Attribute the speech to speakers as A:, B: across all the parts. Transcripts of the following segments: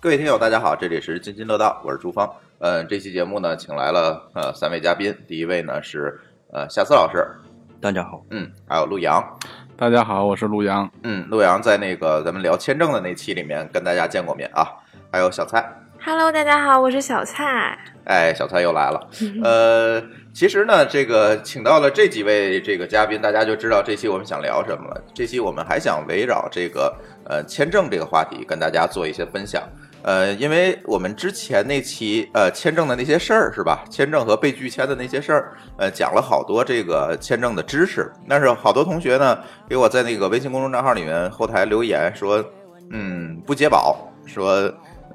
A: 各位听友，大家好，这里是津津乐道，我是朱芳。呃，这期节目呢，请来了呃三位嘉宾，第一位呢是呃夏思老师，
B: 大家好，
A: 嗯，还有陆阳，
C: 大家好，我是陆阳。
A: 嗯，陆阳在那个咱们聊签证的那期里面跟大家见过面啊，还有小蔡，
D: Hello，大家好，我是小蔡。
A: 哎，小蔡又来了。呃，其实呢，这个请到了这几位这个嘉宾，大家就知道这期我们想聊什么了。这期我们还想围绕这个呃签证这个话题跟大家做一些分享。呃，因为我们之前那期呃签证的那些事儿是吧？签证和被拒签的那些事儿，呃，讲了好多这个签证的知识。但是好多同学呢，给我在那个微信公众账号里面后台留言说，嗯，不解保，说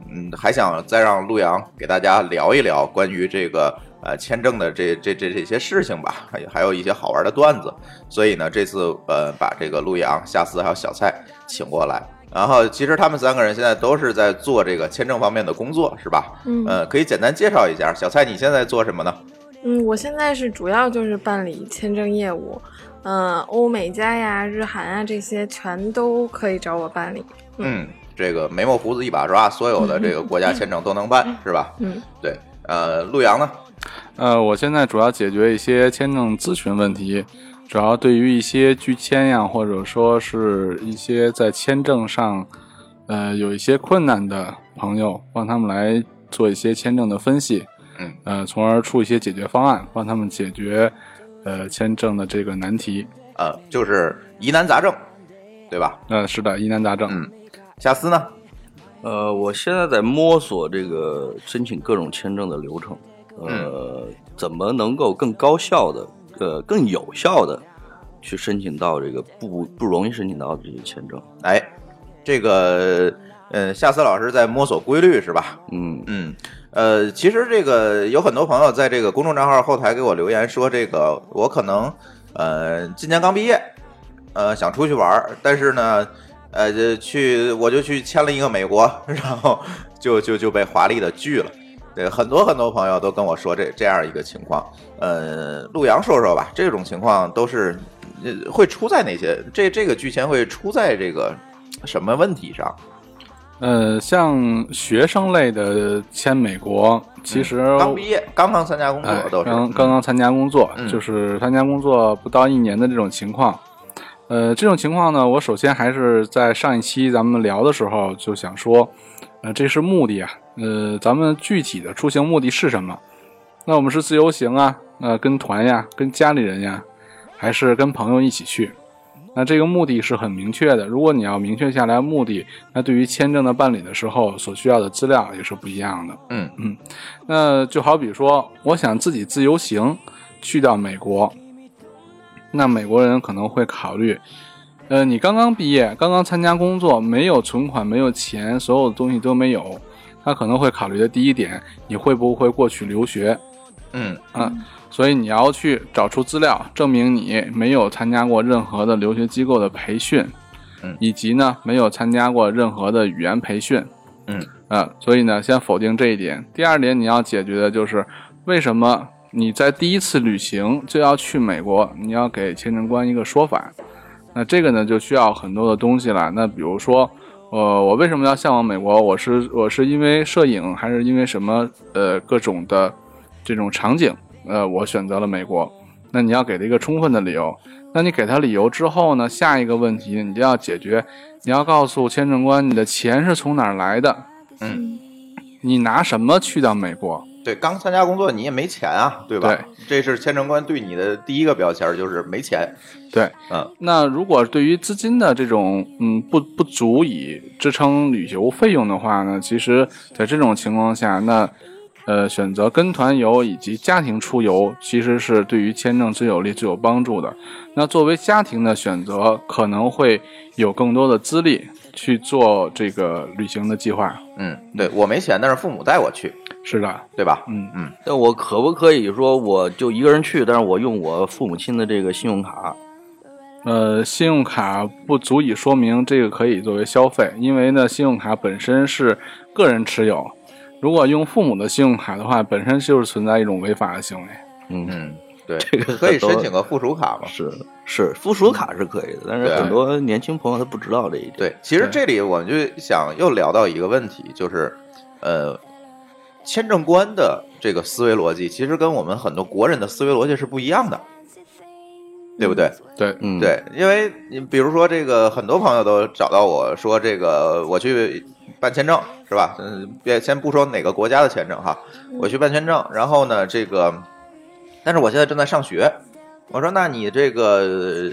A: 嗯，还想再让陆阳给大家聊一聊关于这个呃签证的这这这这些事情吧， 还有还有一些好玩的段子。所以呢，这次呃把这个陆阳、夏思还有小蔡请过来。然后，其实他们三个人现在都是在做这个签证方面的工作，是吧？
D: 嗯
A: 呃，可以简单介绍一下，小蔡你现在做什么呢？
D: 嗯，我现在是主要就是办理签证业务，嗯、欧美加呀、日韩啊这些全都可以找我办理。
A: 嗯，这个眉毛胡子一把抓，所有的这个国家签证都能办，是吧？
D: 嗯，
A: 对。呃，陆阳呢？
C: 呃，我现在主要解决一些签证咨询问题，主要对于一些拒签呀，或者说是一些在签证上，呃，有一些困难的朋友，帮他们来做一些签证的分析，
A: 嗯，
C: 呃，从而出一些解决方案，帮他们解决，呃，签证的这个难题。
A: 呃，就是疑难杂症，对吧？
C: 呃，是的，疑难杂症。
A: 嗯夏思呢？
B: 呃，我现在在摸索这个申请各种签证的流程，
A: 嗯
B: 呃，怎么能够更高效的，呃，更有效的去申请到这个不不容易申请到的这些签证，
A: 哎，这个，嗯、夏思老师在摸索规律是吧？
B: 嗯，
A: 嗯，呃，其实这个有很多朋友在这个公众账号后台给我留言说，这个我可能，呃，今年刚毕业，呃，想出去玩儿，但是呢，呃，就去我就去签了一个美国， 然后就就就被华丽的拒了。对，很多很多朋友都跟我说这这样一个情况。呃，陆阳说说吧，这种情况都是呃会出在哪些？这这个拒签会出在这个什么问题上？
C: 呃，像学生类的签美国，其实、
A: 刚毕业，刚刚参加工
C: 呃
A: 作，
C: 哎
A: 都是
C: 刚刚刚参加工作，
A: 嗯
C: 就是参加工作不到一年的这种情况。呃，这种情况呢，我首先还是在上一期咱们聊的时候就想说，呃，这是目的啊，呃，咱们具体的出行目的是什么？那我们是自由行啊，呃，跟团呀，跟家里人呀，还是跟朋友一起去？那这个目的是很明确的。如果你要明确下来目的，那对于签证的办理的时候所需要的资料也是不一样的。
A: 嗯
C: 嗯，那就好比说，我想自己自由行去到美国，那美国人可能会考虑，呃，你刚刚毕业，刚刚参加工作，没有存款，没有钱，所有东西都没有，他可能会考虑的第一点，你会不会过去留学？
A: 嗯
C: 所以你要去找出资料，证明你没有参加过任何的留学机构的培训，
A: 嗯
C: 以及呢没有参加过任何的语言培训，
A: 嗯
C: 啊，所以呢先否定这一点。第二点你要解决的就是为什么你在第一次旅行就要去美国，你要给签证官一个说法。那这个呢就需要很多的东西了。那比如说，呃，我为什么要向往美国？我是我是因为摄影，还是因为什么？呃，各种的这种场景，呃，我选择了美国。那你要给他一个充分的理由。那你给他理由之后呢，下一个问题你就要解决，你要告诉签证官你的钱是从哪儿来的，
A: 嗯，
C: 你拿什么去到美国？
A: 对，刚参加工作你也没钱啊，对吧？这是签证官对你的第一个标签，就是没钱。
C: 对，
A: 嗯，
C: 那如果对于资金的这种嗯不不足以支撑旅游费用的话呢，其实在这种情况下，那呃选择跟团游以及家庭出游，其实是对于签证最有利、最有帮助的。那作为家庭的选择，可能会有更多的资历去做这个旅行的计划。
A: 嗯，对我没钱，但是父母带我去，
C: 是的，
A: 对吧？
C: 嗯
A: 嗯，
B: 那我可不可以说我就一个人去，但是我用我父母亲的这个信用卡？
C: 呃，信用卡不足以说明这个可以作为消费，因为呢，信用卡本身是个人持有，如果用父母的信用卡的话，本身就是存在一种违法的行为。
B: 嗯，
A: 嗯，对，
B: 这个
A: 可以
B: 很多
A: 申请个附属卡嘛？
B: 是是，附属卡是可以的，但是
A: 对
B: 很多年轻朋友他不知道这一点。
A: 对，其实这里我们就想又聊到一个问题，就是，呃，签证官的这个思维逻辑，其实跟我们很多国人的思维逻辑是不一样的，对不对？
C: 对，
B: 嗯，
A: 对，因为你比如说这个，很多朋友都找到我说这个，我去办签证是吧？
B: 呃
A: 嗯，别先不说哪个国家的签证哈，我去办签证，然后呢，这个，但是我现在正在上学，我说那你这个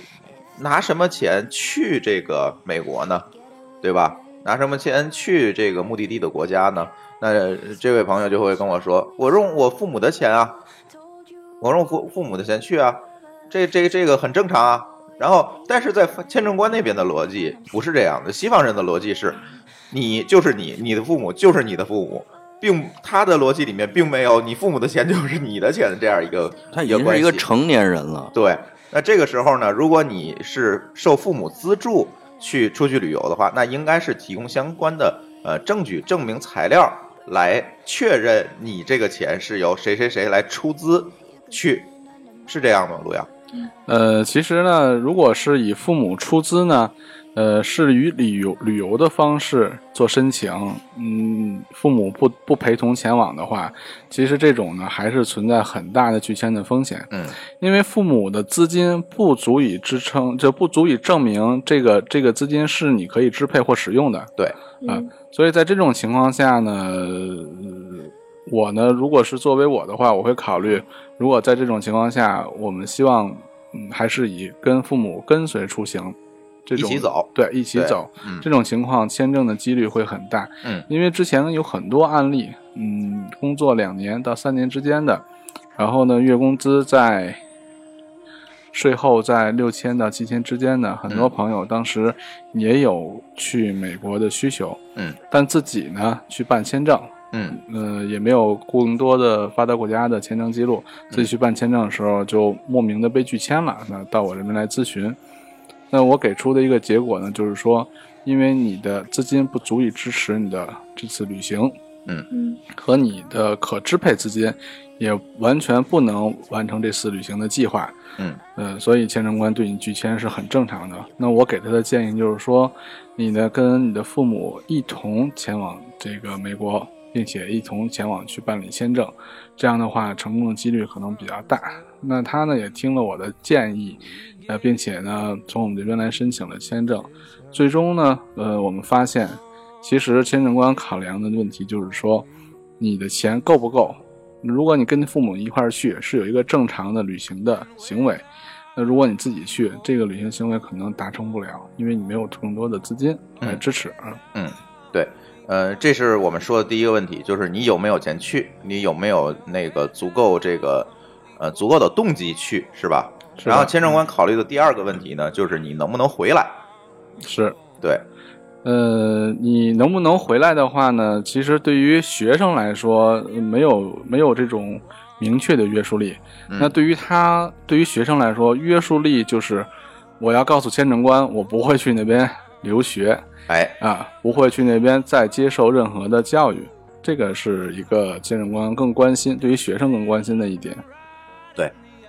A: 拿什么钱去这个美国呢？对吧？拿什么钱去这个目的地的国家呢？那这位朋友就会跟我说，我用我父母的钱啊，我用父父母的钱去啊，这这这个很正常啊。然后，但是在签证官那边的逻辑不是这样的，西方人的逻辑是，你就是你，你的父母就是你的父母，并他的逻辑里面并没有你父母的钱就是你的钱的这样一个
B: 他已经
A: 关
B: 是一个
A: 系
B: 成年人了。
A: 对，那这个时候呢，如果你是受父母资助去出去旅游的话，那应该是提供相关的呃证据、证明材料来确认你这个钱是由谁谁谁来出资去，是这样吗？陆阳？
C: 呃，其实呢，如果是以父母出资呢，呃，是以旅游旅游的方式做申请，嗯，父母不不陪同前往的话，其实这种呢还是存在很大的拒签的风险。
A: 嗯，
C: 因为父母的资金不足以支撑，就不足以证明这个这个资金是你可以支配或使用的。
A: 对，
C: 啊、
D: 嗯
C: 所以在这种情况下呢，呃我呢，如果是作为我的话，我会考虑，如果在这种情况下，我们希望，嗯，还是以跟父母跟随出行，这种
A: 一起走
C: 对，一起
A: 对
C: 走，
A: 嗯
C: 这种情况签证的几率会很大。
A: 嗯
C: 因为之前有很多案例，嗯，工作两年到三年之间的，然后呢，月工资在税后在六千到七千之间的，很多
A: 嗯
C: 朋友当时也有去美国的需求，
A: 嗯，
C: 但自己呢去办签证，
A: 嗯
C: 呃，也没有更多的发达国家的签证记录，自己去办签证的时候就莫名的被拒签了。那到我这边来咨询，那我给出的一个结果呢，就是说，因为你的资金不足以支持你的这次旅行，
D: 嗯
C: 和你的可支配资金也完全不能完成这次旅行的计划。
A: 嗯，
C: 呃，所以签证官对你拒签是很正常的。那我给他的建议就是说，你呢跟你的父母一同前往这个美国，并且一同前往去办理签证，这样的话成功的几率可能比较大。那他呢也听了我的建议，呃，并且呢从我们这边来申请了签证。最终呢，呃，我们发现，其实签证官考量的问题就是说，你的钱够不够？如果你跟父母一块儿去，是有一个正常的旅行的行为；那如果你自己去，这个旅行行为可能达成不了，因为你没有更多的资金
A: 嗯
C: 来支持。啊
A: 呃，这是我们说的第一个问题，就是你有没有钱去，你有没有那个足够这个呃足够的动机去，是吧？
C: 是的
A: 然后签证官考虑的第二个问题呢，就是你能不能回来？
C: 是，
A: 对，
C: 呃，你能不能回来的话呢？其实对于学生来说，呃没有没有这种明确的约束力。
A: 嗯
C: 那对于他，对于学生来说，约束力就是我要告诉签证官，我不会去那边留学
A: 哎，
C: 啊，不会去那边再接受任何的教育。这个是一个签证官更关心，对于学生更关心的一点。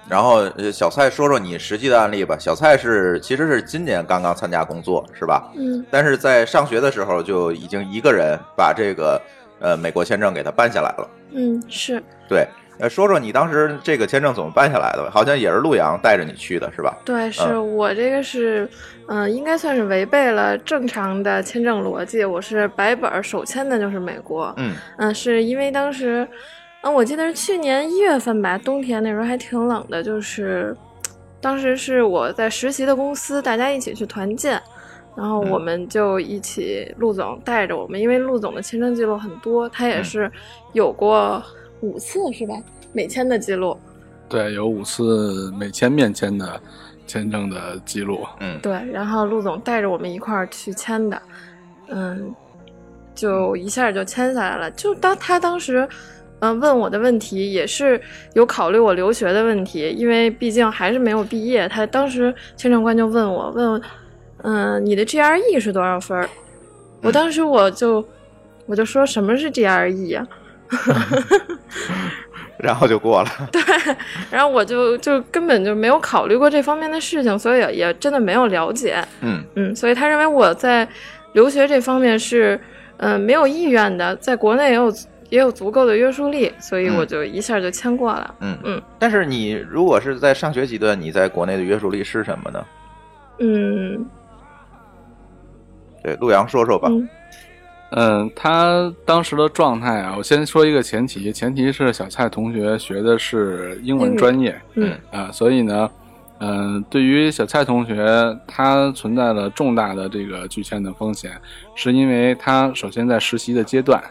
A: 然后呃小蔡说说你实际的案例吧。小蔡是其实是今年刚刚参加工作是吧？
D: 嗯
A: 但是在上学的时候就已经一个人把这个呃美国签证给他办下来了。
D: 嗯，是
A: 对，呃，说说你当时这个签证怎么办下来的吧？好像也是陆阳带着你去的是吧？
D: 对，是我这个是，嗯、应该算是违背了正常的签证逻辑。我是白本儿首签的，就是美国。
A: 嗯
D: 嗯、是因为当时，嗯，我记得是去年一月份吧，冬天那时候还挺冷的，就是当时是我在实习的公司，大家一起去团建，然后我们就一起，陆总带着我们，因为陆总的签证记录很多，他也是有过五次是吧？美签的记录，
C: 对，有五次美签面签的签证的记录，
A: 嗯，
D: 对，然后陆总带着我们一块儿去签的，嗯，就一下就签下来了。就当他当时，嗯、问我的问题也是有考虑我留学的问题，因为毕竟还是没有毕业。他当时签证官就问我，问，嗯、你的 GRE 是多少分儿？我当时我就我就说什么是 E GRE 呀、
A: 然后就过了。
D: 然后我就就根本就没有考虑过这方面的事情，所以也也真的没有了解。
A: 嗯
D: 嗯，所以他认为我在留学这方面是，嗯、没有意愿的，在国内也有也有足够的约束力，所以我就一下就签过了。
A: 嗯
D: 嗯。
A: 但是你如果是在上学阶段，你在国内的约束力是什么呢？
D: 嗯
A: 对，陆阳说说吧。
D: 嗯
C: 嗯，他当时的状态啊，我先说一个前提，前提是小蔡同学学的是英文专业，
D: 嗯
C: 啊、所以呢，嗯、对于小蔡同学，他存在了重大的这个拒签的风险，是因为他首先在实习的阶段，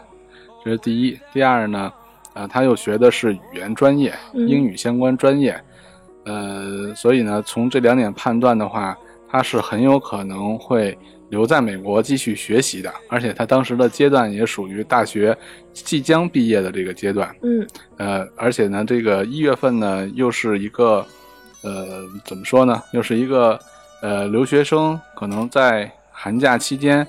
C: 这是第一，第二呢，啊、他又学的是语言专业，
D: 嗯
C: 英语相关专业，呃，所以呢，从这两点判断的话，他是很有可能会留在美国继续学习的，而且他当时的阶段也属于大学即将毕业的这个阶段，
D: 嗯
C: 呃，而且呢，这个一月份呢，又是一个，呃，怎么说呢，又是一个呃留学生可能在寒假期间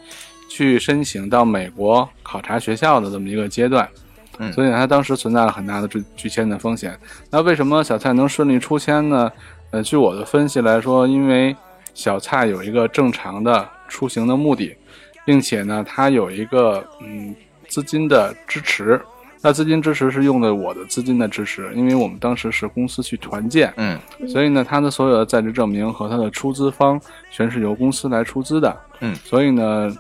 C: 去申请到美国考察学校的这么一个阶段，
A: 嗯
C: 所以呢他当时存在了很大的拒拒签的风险。那为什么小蔡能顺利出签呢？呃，据我的分析来说，因为小蔡有一个正常的出行的目的，并且呢，他有一个嗯资金的支持。那资金支持是用的我的资金的支持，因为我们当时是公司去团建，
A: 嗯
C: 所以呢，他的所有的在职证明和他的出资方全是由公司来出资的。
A: 嗯
C: 所以呢，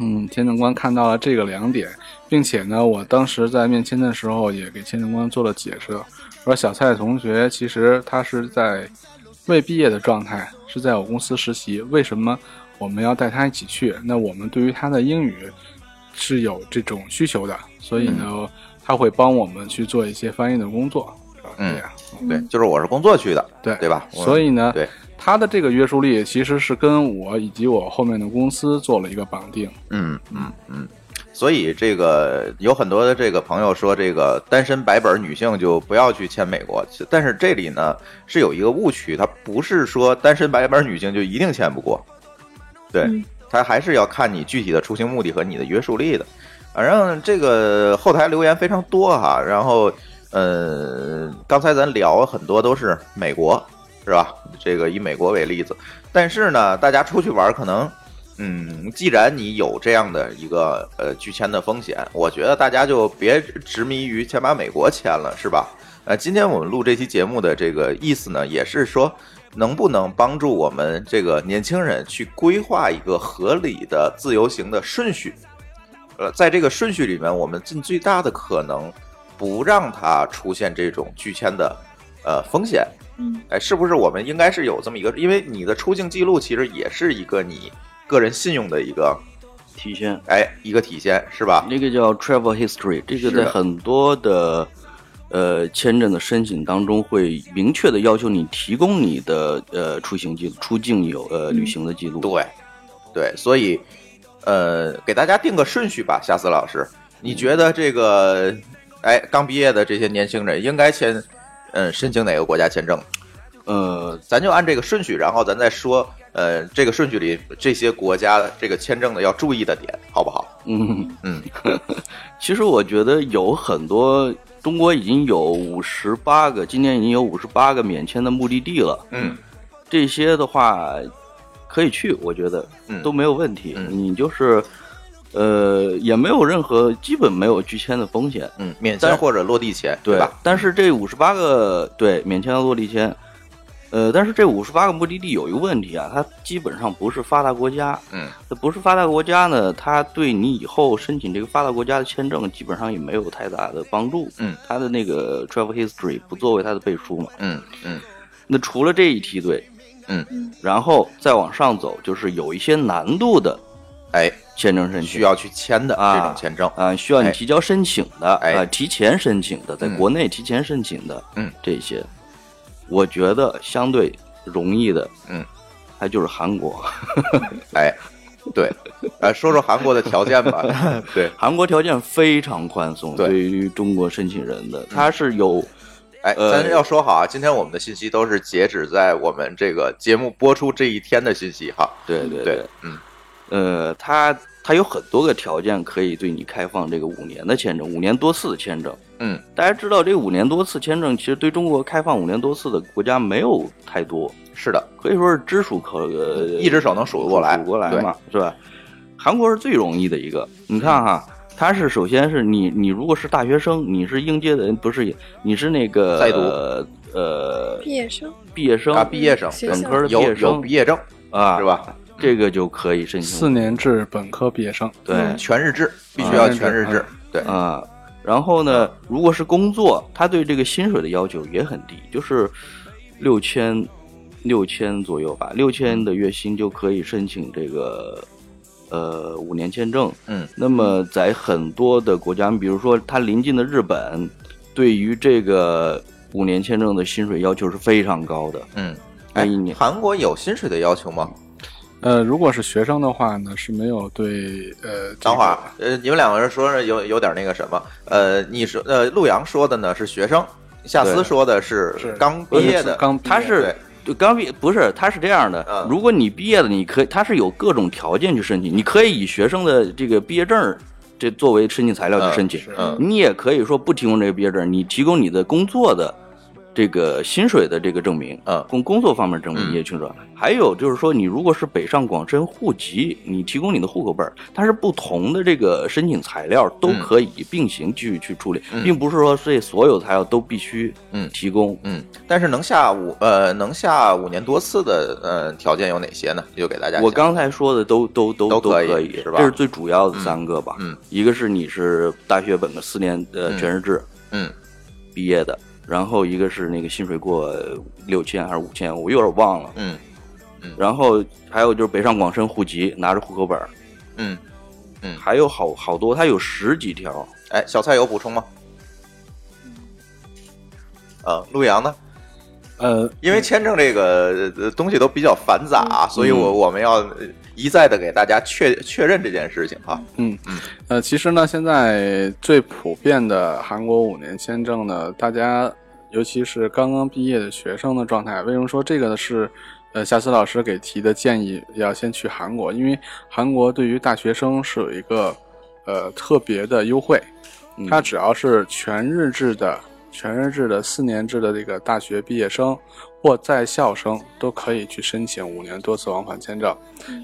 C: 嗯，签证官看到了这个两点，并且呢，我当时在面签的时候也给签证官做了解释，说小蔡同学其实他是在未毕业的状态，是在我公司实习，为什么我们要带他一起去？那我们对于他的英语是有这种需求的，所以呢，
A: 嗯
C: 他会帮我们去做一些翻译的工作。是吧
A: 嗯
C: 这样。
A: 对，就是我是工作去的，
C: 对
A: 对吧？我
C: 所以呢，
A: 对，
C: 他的这个约束力其实是跟我以及我后面的公司做了一个绑定。
A: 嗯嗯嗯。所以这个有很多的这个朋友说，这个单身白本女性就不要去签美国。但是这里呢是有一个误区，它不是说单身白本女性就一定签不过，对，
D: 嗯
A: 它还是要看你具体的出行目的和你的约束力的。嗯反正这个后台留言非常多哈，嗯然后呃，刚才咱聊很多都是美国是吧？这个以美国为例子，但是呢，大家出去玩儿可能嗯，既然你有这样的一个呃拒签的风险，我觉得大家就别执迷于先把美国签了，是吧？呃，今天我们录这期节目的这个意思呢，也是说能不能帮助我们这个年轻人去规划一个合理的自由行的顺序。呃，在这个顺序里面，我们尽最大的可能不让它出现这种拒签的呃风险。
D: 嗯
A: 哎，是不是我们应该是有这么一个？因为你的出境记录其实也是一个你个人信用的一个
B: 提现
A: 哎一个体现，是吧？
B: 那个叫 travel history，这个
A: 是的
B: 在很多的呃签证的申请当中会明确的要求你提供你的呃出行记录、出境有呃旅行的记录。
A: 对，对，所以呃，给大家定个顺序吧，夏思老师，你觉得这个哎刚毕业的这些年轻人应该先嗯申请哪个国家签证？
B: 呃，
A: 咱就按这个顺序，然后咱再说呃这个顺序里这些国家的这个签证的要注意的点，好不好？
B: 嗯，
A: 嗯
B: 其实我觉得有很多，中国已经有五十八个，今年已经有五十八个免签的目的地了。
A: 嗯
B: 这些的话可以去，我觉得
A: 嗯，
B: 都没有问题。
A: 嗯
B: 你就是呃，也没有任何基本没有拒签的风险。
A: 嗯免
B: 但
A: 签或者落地签，
B: 对
A: 吧？
B: 但是这五十八个对免签和落地签，呃，但是这五十八个目的地有一个问题啊，它基本上不是发达国家，
A: 嗯，
B: 它不是发达国家呢，它对你以后申请这个发达国家的签证基本上也没有太大的帮助，
A: 嗯，
B: 它的那个 travel history 不作为它的背书嘛，
A: 嗯嗯
B: 那除了这一梯队，
A: 嗯，
B: 然后再往上走，就是有一些难度的
A: 哎，
B: 签证申请，
A: 需要去签的
B: 啊
A: 这种签证，
B: 啊，需要你
A: 哎
B: 提交申请的，
A: 哎
B: 啊，提前申请的，在
A: 嗯
B: 国内提前申请的，
A: 嗯，
B: 这些，我觉得相对容易的，
A: 嗯，
B: 它就是韩国，
A: 哎，对，呃，说说韩国的条件吧，对，
B: 韩国条件非常宽松，
A: 对嗯
B: 对于中国申请人的，它是有，
A: 哎，
B: 呃
A: 咱要说好啊，今天我们的信息都是截止在我们这个节目播出这一天的信息哈，
B: 对对
A: 对，嗯
B: 呃，它它有很多个条件可以对你开放这个五年的签证，五年多次的签证。
A: 嗯，
B: 大家知道，这五年多次签证其实对中国开放五年多次的国家没有太多，
A: 是的，
B: 可以说是知数可呃
A: 一只手能数得过来
B: 数过来嘛，是吧？韩国是最容易的一个，你看哈，它是首先是你你如果是大学生，你是应届的，不是你是那个
A: 在读
B: 呃
D: 毕业生
B: 毕业生
A: 啊，毕业生，
D: 学
A: 对
D: 校本科
B: 的毕
A: 有
B: 业生
A: 有毕业证
B: 啊
A: 是？吧？
B: 这个就可以申请
C: 四年制本科毕业生，
B: 对
D: 嗯
A: 全日制，必须要
C: 全
A: 全
C: 日
A: 日
C: 制
A: 制，对，
B: 啊。然后呢，如果是工作，他对这个薪水的要求也很低，就是六千六千左右吧，六千的月薪就可以申请这个呃五年签证。
A: 嗯，
B: 那么在很多的国家，比如说它邻近的日本，对于这个五年签证的薪水要求是非常高的。
A: 嗯，
B: 那
A: 哎
B: 一年，
A: 韩国有薪水的要求吗？
C: 呃，如果是学生的话呢，是没有对呃，这
A: 等
C: 个
A: 会儿，呃，你们两个人说是有有点那个什么，呃，你说，呃，陆阳说的呢是学生，夏思
B: 对
A: 说的是
C: 是
A: 刚毕业的，
C: 刚毕业
B: 他是
A: 对
B: 就刚毕不是，他是这样的
A: 嗯。
B: 如果你毕业了，你可以，他是有各种条件去申请，你可以以学生的这个毕业证儿这作为申请材料去申请，
A: 嗯
B: 你也可以说不提供这个毕业证儿，你提供你的工作的这个薪水的这个证明，
A: 嗯
B: 工工作方面证明
A: 嗯
B: 你也清楚。还有就是说，你如果是北上广深户籍，你提供你的户口本儿，它是不同的这个申请材料都
A: 嗯
B: 可以并行去去处理，
A: 嗯
B: 并不是说这所有材料都必须
A: 嗯
B: 提供。
A: 嗯，但是能下五呃能下五年多次的呃条件有哪些呢？就给大家
B: 我
A: 讲
B: 刚才说的都都都
A: 都可
B: 可
A: 以是吧
B: 这是最主要的三个吧。
A: 嗯嗯
B: 一个是你是大学本科四年呃
A: 嗯
B: 全日制
A: 嗯
B: 毕业的，然后一个是那个薪水过六千还是五千，我有点忘了。
A: 嗯
B: 然后还有就是北上广深户籍，拿着户口本儿，
A: 嗯，
B: 还有好好多，它有十几条。
A: 哎，小蔡有补充吗？嗯，陆阳呢？
C: 呃，
A: 因为签证这个呃东西都比较繁杂啊，所以
C: 嗯
A: 我我们要呃一再的给大家确确认这件事情啊。
C: 呃，其实呢，现在最普遍的韩国五年签证呢，大家尤其是刚刚毕业的学生的状态，为什么说这个呢？是呃，夏思老师给提的建议，要先去韩国，因为韩国对于大学生是有一个呃特别的优惠，
B: 嗯
C: 他只要是全日制的、全日制的四年制的这个大学毕业生或在校生，都可以去申请五年多次往返签证。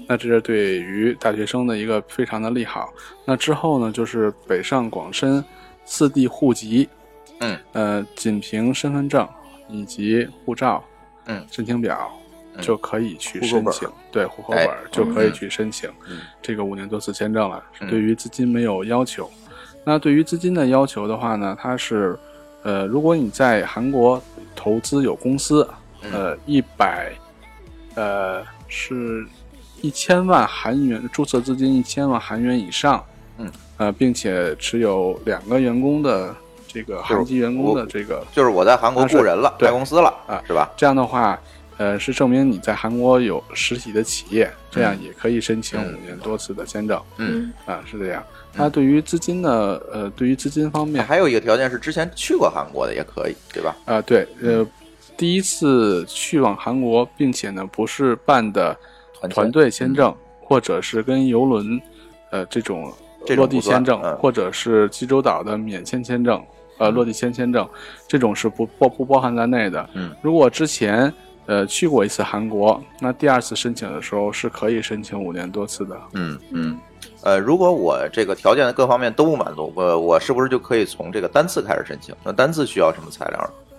C: 那这是对于大学生的一个非常的利好。那之后呢，就是北上广深四地户籍，
A: 嗯，
C: 呃，仅凭身份证以及护照，
A: 嗯
C: 申请表。
A: 嗯
C: 就可以去
A: 户口
C: 申
A: 本儿
C: 请，对户口
A: 哎
C: 本儿就可以
A: 嗯
C: 去申请
A: 嗯
C: 这个五年多次签证了，是
A: 嗯
C: 对于资金没有要求。那对于资金的要求的话呢，它是，呃，如果你在韩国投资有公司，
A: 嗯
C: 呃，一百，呃，是一千万韩元注册资金一千万韩元以上，
A: 嗯，
C: 呃，并且持有两个员工的这个
A: 是
C: 韩籍员工
A: 我
C: 的这个，
A: 就是我在韩国
C: 啊是
A: 雇人了，
C: 对
A: 开公司了，
C: 啊
A: 是吧？
C: 这样的话，呃，是证明你在韩国有实体的企业，这样也可以申请
A: 嗯
C: 五年多次的签证，
A: 嗯
C: 啊，是这样。那对于资金呢，呃，对于资金方面，
A: 还有一个条件是之前去过韩国的也可以，对吧？
C: 啊，对，呃，第一次去往韩国，并且呢不是办的
A: 团签嗯
C: 团队签证，或者是跟游轮，呃这种
A: 这种
C: 落
A: 不
C: 地
A: 算
C: 签证，
A: 嗯
C: 或者是济州岛的免签签证，呃落地签签证，这种是不包不包含在内的。
A: 嗯，
C: 如果之前呃去过一次韩国，那第二次申请的时候是可以申请五年多次的。
A: 嗯嗯。呃，如果我这个条件的各方面都不满足，我我是不是就可以从这个单次开始申请？那单次需要什么材料呢？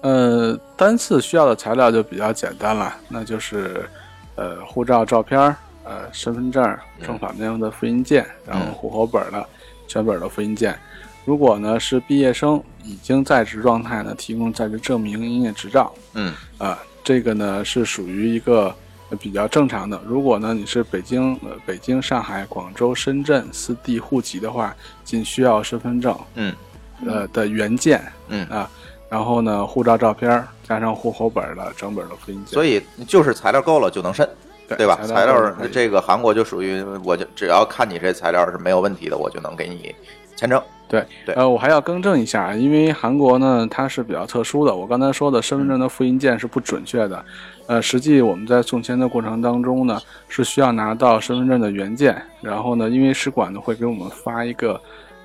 C: 呃，单次需要的材料就比较简单了，那就是呃护照照片儿、呃身份证儿、正反面的复印件，然后户口本儿的全本儿的复印件。如果呢是毕业生已经在职状态呢，提供在职证明、营业执照。
A: 嗯
C: 啊、这个呢是属于一个呃比较正常的。如果呢你是北京、呃、北京、上海、广州、深圳四地户籍的话，仅需要身份证
A: 嗯
C: 呃的原件
A: 嗯，
C: 啊、然后呢护照照片儿加上户口本儿的整本儿的复印件。
A: 所
C: 以
A: 以就是材料够了就能申，
C: 对
A: 对吧？材
C: 料
A: 料
C: 都是
A: 儿
C: 可以
A: 这个韩国就属于，我就只要看你这材料是没有问题的，我就能给你签证。
C: 对，
A: 对
C: 呃，我还要更正一下，因为韩国呢它是比较特殊的，我刚才说的身份证的复印件是不准确的，呃，实际我们在送签的过程当中呢，是需要拿到身份证的原件，然后呢，因为使馆呢会给我们发一个，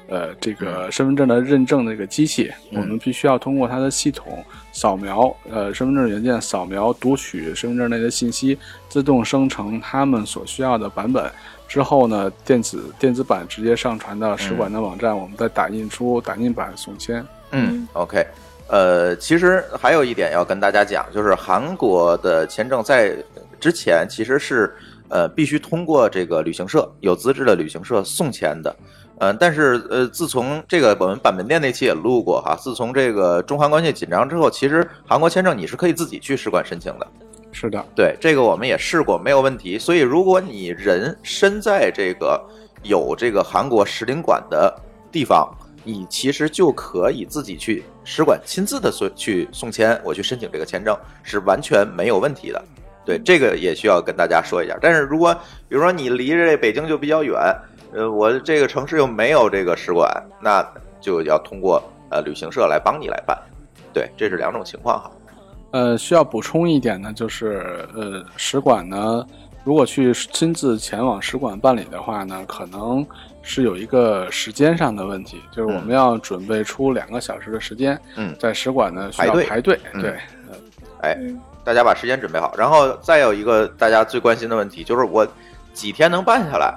C: 呃，这个身份证的认证的一个机器，
A: 嗯
C: 我们必须要通过它的系统扫描，呃，身份证原件扫描读取身份证内的信息，自动生成他们所需要的版本。之后呢，电子电子版直接上传到使馆的网站，我们再打印出打印版送签。
A: 嗯，OK，呃，其实还有一点要跟大家讲，就是韩国的签证在之前其实是呃必须通过这个旅行社有资质的旅行社送签的。嗯、但是呃，自从这个我们板门店那期也录过哈，自从这个中韩关系紧张之后，其实韩国签证你是可以自己去使馆申请的。
C: 是的，
A: 对，这个我们也试过，没有问题。所以如果你人身在这个有这个韩国使领馆的地方，你其实就可以自己去使馆亲自的送去送签，我去申请这个签证是完全没有问题的。对，这个也需要跟大家说一下。但是如果比如说你离这北京就比较远，呃，我这个城市又没有这个使馆，那就要通过呃旅行社来帮你来办。对，这是两种情况哈。
C: 呃，需要补充一点呢，就是呃，使馆呢，如果去亲自前往使馆办理的话呢，可能是有一个时间上的问题，就是我们要准备出两个小时的时间，
A: 嗯
C: 在使馆呢需
A: 排
C: 要
A: 队
C: 排队，
A: 嗯
C: 对，
A: 哎，大家把时间准备好。然后再有一个大家最关心的问题，就是我几天能办下来？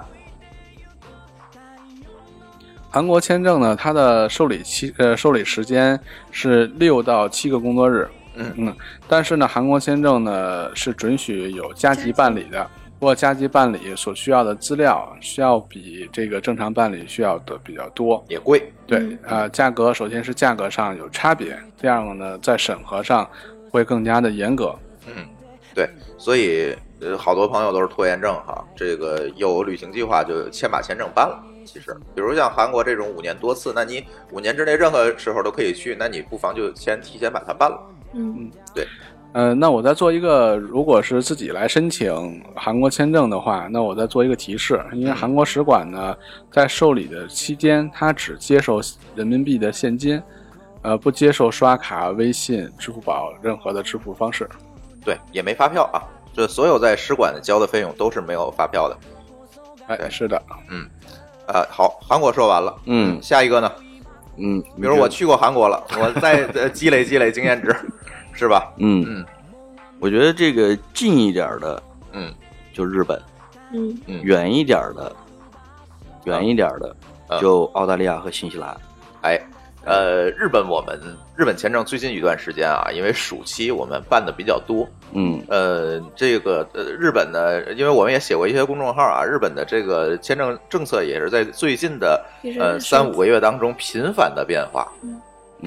C: 韩国签证呢，它的受理期呃受理时间是六到七个工作日。
A: 嗯
C: 嗯，但是呢，韩国签证呢是准许有加急办理的，不过加急办理所需要的资料需要比这个正常办理需要的比较多。
A: 也贵，
C: 对，
D: 嗯
C: 呃，价格首先是价格上有差别，第二个呢，在审核上会更加的严格。
A: 对，所以呃，好多朋友都是拖延症哈。这个有旅行计划就先把签证办了。其实，比如像韩国这种五年多次，那你五年之内任何时候都可以去，那你不妨就先提前把它办了。
D: 嗯
C: 呃，那我再做一个，如果是自己来申请韩国签证的话，那我再做一个提示，因为韩国使馆呢，在受理的期间，它只接受人民币的现金，呃，不接受刷卡、微信、支付宝任何的支付方式。
A: 对，也没发票啊。这所有在使馆交的费用都是没有发票的。对
C: 哎，是的，
A: 呃，好，韩国说完了，
B: 嗯
A: 下一个呢？
B: 嗯，
A: 比如我去过韩国了，我再呃积累积累经验值， 是吧？
B: 嗯
A: 嗯
B: 嗯，我觉得这个近一点儿的
A: 嗯，
B: 就日本，
D: 嗯
A: 嗯
B: 远一点儿的，远一点儿的
A: 啊
B: 就澳大利亚和新西兰。
A: 哎，呃，日本我们日本签证最近一段时间啊，因为暑期我们办的比较多。
B: 嗯
A: 呃，这个呃，日本呢，因为我们也写过一些公众号啊，日本的这个签证政策也是在最近的
D: 也是
A: 呃
D: 是
A: 三五个月当中频繁的变化，
B: 嗯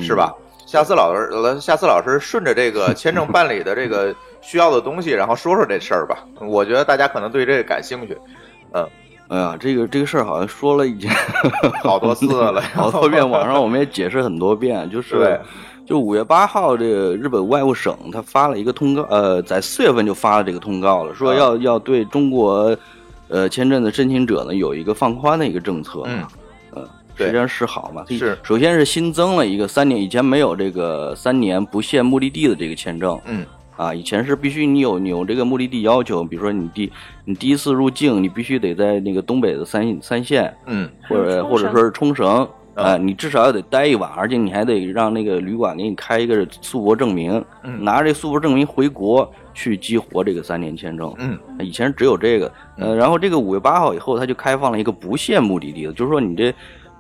A: 是吧？下次老师，呃下次老师顺着这 个签证办理的这个需要的东西，然后说说这事儿吧。我觉得大家可能对这个感兴趣，嗯
B: 哎呀，这个这个事儿好像说了已经
A: 好多 次了
B: 好多遍，网上我们也解释很多遍，就是
A: 对
B: 就五月八号，这个日本外务省他发了一个通告，呃，在四月份就发了这个通告了，说
A: 啊
B: 要、要对中国呃签证的申请者呢有一个放宽的一个政策，
A: 嗯
B: 嗯，
A: 对
B: 实际上是好嘛，它
A: 是
B: 首先是新增了一个三年，以前没有这个三年不限目的地的这个签证，
A: 嗯
B: 啊，以前是必须你有你有这个目的地要求，比如说你第你第一次入境，你必须得在那个东北的三三线，
A: 嗯
B: 或者
D: 冲绳
B: 或者说是冲绳
A: 嗯
B: 啊、你至少要得待一晚，而且你还得让那个旅馆给你开一个宿泊证明，
A: 嗯
B: 拿着这宿泊证明回国去激活这个三年签证。
A: 嗯
B: 以前只有这个，呃，然后这个五月八号以后，它就开放了一个不限目的地的，就是说你这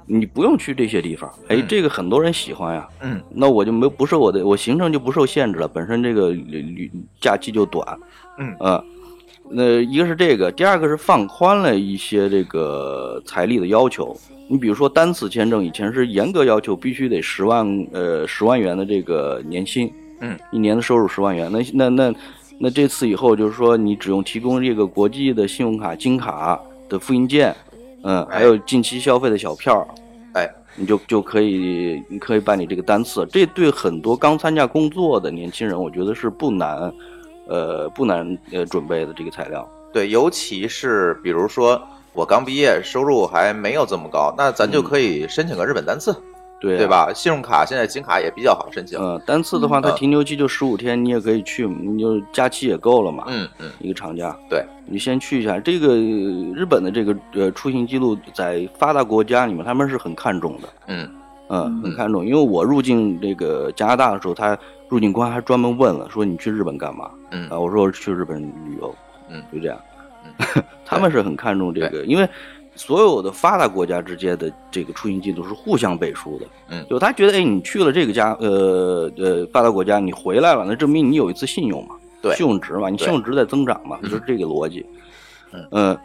B: 你不用去这些地方，哎，这个很多人喜欢呀，
A: 嗯，
B: 那我就没不是我的，我行程就不受限制了，本身这个旅旅假期就短，
A: 嗯
B: 啊、那一个是这个，第二个是放宽了一些这个财力的要求，你比如说单次签证以前是严格要求必须得十万呃十万元的这个年薪，
A: 嗯，
B: 一年的收入十万元，那那那那这次以后就是说你只用提供这个国际的信用卡金卡的复印件，嗯，还有近期消费的小票，
A: 哎，
B: 你就就可以你可以办理这个单次，这对很多刚参加工作的年轻人，我觉得是不难，呃，不难呃准备的这个材料。
A: 对，尤其是比如说我刚毕业，收入还没有这么高，那咱就可以申请个日本单次，
B: 嗯对、啊
A: 对？吧？信用卡现在金卡也比较好申请。
B: 呃，单次的话，它
A: 嗯
B: 停留期就十五天，你也可以去，你就假期也够了嘛。
A: 嗯嗯，
B: 一个长假，
A: 对，
B: 你先去一下这个呃日本的这个呃出行记录，在发达国家里面，他们是很看重的，
A: 嗯
B: 嗯，很看重。因为我入境这个加拿大的时候，他入境官还专门问了，说你去日本干嘛？
A: 嗯
B: 啊，我说我是去日本旅游，
A: 嗯
B: 就这样。 他们是很看重这个，因为所有的发达国家之间的这个出行记录是互相背书的。
A: 嗯
B: 就他觉得，哎，你去了这个家，呃呃，发达国家，你回来了，那证明你有一次信用嘛，
A: 对
B: 信用值嘛，你
A: 对
B: 信用值在增长嘛，
A: 嗯
B: 就是这个逻辑。
A: 嗯
B: 嗯，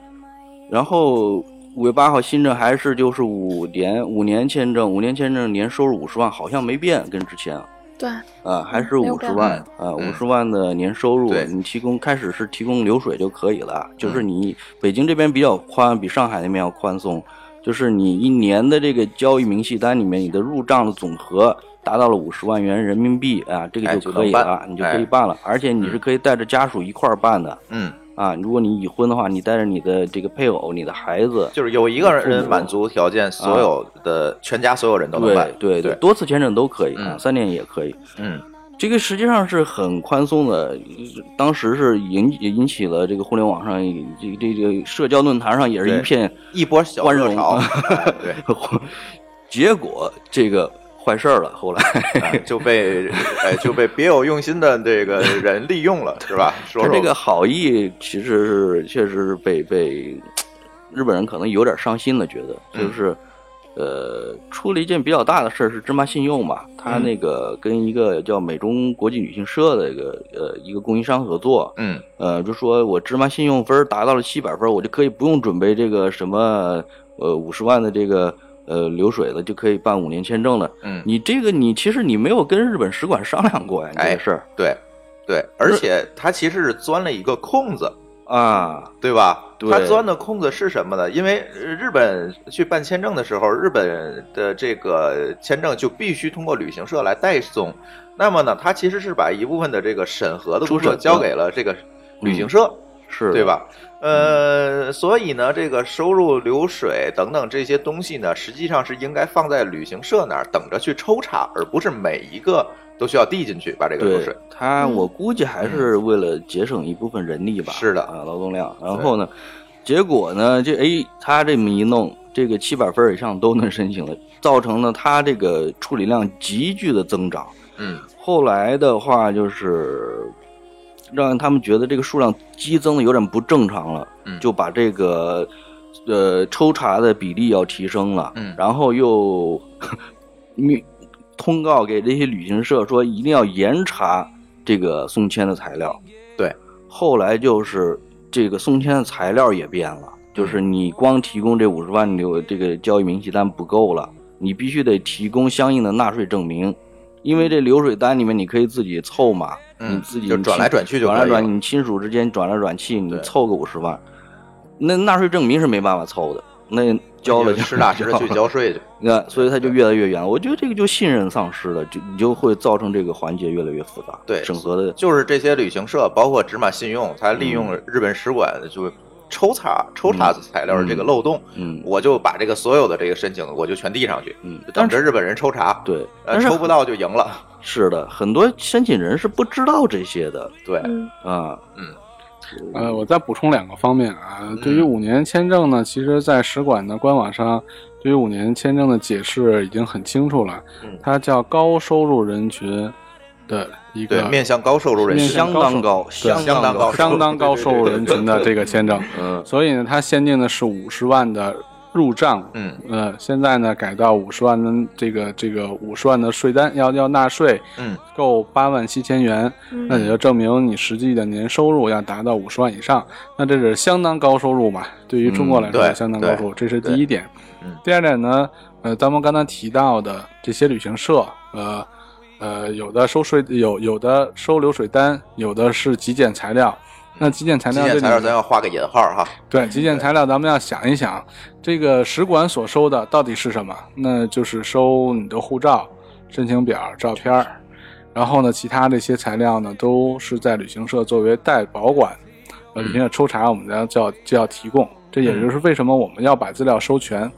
B: 然后五月八号新政还是就是五年五年签证，五年签证年收入五十万，好像没变，跟之前啊。
D: 对，
B: 啊，还是
D: 没有
B: 五十
D: 变
B: 万啊，五十万的年收入，
A: 嗯对嗯
B: 你提供开始是提供流水就可以了，就是你北京这边比较宽，比上海那边要宽松，就是你一年的这个交易明细单里面，你的入账的总和达到了五十万元人民币啊，这
A: 哎
B: 个
A: 就
B: 可以
A: 能办
B: 了，你就可
A: 哎
B: 以办了，而且你是可以带着家属一块儿办的
A: 嗯，
B: 啊，如果你已婚的话，你带着你的这个配偶、你的孩子，
A: 就是有一个人满足条件，所有的全家所有人都能办
B: 对。啊对
A: 对
B: 多次签证都可以啊，
A: 嗯
B: 三年也可以，
A: 嗯
B: 这个实际上是很宽松的，当时是引引起了这个互联网上这这这个社交论坛上也是一片
A: 一波小
B: 宽
A: 热
B: 容
A: 潮，哎对，
B: 结果这个坏事儿了，后来
A: 哎就被哎就被别有用心的这个人利用了，是吧？说
B: 他
A: 说
B: 这个好意其实是确实是被被日本人可能有点伤心了，觉得
A: 嗯
B: 就是、呃出了一件比较大的事儿是芝麻信用嘛，他
A: 嗯
B: 那个跟一个叫美中国际旅行社的一个呃一个供应商合作，
A: 嗯
B: 呃，就说我芝麻信用分儿达到了七百分儿，我就可以不用准备这个什么呃五十万的这个呃流水了，就可以办五年签证了。
A: 嗯，
B: 你这个你其实你没有跟日本使馆商量过呀，你这
A: 哎
B: 个事儿
A: 对对，而且他其实是钻了一个空子，
B: 啊，
A: 对吧？
B: 对
A: 他钻的空子是什么呢？因为呃日本去办签证的时候，日本的这个签证就必须通过旅行社来代送。那么呢，他其实是把一部分的这个审核的工
B: 初
A: 作
B: 审
A: 交给了这个旅行
B: 嗯
A: 社，
B: 是
A: 对？吧？
B: 嗯
A: 呃，所以呢，这个收入、流水等等这些东西呢，实际上是应该放在旅行社那儿等着去抽查，而不是每一个都需要递进去把这个流
B: 对
A: 水。
B: 他，
D: 嗯
B: 我估计还是为了节省一部分人力吧，
A: 嗯是的
B: 啊，劳动量。然后呢，结果呢，这哎，他这么一弄，这个七百分儿以上都能申请了，造成了他这个处理量急剧的增长。
A: 嗯
B: 后来的话就是让他们觉得这个数量激增的有点不正常了，
A: 嗯
B: 就把这个呃抽查的比例要提升了，
A: 嗯
B: 然后又密通告给这些旅行社说一定要严查这个送签的材料。
A: 对，
B: 后来就是这个送签的材料也变
A: 嗯
B: 了，就是你光提供这五十万的这个交易明细单不够了，你必须得提供相应的纳税证明。因为这流水单里面你可以自己凑嘛，
A: 嗯
B: 你自己
A: 就
B: 你
A: 转
B: 亲
A: 来转去就
B: 转
A: 可
B: 来
A: 以
B: 转
A: 了
B: 去，你亲属之间转来转去，你
A: 对
B: 凑个五十万，那纳税证明是没办法凑的，那交了就
A: 就
B: 是
A: 实打实的去
B: 了
A: 交税去。
B: 那所以他就越来越远了。我觉得这个就信任丧失了，就你就会造成这个环节越来越复杂。
A: 对
B: 审核的
A: 就是这些旅行社，包括芝麻信用，它利用
B: 嗯
A: 日本使馆就抽查、抽查材料的这个漏洞，
B: 嗯
A: 我就把这个所有的这个申请，我就全递上去，
B: 嗯
A: 就等着日本人抽查，
B: 对，
A: 呃，
B: 但是
A: 抽不到就赢了，
B: 是的，很多申请人是不知道这些的
A: 对，
D: 嗯，
B: 啊。
C: 呃，我再补充两个方面
A: 嗯
C: 啊。对于五年签证呢，其实，在使馆的官网上，对于五年签证的解释已经很清楚了
A: 嗯，
C: 它叫高收入人群的一
A: 对
C: 个，
A: 面向高收入人
C: 面
A: 群
C: 向，
B: 相当啊高，
C: 对
A: 相当
B: 当
A: 高
B: 高，
C: 相当高收入人群的这个签证。
B: 嗯
C: 所以呢，它限定的是五十万的入账，
A: 嗯
C: 呃，现在呢改到五十万的这个这个五十万的税单要要纳税，
A: 嗯，
C: 够八万七千元，
D: 嗯
C: 那也就证明你实际的年收入要达到五十万以上，那这是相当高收入嘛？对于中国来说，
A: 嗯对
C: 相当高收入，这是第一点
A: 嗯。
C: 第二点呢，呃，咱们刚才提到的这些旅行社，呃呃，有的收税，有有的收流水单，有的是极简材料。那极简材
A: 极
C: 料这
A: 简
C: 里
A: 材料咱要画个引号哈，
C: 对，极简材料咱们要想一想，这个使馆所收的到底是什么？那就是收你的护照、申请表、照片儿，然后呢，其他这些材料呢，都是在旅行社作为代保管，呃，旅行社抽查我们要就要就要提供。这也就是为什么我们要把资料收全。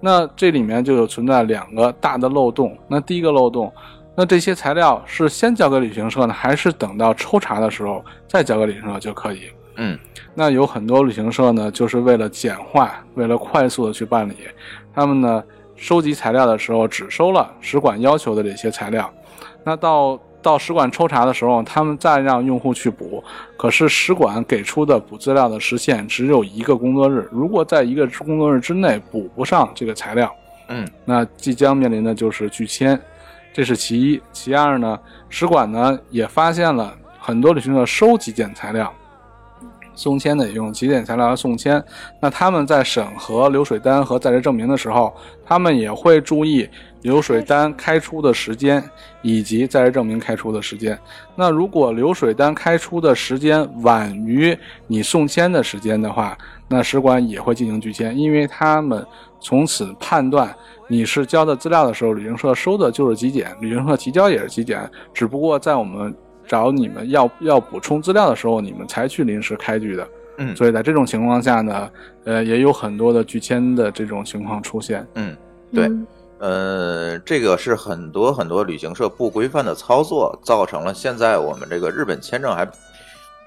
C: 那这里面就有存在两个大的漏洞。那第一个漏洞，那这些材料是先交给旅行社呢，还是等到抽查的时候再交给旅行社就可以？
A: 嗯，
C: 那有很多旅行社呢，就是为了简化，为了快速的去办理，他们呢收集材料的时候只收了使馆要求的这些材料，那到到使馆抽查的时候，他们再让用户去补，可是使馆给出的补资料的时限只有一个工作日，如果在一个工作日之内补不上这个材料，
A: 嗯，
C: 那即将面临的就是拒签，这是其一。其二呢，使馆呢也发现了很多旅行社收极简材料，送签的也用极简材料来送签。那他们在审核流水单和在职证明的时候，他们也会注意流水单开出的时间以及在职证明开出的时间。那如果流水单开出的时间晚于你送签的时间的话，那使馆也会进行拒签，因为他们从此判断你是交的资料的时候，旅行社收的就是极简，旅行社提交也是极简，只不过在我们找你们要要补充资料的时候，你们才去临时开具的。
A: 嗯
C: 所以在这种情况下呢，呃，也有很多的拒签的这种情况出现。
A: 嗯，对
D: 嗯
A: 呃，这个是很多很多旅行社不规范的操作，造成了现在我们这个日本签证还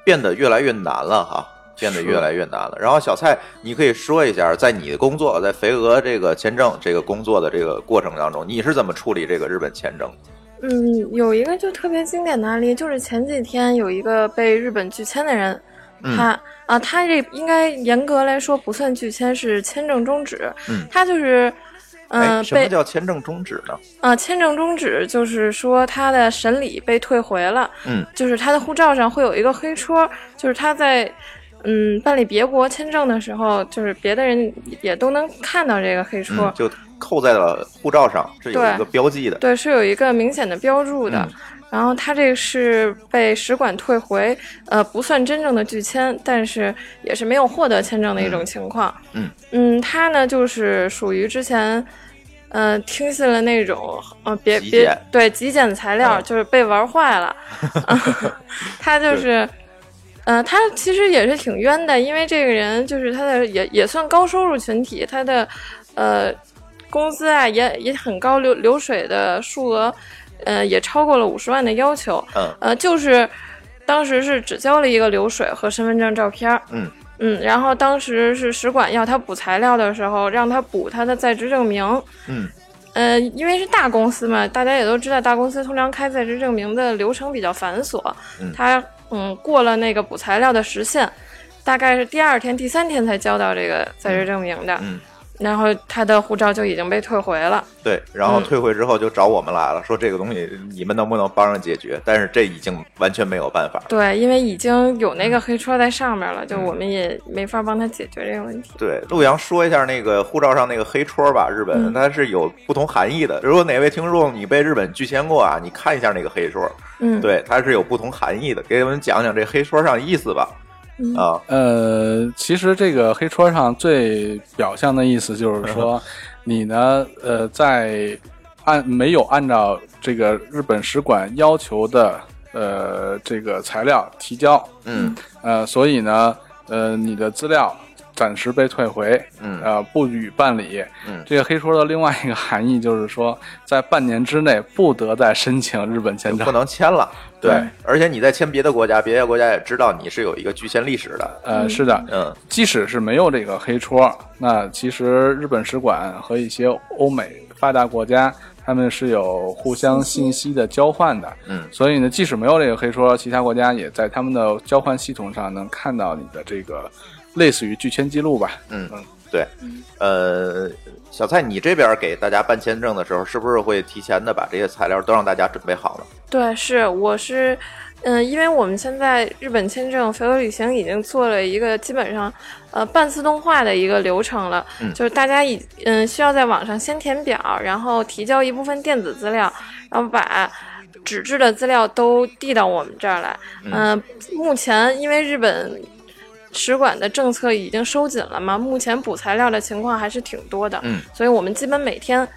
A: 变得越来越难了哈，变得越来越难了。然后小蔡，你可以说一下，在你的工作，在肥鹅这个签证这个工作的这个过程当中，你是怎么处理这个日本签证？
D: 嗯，有一个就特别经典的案例，就是前几天有一个被日本拒签的人，
A: 嗯
D: 他啊，他这应该严格来说不算拒签，是签证终止。
A: 嗯
D: 他就是，嗯、
A: 哎，什么
D: 被
A: 叫签证终止呢？
D: 啊、签证终止，就是说他的审理被退回了。
A: 嗯，
D: 就是他的护照上会有一个黑戳，就是他在嗯办理别国签证的时候，就是别的人也都能看到这个黑戳。
A: 嗯，就扣在了护照上，是有
D: 对
A: 一个标记的。
D: 对，是有一个明显的标注的。
A: 嗯
D: 然后他这是被使馆退回，呃，不算真正的拒签，但是也是没有获得签证的一种情况。
A: 嗯
D: 嗯，他呢就是属于之前，呃，听信了那种呃别
A: 极
D: 别
A: 简
D: 对极简材料，
A: 嗯
D: 就是被玩坏了。他就是。呃，他其实也是挺冤的，因为这个人就是他的也也算高收入群体，他的呃工资啊也也很高，流流水的数额，呃也超过了五十万的要求，
A: 嗯
D: 呃就是当时是只交了一个流水和身份证照片儿，
A: 嗯
D: 嗯，然后当时是使馆要他补材料的时候，让他补他的在职证明，
A: 嗯
D: 呃，因为是大公司嘛，大家也都知道，大公司通常开在职证明的流程比较繁琐。
A: 嗯
D: 他嗯过了那个补材料的时限，大概是第二天、第三天才交到这个在职证明的，
A: 嗯，
D: 然后他的护照就已经被退回了。
A: 对。然后
D: 嗯
A: 退回之后就找我们来了，说这个东西你们能不能帮着解决？但是这已经完全没有办法了。
D: 对，因为已经有
A: 嗯
D: 那个黑戳在上面了，就我们也没法帮他解决这个问题。
A: 对，陆阳说一下那个护照上那个黑戳吧，日本
D: 嗯
A: 它是有不同含义的。如果哪位听众你被日本拒签过啊，你看一下那个黑戳，
D: 嗯，
A: 对，它是有不同含义的。给我们讲讲这黑戳上意思吧。
D: 嗯
A: 啊，
C: 呃，其实这个黑戳上最表象的意思就是说，你呢，呃，在按没有按照这个日本使馆要求的呃这个材料提交，
A: 嗯
C: 呃，所以呢，呃，你的资料暂时被退回，
A: 嗯
C: 呃，不予办理。
A: 嗯
C: 这个黑戳的另外一个含义就是说，在半年之内不得再申请日本签
D: 嗯
A: 就
C: 证
A: 不。能签了。对
C: 对，
A: 而且你在签别的国家，别的国家也知道你是有一个拒签历史的。
C: 呃，是的，
A: 嗯
C: 即使是没有这个黑戳，那其实日本使馆和一些欧美发达国家，他们是有互相信息的交换的。
A: 嗯
C: 所以呢，即使没有这个黑戳，其他国家也在他们的交换系统上能看到你的这个类似于拒签记录吧。
A: 嗯对，呃，小蔡，你这边给大家办签证的时候，是不是会提前的把这些材料都让大家准备好了？
D: 对，是我是，嗯、因为我们现在日本签证非欧旅行已经做了一个基本上，呃，半自动化的一个流程了，
A: 嗯
D: 就是大家已嗯、需要在网上先填表，然后提交一部分电子资料，然后把。纸质的资料都递到我们这儿来。
A: 嗯
D: 嗯、目前因为日本使馆的政策已经收紧了嘛，目前补材料的情况还是挺多的。
A: 嗯，
D: 所以我们基本每天，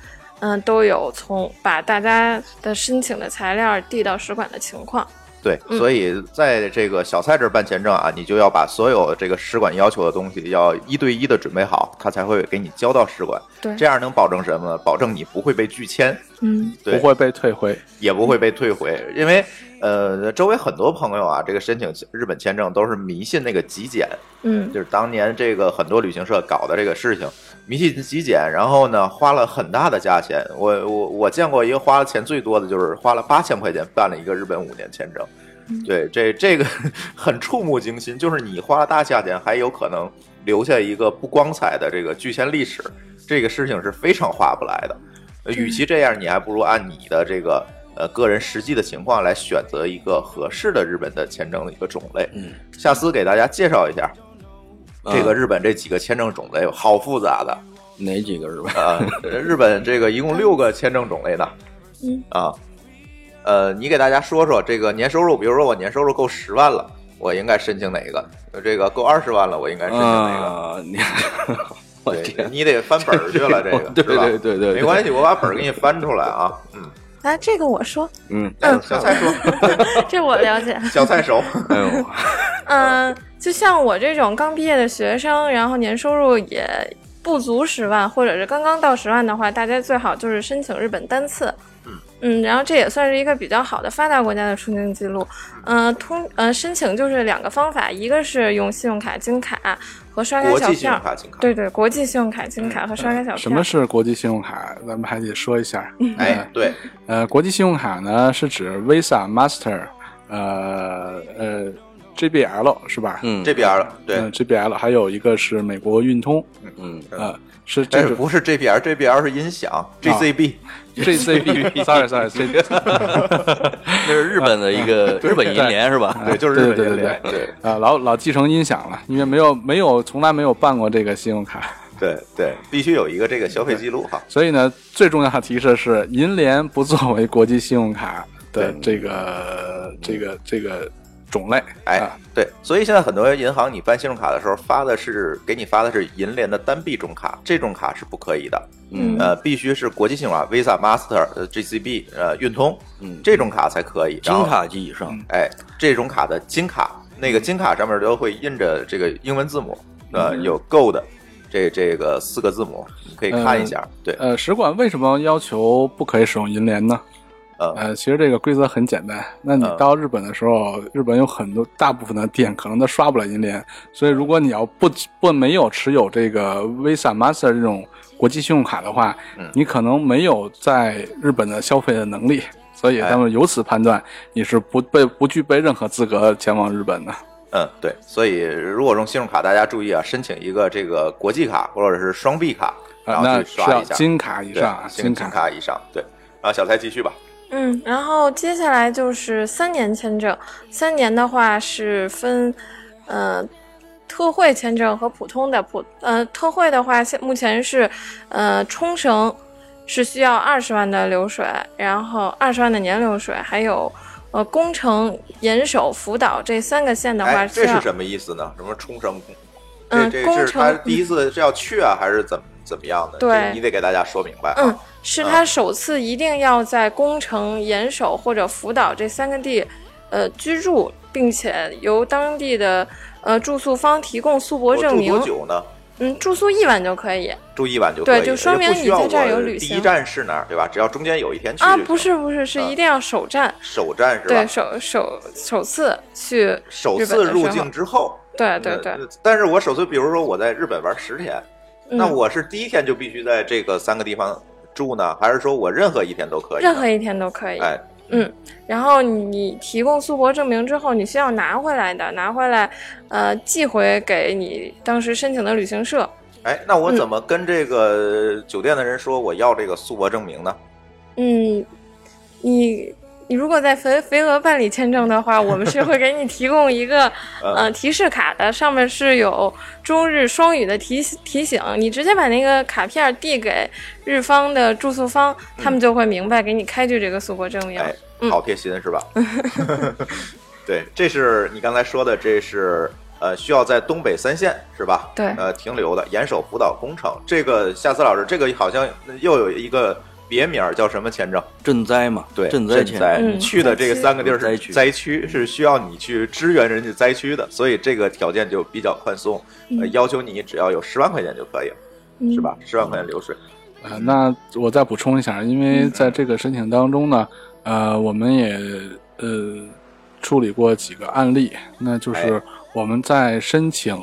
D: 嗯、都有从把大家的申请的材料递到使馆的情况。
A: 对，
D: 嗯
A: 所以在这个小蔡这儿办签证啊，你就要把所有这个使馆要求的东西要一对一的准备好，他才会给你交到使馆。
D: 对
A: 这样能保证什么？保证你不会被拒签，
D: 嗯，
A: 对
C: 不会被退回。
A: 也不会被退回，因为呃，周围很多朋友啊，这个申请日本签证都是迷信那个极简，
D: 嗯，
A: 就是当年这个很多旅行社搞的这个事情，迷信极简，然后呢花了很大的价钱。我我我见过一个花了钱最多的就是花了八千块钱办了一个日本五年签证，对，这这个 很触目惊心，就是你花了大价钱，还有可能留下一个不光彩的这个拒签历史，这个事情是非常划不来的。呃与其这样，你还不如按你的这个呃个人实际的情况来选择一个合适的日本的签证的一个种类。
B: 嗯，
A: 夏思给大家介绍一下，这个日本这几个签证种类好复杂的
B: 哪几个日 本？
A: 啊、日本这个一共六个签证种类呢，
D: 嗯
A: 啊，呃，你给大家说说这个年收入，比如说我年收入够十万了，我应该申请哪个？这个够二十万了，我应该申请哪个？
B: 啊，你我
A: 对，
B: 天，
A: 你得翻本儿去了，这个
B: 对
A: 是吧
B: 对对对，
A: 没关系，我把本儿给你翻出来啊。嗯，
D: 啊，这个我 说，
B: 系，嗯，
A: 哎小蔡说，
D: 这我了解。
A: 小蔡熟，
B: 哎呦，
D: 嗯，就像我这种刚毕业的学生，然后年收入也不足十万，或者是刚刚到十万的话，大家最好就是申请日本单次。
A: 嗯
D: 嗯，然后这也算是一个比较好的发达国家的出境记录。嗯、通呃申请就是两个方法，一个是用信用卡、金卡和刷卡
A: 国
D: 小
A: 际信
D: 票
A: 用
D: 儿。
A: 卡嗯金卡，
D: 对对，国际信用卡、金卡和刷卡小票儿。
C: 什么是国际信用卡？咱们还得说一下。
A: 哎，对，
C: 呃，国际信用卡呢是指 Visa、Master，呃呃 JBL 是吧？
B: 嗯，
A: 这边儿了，对
C: 嗯，，JBL 还有一个是美国运通，
B: 嗯，
C: 呃，是
A: 但是
C: 这种
A: 不是 GPR，GPR 是音响，GCB，
C: JCB，sorry sorry，
B: 这是日本的一个日本银联是吧？
A: 啊对，就是日
C: 对
A: 本
C: 对
A: 音
C: 对
A: 联，对
C: 啊，老老继承音响了，因为没有没有从来没有办过这个信用卡，
A: 对对，必须有一个这个消费记录哈。
C: 所以呢，最重要的提示是银联不作为国际信用卡的这个这个这个种类，
A: 哎
C: 啊，
A: 对，所以现在很多银行你办信用卡的时候发的是给你发的是银联的单币种卡，这种卡是不可以的，
D: 嗯
A: 呃，必须是国际信用卡，Visa、Master、呃 GCB、呃运通
B: 嗯，
A: 这种卡才可以。
B: 金
A: 然后，
B: 卡及以上，
A: 哎，这种卡的金卡，那个金卡上面都会印着这个英文字母，呃，
C: 嗯
A: 有 Gold 这这个四个字母，你可以看一下。对，
C: 呃，使馆为什么要求不可以使用银联呢？
A: 呃，
C: 呃，其实这个规则很简单。那你
A: 嗯
C: 到日本的时候，日本有很多大部分的店可能都刷不了银联，所以如果你要不不没有持有这个 Visa、Master 这种国际信用卡的话，
A: 嗯
C: 你可能没有在日本的消费的能力，所以
A: 哎
C: 他们由此判断你是不被不具备任何资格前往日本的。
A: 嗯，对，所以如果用信用卡，大家注意啊，申请一个这个国际卡或者是双币卡，然
C: 啊，
A: 后
C: 那
A: 去
C: 是
A: 刷
C: 要
A: 一下。
C: 金卡以
A: 对，
C: 上啊，
A: 金
C: 卡。
A: 卡以上，对。啊，小蔡继续吧。
D: 嗯，然后接下来就是三年签证，三年的话是分，呃，特惠签证和普通的普，呃，特惠的话现目前是，呃，冲绳是需要二十万的流水，然后二十万的年流水，还有呃宫城、岩手、福岛这三个县的话
A: 哎，
D: 需
A: 这
D: 要
A: 是，什么意思呢？什么冲绳？这
D: 嗯
A: 这
D: 工
A: 这是他
D: 程
A: 第一次是要去啊，还是怎么怎么样的？
D: 对
A: 这你得给大家说明白啊。
D: 嗯，是他首次一定要在宫城、岩手或者福岛这三个地，呃，居住，并且由当地的呃住宿方提供宿
A: 我
D: 泊证
A: 哦住
D: 明
A: 多。久呢？
D: 嗯，住宿一晚就可以
A: 住一晚就
D: 对
A: 可以
D: 就
A: 了
D: 说
A: 也
D: 明
A: 不
D: 你
A: 需要
D: 在这儿有
A: 我
D: 旅
A: 第一
D: 行
A: 站是哪儿，对吧？只要中间有一天去
D: 啊？
A: 就
D: 不
A: 行
D: 是不是，是
A: 啊
D: 一定要首站，
A: 首站是吧
D: 对？首首首次去，
A: 首
D: 日本
A: 次
D: 的
A: 入
D: 时候
A: 境之后，
D: 对对
A: 呃
D: 对，。
A: 但是我首次，比如说我在日本玩十天，那
D: 嗯
A: 我是第一天就必须在这个三个地方住呢，还是说我任何一天都可以呢？
D: 任何一天都可以。
A: 哎，
D: 然后你提供苏泊证明之后，你需要拿回来的，拿回来，呃，寄回给你当时申请的旅行社。
A: 哎，那我怎么跟这个酒店的人说我要这个宿泊证明呢？
D: 嗯，你你如果在肥肥鹅办理签证的话，我们是会给你提供一 个
A: 嗯
D: 呃提示卡的，上面是有中日双语的提提醒，你直接把那个卡片递给日方的住宿方，他们就会明白给你开具这个宿泊证明。
A: 嗯哎，
D: 嗯
A: 好贴心是吧？ 对，这是你刚才说的，这是呃需要在东北三县是吧？
D: 对
A: 呃停留的岩手福岛工程，这个夏思老师，这个好像又有一个别名儿叫什么签证？
B: 赈灾嘛，
A: 对，
B: 赈
A: 灾
B: 灾签
A: 你
D: 嗯
A: 去的这个三个地儿是
B: 灾区
A: 灾区是需要你去支援人家灾区的，所以这个条件就比较宽松，呃，要求你只要有十万块钱就可以了，
D: 嗯
A: 是吧？十万块钱流水，
C: 呃，那我再补充一下，因为在这个申请当中呢，呃，我们也呃处理过几个案例，那就是我们在申请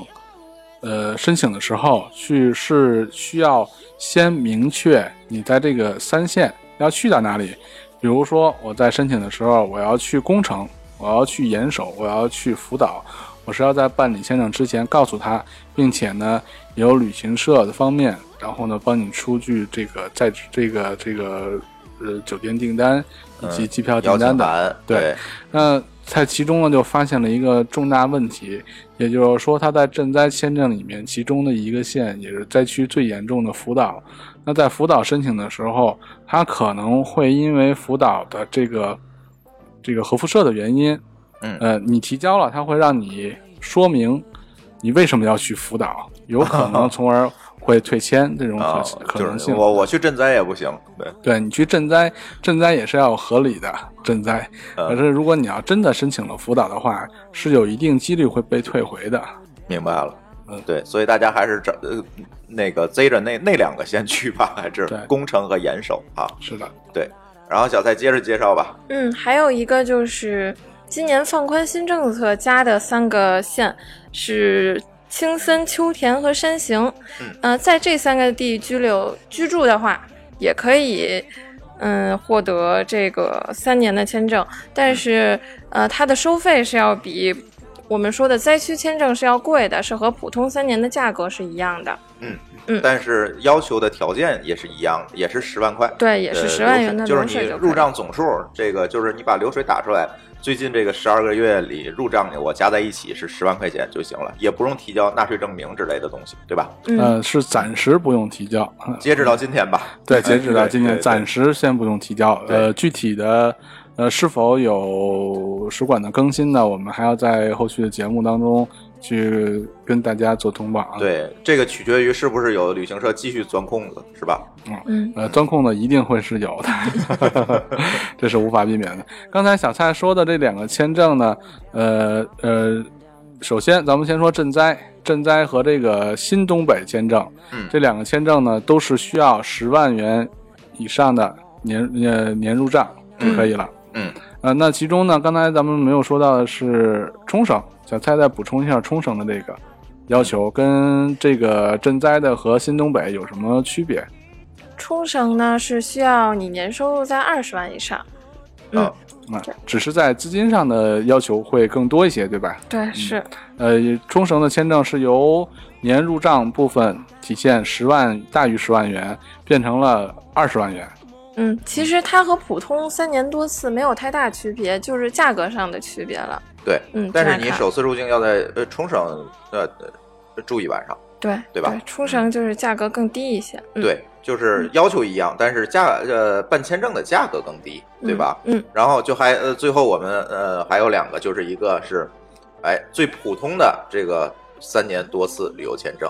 C: 呃申请的时候，去是需要先明确你在这个三线要去到哪里。比如说我在申请的时候，我要去宫城，我要去岩手，我要去福岛，我是要在办理签证之前告诉他，并且呢，有旅行社的方面，然后呢，帮你出具这个在这个这个呃酒店订单以及机票
A: 邀
C: 订单
A: 请
C: 啊的。
A: 函
C: 对
A: 对，
C: 那在其中呢，就发现了一个重大问题，也就是说，它在赈灾签证里面，其中的一个县也是灾区最严重的福岛。那在福岛申请的时候，它可能会因为福岛的这个这个核辐射的原因，
A: 嗯
C: 呃，你提交了，它会让你说明你为什么要去福岛，有 可能从而会退签这种可、
A: 啊，
C: 嗯可
A: 就
C: 能
A: 是
C: 性。
A: 我我去赈灾也不行，对，
C: 对你去赈灾，赈灾也是要有合理的赈灾。可
A: 嗯，
C: 是如果你要真的申请了辅导的话，是有一定几率会被退回的。
A: 明白了
C: 嗯。
A: 对，所以大家还是找呃那个贼着那那两个先去吧，还是
C: 对
A: 宫城和岩手啊。
C: 是的，
A: 然后小蔡接着介绍吧，
D: 嗯，还有一个就是今年放宽新政策加的三个县是青森、秋田和山形。
A: 嗯
D: 呃，在这三个地居留居住的话，也可以。嗯，获得这个三年的签证，但是呃，它的收费是要比我们说的灾区签证是要贵的，是和普通三年的价格是一样的。嗯
A: 但是要求的条件也是一样的，也是十万块。
D: 对，也是
A: 呃
D: 十万元的
A: 流
D: 流
A: 水
D: 水
A: 就是你
D: 就可以
A: 入账总数，这个就是你把流水打出来，最近这个十二个月里入账我加在一起是十万块钱就行了，也不用提交纳税证明之类的东西，对吧？
D: 嗯
C: 呃，是暂时不用提交。呃
A: 截止到今天吧。
C: 对，截止到今
A: 对
C: 天，
A: 对
C: 暂时先不用提交。呃，具体的，呃，是否有使馆的更新呢？我们还要在后续的节目当中去跟大家做通报啊。，
A: 对，这个取决于是不是有旅行社继续钻空子，是吧？
D: 嗯
C: 呃，钻空呢一定会是有的， 这是无法避免的。刚才小蔡说的这两个签证呢，呃呃，首先咱们先说赈灾，赈灾和这个新东北签证，
A: 嗯
C: 这两个签证呢都是需要十万元以上的年呃年入账就可以了。
A: 嗯
C: 呃，那其中呢，刚才咱们没有说到的是冲绳，小蔡再补充一下冲绳的这个要求跟这个赈灾的和新东北有什么区别？
D: 冲绳呢是需要你年收入在二十万以上。嗯，
A: 啊
C: 啊，只是在资金上的要求会更多一些，对吧？
A: 嗯
D: 对，是，
C: 呃，冲绳的签证是由年入账部分体现十万大于十万元，变成了二十万元。
D: 嗯，其实它和普通三年多次没有太大区别，就是价格上的区别了。
A: 对，
D: 嗯
A: 但是
D: 这样
A: 你
D: 看
A: 首次入境要在呃冲绳呃呃住一晚上。
D: 对，
A: 对吧嗯
D: 冲绳就是价格更低一些。嗯、，
A: 对，就是要求一样，但是价呃办签证的价格更低，对吧？
D: 嗯？
A: 然后就还呃最后我们呃还有两个，就是一个是哎最普通的这个三年多次旅游签证，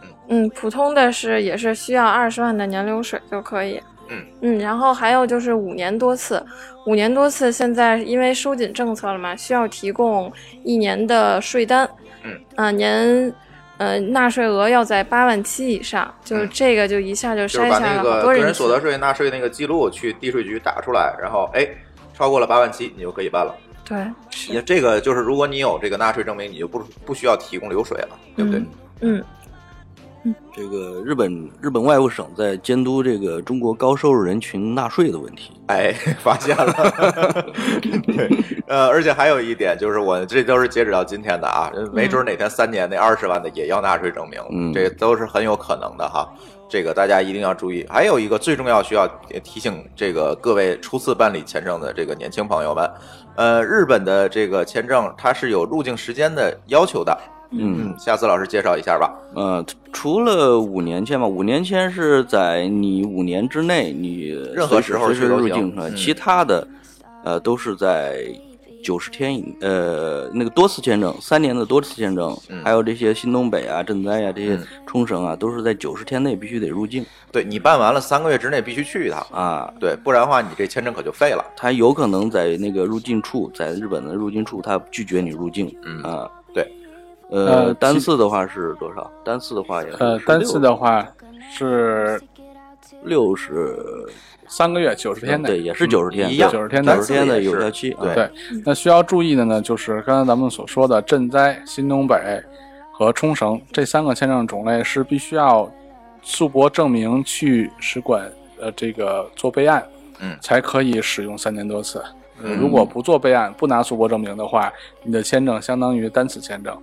D: 嗯嗯，普通的是也是需要二十万的年流水就可以。
A: 嗯
D: 嗯，然后还有就是五年多次，五年多次现在因为收紧政策了嘛，需要提供一年的税单。
A: 嗯，
D: 啊、年。呃，纳税额要在八万七以上，就是
A: 嗯
D: 这个就一下就
A: 就
D: 筛
A: 是把
D: 下
A: 那
D: 了好
A: 个个
D: 多人
A: 人所得
D: 群
A: 税纳税那个记录去地税局打出来，然后哎超过了八万七你就可以办了。
D: 对，
A: 也这个就是如果你有这个纳税证明，你就不不需要提供流水了，对不对？
D: 嗯嗯，
B: 这个日本日本外务省在监督这个 中国高收入人群纳税的问题。
A: 哎，发现了，对，呃，而且还有一点就是我，这都是截止到今天的啊，没准哪天三年那二十万的也要纳税证明，
B: 嗯
A: 这都是很有可能的哈。这个大家一定要注意。还有一个最重要需要提醒这个各位初次办理签证的这个年轻朋友们，呃，日本的这个签证它是有入境时间的要求的。
B: 嗯，
A: 嗯，下次老师介绍一下吧。
B: 呃，除了五年签嘛，五年签是在你五年之内，你
A: 任何时候
B: 随时
A: 去都
B: 入
A: 行
B: 境，呃
A: 嗯
B: 其他的呃都是在九十天以呃那个多次签证，三年的多次签证，
A: 嗯
B: 还有这些新东北啊、赈灾啊这些
A: 嗯
B: 冲绳啊，都是在九十天内必须得入境
A: 对你办完了三个月之内必须去一趟，
B: 啊。
A: 对，不然的话你这签证可就废了。
B: 他有可能在那个入境处，在日本的入境处，他拒绝你入境
A: 嗯
B: 啊。
A: 对，
B: 呃
C: 呃，
B: 单
C: 其
B: 次的话是多少？单次的话也是
C: 呃，单次的话是
B: 六十
C: 三个月九十天内，
B: 对，也是九十天，
A: 一样
C: 90天
A: 咱
B: 九十
A: 四
B: 天的
A: 也
B: 有
A: 是
B: 效期啊。
A: 对
C: 对，那需要注意的呢，就是刚才咱们所说的赈灾、新东北和冲绳这三个签证种类是必须要速博证明去使馆呃这个做备案，
A: 嗯
C: 才可以使用三年多次。呃
A: 嗯
C: 如果不做备案，不拿速博证明的话，你的签证相当于单次签证，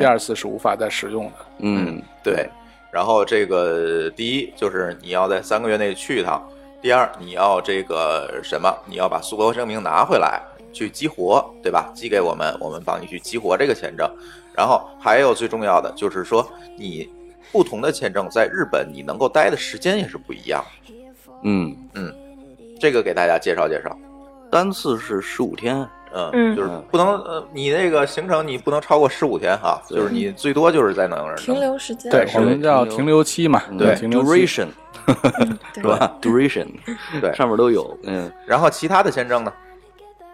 C: 第二次是无法再使用的。
B: 嗯，
A: 对，然后这个第一就是你要在三个月内去一趟，第二你要这个什么，你要把苏博证明拿回来去激活，对吧？寄给我们，我们帮你去激活这个签证。然后还有最重要的就是说，你不同的签证在日本你能够待的时间也是不一样的，
B: 嗯，
A: 这个给大家介绍介绍。
B: 单次是十五天，
A: 嗯，
D: 嗯
A: 就是不能呃，你那个行程你不能超过十五天哈，就是你最多就是在能
D: 停留时间，
C: 我们叫停留期嘛，
A: 对
C: 停留期。
B: 嗯，duration
D: 嗯对
B: 是吧？duration
A: 对
B: 上面都有，嗯，
A: 然后其他的签证呢？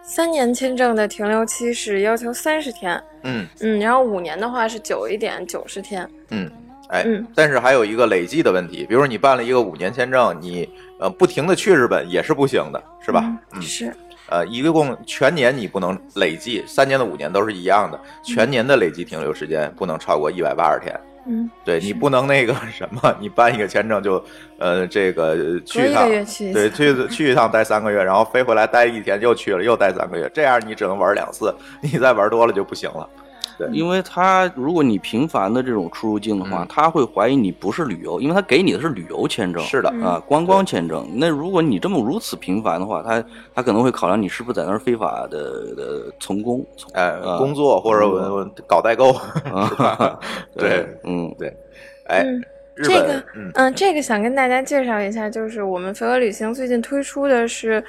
D: 三年签证的停留期是要求三十天，
A: 嗯
D: 嗯，然后五年的话是久一点，九十天，
A: 嗯，哎，
D: 嗯
A: 但是还有一个累计的问题，比如说你办了一个五年签证，你呃不停的去日本也是不行的，是吧？嗯，
D: 是，
A: 呃，一共全年你不能累计，三年的五年都是一样的，全年的累计停留时间不能超过一百八十天。
D: 嗯，
A: 对你不能那个什么，你办一个签证就，呃，这个呃去
D: 一
A: 趟
D: 个月去一
A: 对，去
D: 次
A: 去一趟待三个月，然后飞回来待一天，又去了又待三个月，这样你只能玩两次，你再玩多了就不行了。
B: 因为他如果你频繁的这种出入境的话，
A: 嗯
B: 他会怀疑你不是旅游，因为他给你的是旅游签证，
A: 是的，
B: 啊，观光签证。那如果你这么如此频繁的话，他他可能会考量你是不是在那儿非法的的从工，从
A: 呃，
C: 嗯
B: 啊
A: 工作或者我我搞代 购，是 吧？对，，
B: 嗯，
A: 哎，
D: 嗯
A: 日本，
D: 这个
A: 嗯
D: 嗯，这个想跟大家介绍一下，就是我们飞鹅旅行最近推出的是，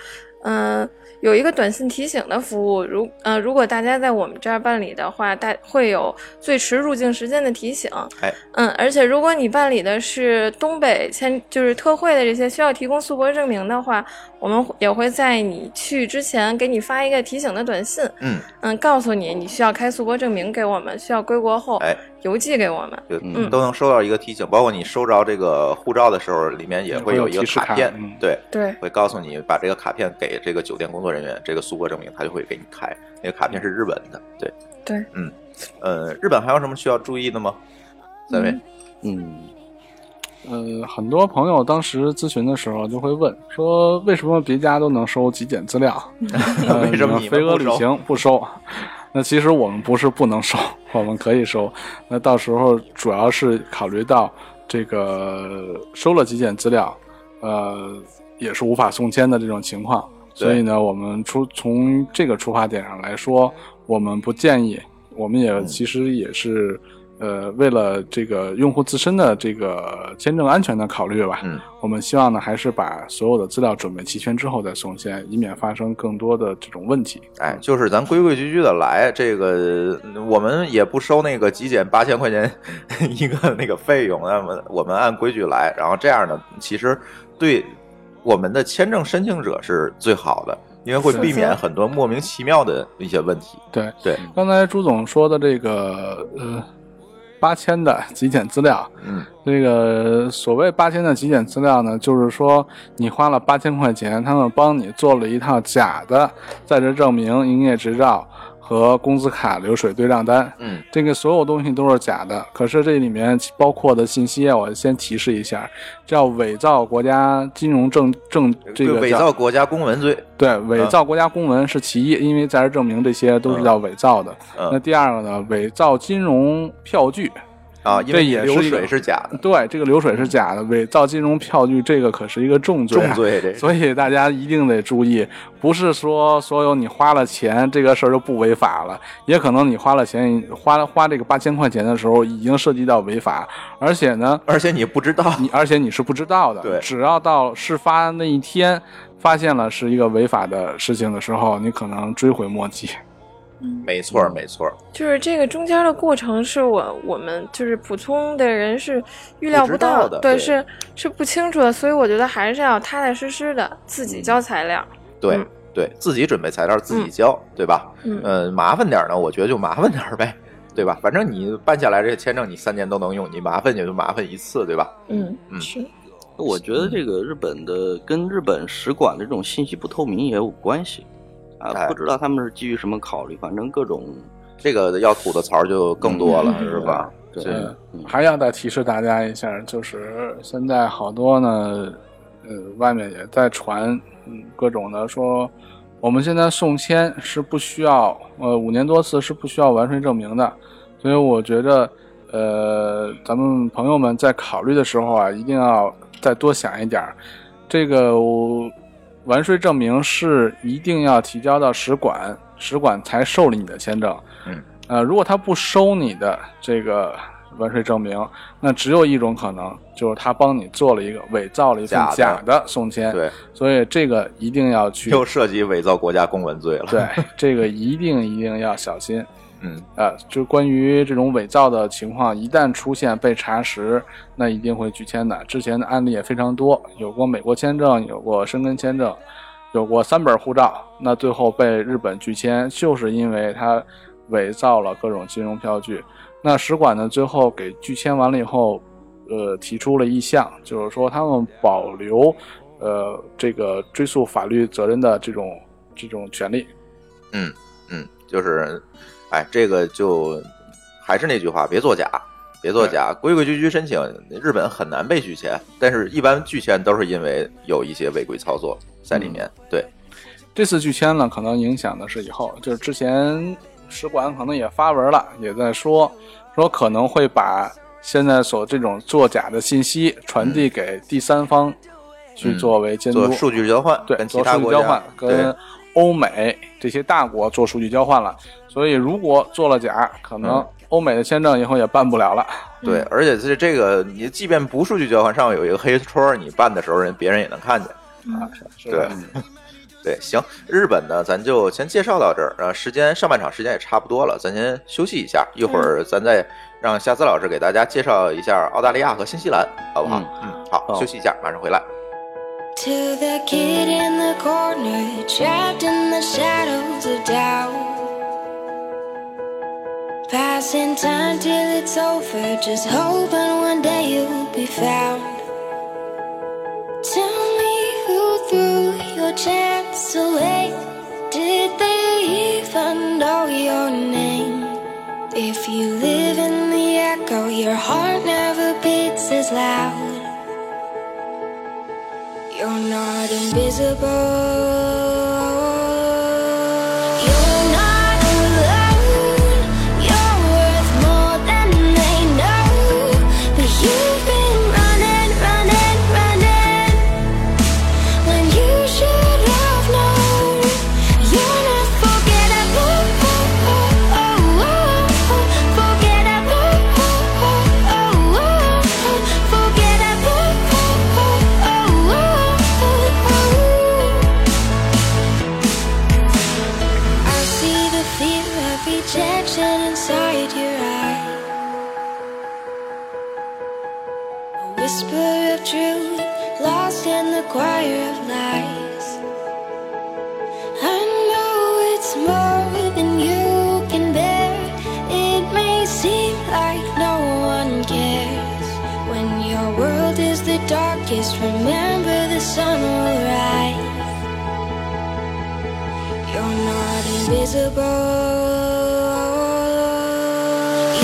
D: 嗯、有一个短信提醒的服务。如呃，如果大家在我们这儿办理的话，大会有最迟入境时间的提醒。
A: 哎，
D: 嗯，而且如果你办理的是东北签，就是特惠的这些需要提供速博证明的话，我们也会在你去之前给你发一个提醒的短信，
A: 嗯，
D: 嗯，告诉你你需要开速博证明给我们，需要归国后
A: 哎，
D: 邮寄给我们。
A: 就
B: 嗯
A: 都能收到一个提醒，包括你收着这个护照的时候，里面也会有一个
C: 会有提示卡
A: 片，
C: 嗯
A: 对，
D: 对，
A: 会告诉你把这个卡片给这个酒店工作人员，这个苏博证明他就会给你开，那个卡片是日文的，对，
D: 对，
A: 嗯，呃，日本还有什么需要注意的吗？三位，
B: 嗯，
C: 呃，很多朋友当时咨询的时候就会问说，为什么别家都能收体检资料， 呃
D: 嗯
A: 为什么你们
C: 飞鹅
A: 不
C: 旅
A: 收
C: 行不收？那其实我们不是不能收，我们可以收。那到时候主要是考虑到这个收了体检资料，呃，也是无法送签的这种情况。
A: 对
C: 所以呢，我们出从这个出发点上来说，我们不建议，我
A: 嗯
C: 们也其实也是，呃，为了这个用户自身的这个签证安全的考虑吧，
A: 嗯，
C: 我们希望呢还是把所有的资料准备齐全之后再送签，以免发生更多的这种问题。
A: 哎，就是咱规规矩矩的来，这个嗯我们也不收那个极简八千块钱一个那个费用，那么我们按规矩来，然后这样呢，其实对我们的签证申请者是最好的，因为会
C: 是
A: 避免
D: 是
A: 很多莫名其妙的一些问题。
C: 对
A: 对，
C: 刚才朱总说的这个呃八千的极简资料，
A: 嗯，
C: 这个所谓八千的极简资料呢，就是说你花了八千块钱，他们帮你做了一套假的在职证明、营业执照和工资卡流水对账单。
A: 嗯，
C: 这个所有东西都是假的。可是这里面包括的信息啊，我先提示一下，叫伪造国家金融证证
A: 嗯对
C: 这个
A: 呃伪
C: 叫
A: 造啊国家公文罪，
C: 对伪造国家公文是其一，因为在这证明这些都是
A: 啊
C: 叫伪造的。那
A: 嗯
C: 第二个呢，伪造金融票据，
A: 啊，因
C: 这
A: 为
C: 也是
A: 流
C: 一个
A: 水是假的，
C: 对这个流水是假的，伪造金融票据这个可是一个重罪、啊，
A: 重罪这是。
C: 所以大家一定得注意，不是说所有你花了钱这个事儿就不违法了，也可能你花了钱，花花这个八千块钱的时候已经涉及到违法，而且呢，
A: 而且你不知道，
C: 你而且你是不知道的，
A: 对
C: 只要到事发那一天发现了是一个违法的事情的时候，你可能追悔莫及。
A: 没错儿没错儿，
D: 就是这个中间的过程，是我我们就是普通的人是预料不
A: 不知
D: 到
A: 道的对
D: 对，是是不清楚的，所以我觉得还是要踏踏实实的自
A: 嗯
D: 己交材料。
A: 对
D: 嗯
A: 对，自己准备材料自己交，对吧？
D: 嗯
A: 呃，麻烦点儿呢，我觉得就麻烦点儿呗， 对吧？反正你办下来这个签证，你三年都能用，你麻烦也就麻烦一次，对吧？
D: 嗯
A: 嗯
D: 是
B: 我觉得这个日本的跟日本使馆的这种信息不透明也有关系
A: 哎
B: 啊，不知道他们是基于什么考虑，反正各种
A: 这个要吐的槽儿就更多了，
D: 嗯
A: 是吧？
B: 对
A: 这
C: 嗯，还要再提示大家一下，就是现在好多呢，呃，外面也在传，嗯，各种的说，我们现在送签是不需要，呃，五年多次是不需要完税证明的，所以我觉得，呃，咱们朋友们在考虑的时候啊，一定要再多想一点儿，这个我完税证明是一定要提交到使馆，使馆才受理你的签证。
A: 嗯
C: 呃，如果他不收你的这个完税证明，那只有一种可能，就是他帮你做了一个伪造了一份
A: 假的
C: 假的送签。，
A: 对，
C: 所以这个一定要去，
A: 又涉及伪造国家公文罪了。
C: 对，这个一定一定要小心。
A: 嗯，
C: 呃，就关于这种伪造的情况，一旦出现被查实，那一定会拒签的。之前的案例也非常多，有过美国签证，有过申根签证，有过三本护照，那最后被日本拒签，就是因为他伪造了各种金融票据。那使馆呢，最后给拒签完了以后，呃，提出了意向，就是说他们保留，呃，这个追溯法律责任的这种这种权利。
A: 嗯，就是，哎，这个就还是那句话，别作假，别
C: 嗯
A: 作假，规规矩矩申请。日本很难被拒签，但是一般拒签都是因为有一些违规操作在里
C: 嗯
A: 面。对，
C: 这次拒签了，可能影响的是以后，就是之前使馆可能也发文了，也在说说可能会把现在所这种作假的信息传递给第三方去作为监督，
A: 嗯做数据交换，
C: 对，
A: 跟其
C: 做
A: 他
C: 数据
A: 国
C: 交
A: 家
C: 换，
A: 对
C: 跟欧美这些大国做数据交换了。所以如果做了假，可能
A: 嗯
C: 欧美的签证以后也办不了了。
A: 对，而且是这个，你即便不数据交换，上面有一个黑戳儿，你办的时候人别人也能看见。
C: 啊是吧
A: 嗯对
C: 嗯
A: 对，行，日本呢，咱就先介绍到这儿。呃，时间上半场时间也差不多了，咱先休息一下，一会儿咱再让夏思老师给大家介绍一下澳大利亚和新西兰，好不好？嗯，好，
B: 好
A: 休息一下，马上回来。
E: To the kid in the corner, trapped in the shadows of doubt. Passing time till it's over, just hoping one day you'll be found. Tell me who threw your chance away. Did they even know your name? If you live in the echo, your heart never beats as loud. You're not invisible. You're not alone. You're worth more than they know. But you've been running, running, running. When you should have known, you're not forgettable. Forgettable. I see the fear of rejection inside your eye. A whisper of truth lost in the choir of lies. I know it's more than you can bear. It may seem like no one cares. When your world is the darkest, remember the sun will rise. You're not in invisible.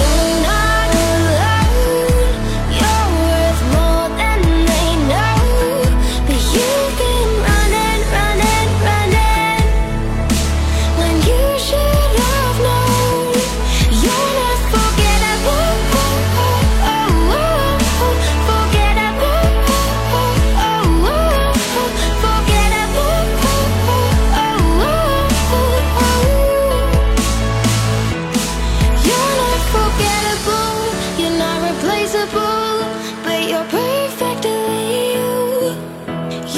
E: You're not alone. You're worth more than they know. But you've been running, running, running when you should have known. You're not forgettable. Forgettable. Forgettable. You're not forgettable, you're not replaceable, but you're perfectly you.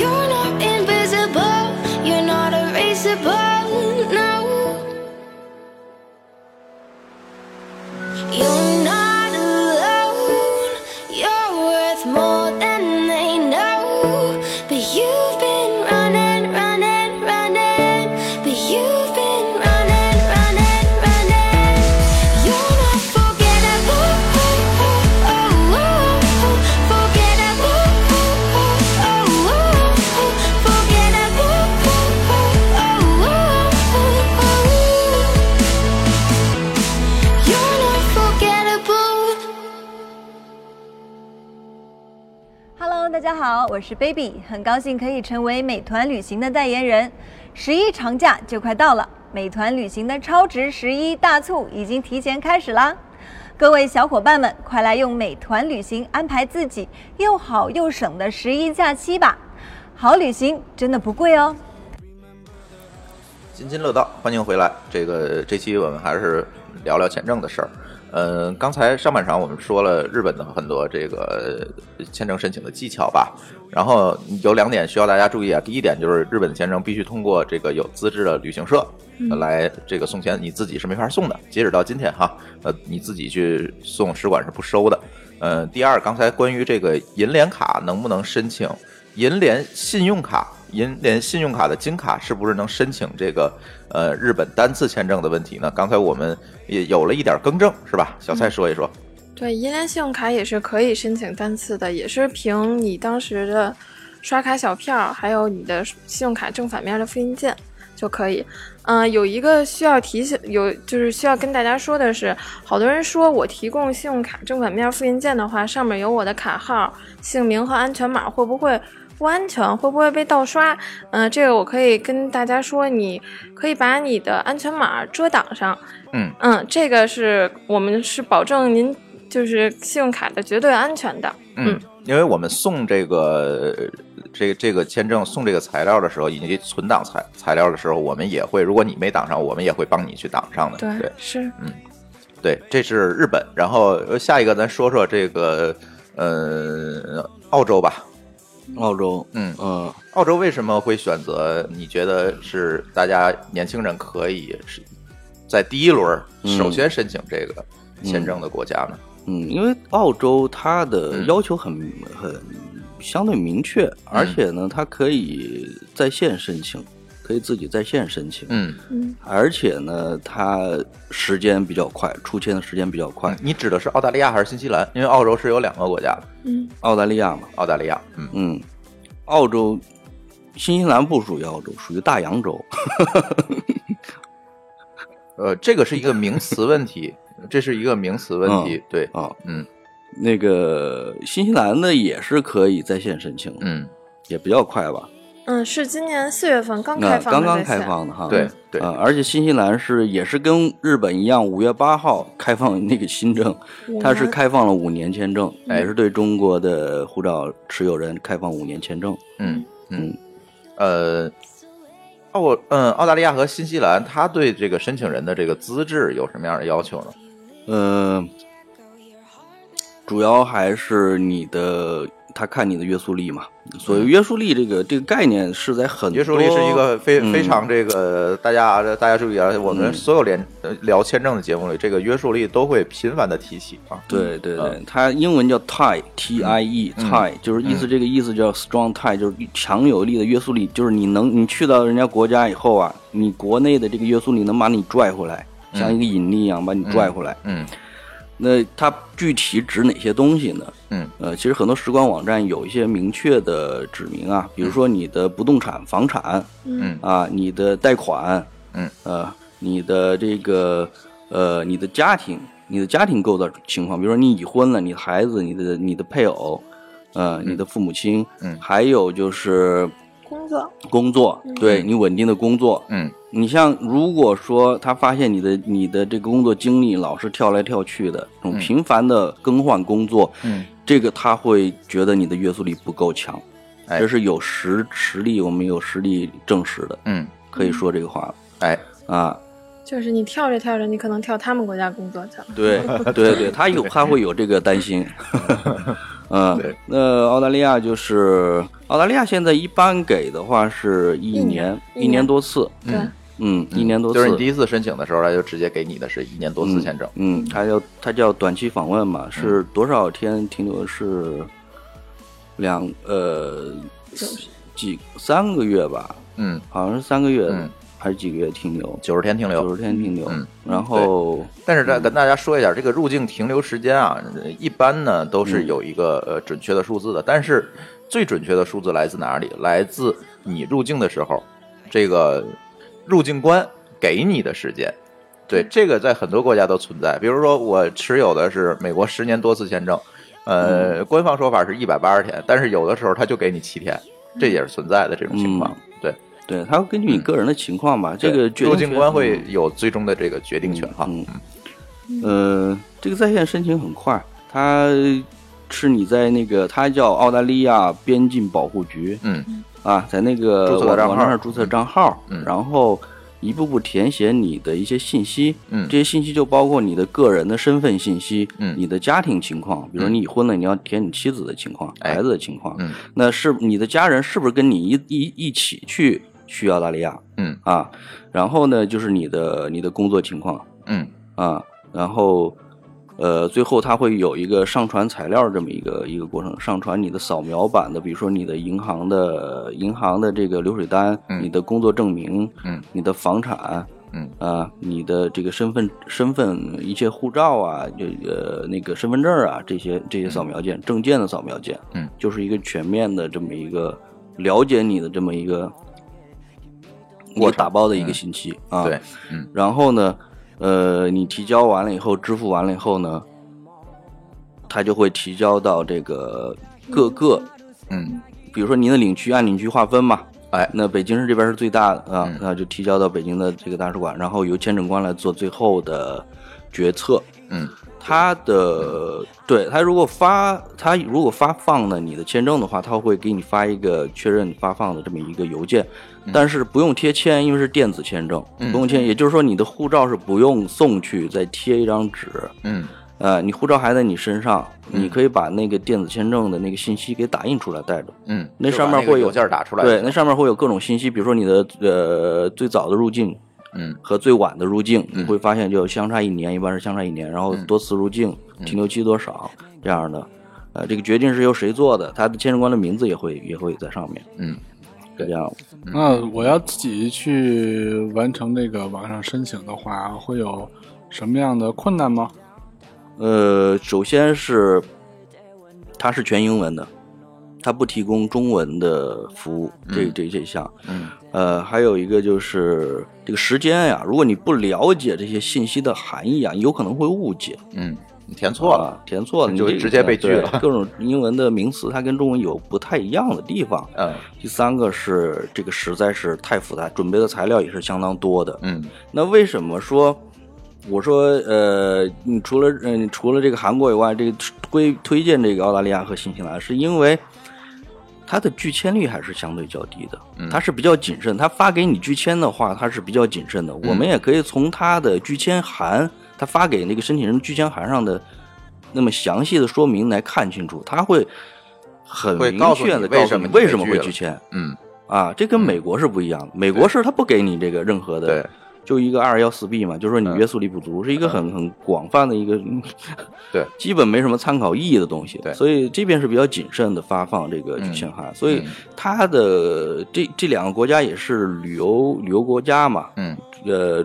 E: You're not invisible, you're not erasable, no. You're not alone, you're worth more than they know. But you've been running, running, running, but you've been running, running, running. You're not forgettable, Oh, forgettable, forgettable. You're not forgettable.
F: Hello，大家好，我是 Baby，很高兴可以成为美团旅行的代言人。十一长假就快到了，美团旅行的超值十一大促已经提前开始啦！各位小伙伴们，快来用美团旅行安排自己又好又省的十一假期吧！好旅行真的不贵哦。
A: 津津乐道，欢迎回来。这个这期我们还是聊聊签证的事儿。呃，刚才上半场我们说了日本的很多这个呃签证申请的技巧吧，然后有两点需要大家注意啊。第一点就是日本的签证必须通过这个有资质的旅行社来这个送钱，你自己是没法送的。截止到今天哈，呃，你自己去送使馆是不收的。呃，第二，刚才关于这个银联卡能不能申请，银联信用卡、银联信用卡的金卡是不是能申请这个呃日本单次签证的问题呢？刚才我们也有了一点更正，是吧？小蔡说一说，
D: 对，银联信用卡也是可以申请单次的，也是凭你当时的刷卡小票，还有你的信用卡正反面的复印件就可以。嗯、有一个需要提醒，有就是需要跟大家说的是，好多人说我提供信用卡正反面复印件的话，上面有我的卡号、姓名和安全码，会不会不安全？会不会被盗刷？嗯、这个我可以跟大家说，你可以把你的安全码遮挡上，
A: 嗯
D: 嗯，这个是我们是保证您就是信用卡的绝对安全的。嗯，
A: 因为我们送这个呃这个这个签证送这个材料的时候，以及存档材材料的时候，我们也会，如果你没挡上，我们也会帮你去挡上的。
D: 对，
A: 对
D: 是
A: 对，这是日本。然后呃下一个咱说说这个呃澳洲吧，
B: 澳洲，
A: 嗯
B: 呃，
A: 澳洲为什么会选择？你觉得是大家年轻人可以是在第一轮
B: 嗯
A: 首先申请这个签证的国家呢？
B: 嗯，因为澳洲它的
A: 嗯
B: 要求很、很相对明确，而且呢，它可以在线申请，可以自己在线申请，
A: 嗯，
B: 而且呢，它时间比较快，出签的时间比较快。
A: 你指的是澳大利亚还是新西兰？因为澳洲是有两个国家的，
B: 澳大利亚嘛，
A: 澳大利亚，嗯，
B: 嗯，澳洲、新西兰不属于澳洲，属于大洋洲。
A: 呃，这个是一个名词问 题，这是一个名词问题，对，
B: 啊，
A: 嗯
B: 那个新西兰呢也是可以在线申请，，
A: 嗯，
B: 也比较快吧？
D: 嗯，是今年四月份刚
B: 那
D: 开放的
B: 刚刚
D: 在线
B: 开放的哈，
A: 对对
B: 啊，而且新西兰是也是跟日本一样，五月八号开放那个新政，它是开放了五年签证，
D: 嗯
A: 哎
B: 也是对中国的护照持有人开放五年签证。
A: 嗯嗯，呃，澳嗯澳大利亚和新西兰，它对这个申请人的这个资质有什么样的要求呢？
B: 呃，主要还是你的，他看你的约束力嘛。所谓约束力这个这个概念是在很多
A: 嗯约束力是一个非
B: 嗯
A: 非常这个大家大家注意啊，我们所有连呃聊签证的节目里，这个约束力都会频繁的提起啊。
B: 对对对
A: 嗯，
B: 它英文叫 tie t i e
A: 嗯
B: tie，就是意思这个意思叫 strong tie，就是强有力的约束力，就是你能你去到人家国家以后啊，你国内的这个约束力能把你拽回来，
A: 嗯
B: 像一个引力一样把你拽回来。
A: 嗯
B: 那它具体指哪些东西呢？
A: 嗯
B: 呃，其实很多时光网站有一些明确的指明啊，比如说你的不动产、房产
A: 嗯
B: 啊，你的贷款，
A: 嗯，
B: 呃，你的这个呃你的家庭、你的家庭构造情况，比如说你已婚了，你的孩子、你的你的配偶，呃，你的父母亲，
A: 嗯
B: 还有就是
D: 工作，嗯
B: 工作，对你稳定的工作，
A: 嗯
B: 你像如果说他发现你的你的这个工作经历老是跳来跳去的，这种
A: 嗯
B: 频繁的更换工作，
A: 嗯，
B: 这个他会觉得你的约束力不够强，
A: 哎
B: 这是有实实力，我们有实力证实的，
A: 嗯，
B: 可以说这个话了
A: 哎，
B: 啊。
D: 就是你跳着跳着，你可能跳他们国家工作去了。
B: 对对对，他有他会有这个担 心。嗯
A: 对，
B: 那澳大利亚就是澳大利亚现在一般给的话是一
D: 一
B: 年
D: 年
B: 一
D: 一
B: 年
D: 年
B: 多次，
D: 对，
B: 嗯，一年多次
A: 就是你第一次申请的时候，他就直接给你的是一年多次签证，
B: 嗯，嗯它叫它叫短期访问嘛，
A: 嗯
B: 是多少天停留？是两呃几三个月吧，
A: 嗯，
B: 好像是三个月、
A: 嗯
B: 还是几个月停留？
A: 九十天停留
B: 九。十天停留。
A: 嗯
B: 然后
A: 但是再跟大家说一下，这个入境停留时间啊，一般呢都是有一个呃准确的数字的，但是最准确的数字来自哪里？来自你入境的时候，这个入境官给你的时间。对，这个在很多国家都存在。比如说，我持有的是美国十年多次签证，
B: 嗯
A: 呃，官方说法是一百八十天，但是有的时候他就给你七天，这也是存在的这种情况。对，
B: 对，它会根据你个人的情况嗯吧，这个决
A: 嗯对
B: 定
A: 入境
B: 权
A: 官
B: 很
A: 会有最终的这个决定权哈。
B: 嗯，呃，这个在线申请很快，它是你在那个，它叫澳大利亚边境保护局
A: 嗯
B: 啊，在那个
A: 注册个
B: 网
A: 账号
B: 网站上注册账号，
A: 嗯
B: 然后一步步填写你的一些信息，
A: 嗯
B: 这些信息就包括你的个人的身份信息，
A: 嗯
B: 你的家庭情况，比如
A: 嗯
B: 你已婚了，你要填你妻子的情况，
A: 哎
B: 孩子的情况，
A: 嗯
B: 那是你的家人是不是跟你一一一起去去澳大利亚
A: 嗯
B: 啊？然后呢，就是你的你的工作情况。
A: 嗯
B: 啊，然后呃，最后它会有一个上传材料这么一个一个过程，上传你的扫描版的，比如说你的银行的银行的这个流水单，
A: 嗯
B: 你的工作证明，
A: 嗯
B: 你的房产。
A: 嗯
B: 啊，你的这个身份、身份一些护照啊，这个那个身份证啊，这些这些扫描件、证件的扫描件，
A: 嗯，
B: 就是一个全面的这么一个了解你的这么一个我打包的一个
A: 嗯
B: 信息、啊，
A: 对，嗯
B: 然后呢，呃，你提交完了以后，支付完了以后呢，他就会提交到这个各个，
A: 嗯
B: 比如说您的领区按领区划分嘛。
A: 哎
B: 那北京市这边是最大的啊，
A: 嗯
B: 那就提交到北京的这个大使馆，然后由签证官来做最后的决策。
A: 嗯
B: 他的对他如果发他如果发放了你的签证的话，他会给你发一个确认发放的这么一个邮件，但是不用贴签，因为是电子签证，
A: 嗯
B: 不用签，也就是说你的护照是不用送去再贴一张纸，
A: 嗯
B: 呃，你护照还在你身上，你可以把那个电子签证的那个信息给打印出来带着。
A: 嗯，
B: 那
A: 就
B: 上
A: 把
B: 面
A: 个
B: 会有
A: 邮件打出来。
B: 对，那上面会有各种信息，比如说你的呃最早的入境
A: 嗯
B: 和最晚的入境，你
A: 嗯
B: 会发现就相差一年，一般是相差一年，然后
A: 嗯
B: 多次入境、停留期多少这样的，呃，这个决定是由谁做的，他的签证官的名字也会也会在上面，
A: 嗯
B: 是这样的。
C: 那我要自己去完成这个网上申请的话，会有什么样的困难吗？
B: 呃，首先是它是全英文的，它不提供中文的服务，这这这一项。
A: 嗯
B: 呃，还有一个就是这个时间呀、如果你不了解这些信息的含义啊，有可能会误解。
A: 嗯，你填错了。
B: 啊，填错了，你
A: 你就
B: 这个
A: 直接被拒
B: 对
A: 了
B: 各种英文的名词，它跟中文有不太一样的地方。
A: 嗯
B: 第三个是这个实在是太复杂，准备的材料也是相当多的。
A: 嗯
B: 那为什么说我说呃，你除了嗯、你除了这个韩国以外，这个推推荐这个澳大利亚和新西兰，是因为它的拒签率还是相对较低的，
A: 嗯
B: 它是比较谨慎。它发给你拒签的话，它是比较谨慎的。
A: 嗯
B: 我们也可以从它的拒签函，它发给那个申请人拒签函上的那么详细的说明来看清楚，它会。很
A: 会
B: 明
A: 告诉
B: 确
A: 你
B: 的
A: 为
B: 告诉
A: 什么
B: 你
A: 你
B: 为
A: 被
B: 什么
A: 拒
B: 会
A: 了
B: 拒签
A: 嗯
B: 啊，这跟美国是不一样的。美国是它不给你这个任何的
A: 对
B: 就一个二幺四 B 嘛，就是说你
A: 嗯
B: 约束力不足，是一个很很广泛的一个，
A: 对，
B: 基本没什么参考意义的东西。
A: 对
B: 所以这边是比较谨慎的发放这个
A: 嗯
B: 拒签函，所以它的这这两个国家也是旅游旅游国家嘛，
A: 嗯
B: 呃，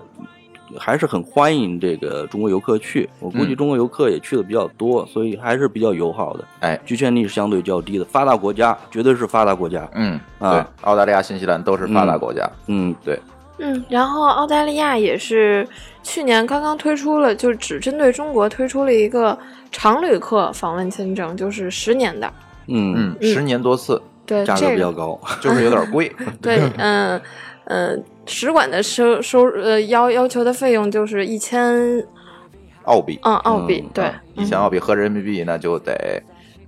B: 还是很欢迎这个中国游客去。我估计
A: 嗯
B: 中国游客也去的比较多，所以还是比较友好的。
A: 哎
B: 拒签率是相对较低的，发达国家绝对是发达国家。
A: 嗯，
B: 啊
A: 对，澳大利亚、新西兰都是发达国家。
B: 嗯，
A: 对，
D: 嗯，然后澳大利亚也是去年刚刚推出了，就只针对中国推出了一个常旅客访问签证，就是十年的。
B: 嗯，
A: 嗯，十年多次，
D: 对，
B: 价格
D: 这
B: 比
D: 个
B: 较高，
A: 就是有点 贵。
D: 对，嗯嗯，使馆的收收呃要要求的费用就是一千
A: 澳币，
D: 嗯澳币，
B: 嗯
D: 对，
A: 一千澳币合人民币那就得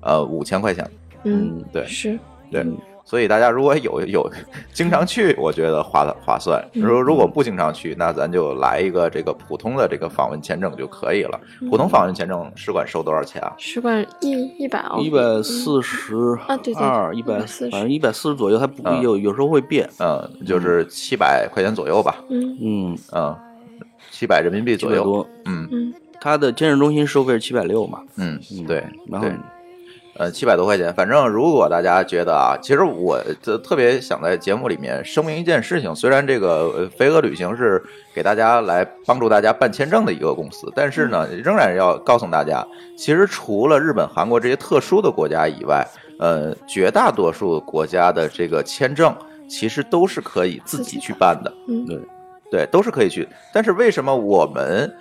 A: 呃五千块钱。
D: 嗯，
A: 对
D: 是，
A: 对
B: 嗯，
A: 所以大家如果有有经常去，我觉得划划算。如如果不经常去，那咱就来一个这个普通的这个访问签证就可以了。普通访问签证使馆收多少钱啊？
D: 使馆一一百澳币，
B: 一百四十
D: 啊对对
B: 二，一百
D: 140
B: 反正一百四十左右，它不有有时候会变。
A: 嗯，就是七百块钱左右吧。
D: 嗯
B: 嗯，
A: 嗯，七百人民币左
B: 700
A: 右。
B: 多。
A: 嗯
D: 嗯
B: 它的健身中心收费是七百六嘛？
A: 嗯，对
B: 然后
A: 对。呃，七百多块钱，反正如果大家觉得啊，其实我这特别想在节目里面声明一件事情，虽然这个呃飞鹅旅行是给大家来帮助大家办签证的一个公司，但是呢，仍然要告诉大家，其实除了日本、韩国这些特殊的国家以外，呃，绝大多数国家的这个签证其实都是可以自己去办的。
D: 嗯
A: 对，都是可以去。但是为什么我们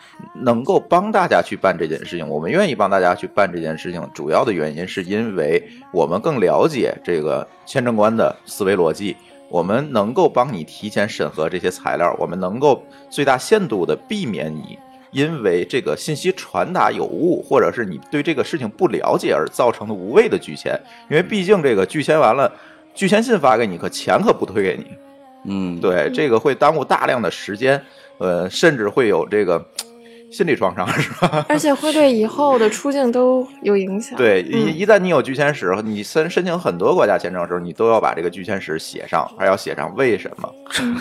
A: 能够帮大家去办这件事情？我们愿意帮大家去办这件事情，主要的原因是因为我们更了解这个签证官的思维逻辑，我们能够帮你提前审核这些材料，我们能够最大限度的避免你。因为这个信息传达有误，或者是你对这个事情不了解而造成的无谓的拒签，因为毕竟这个拒签完了，拒签信发给你，可钱可不退给你。
B: 嗯，
A: 对，这个会耽误大量的时间，呃，甚至会有这个心理创伤，是吧？
D: 嗯而且会对以后的出境都有影 响。
A: 对，
D: 嗯
A: 一一旦你有拒签时，你申申请很多国家签证的时候，你都要把这个拒签时写上，还要写上为什 么。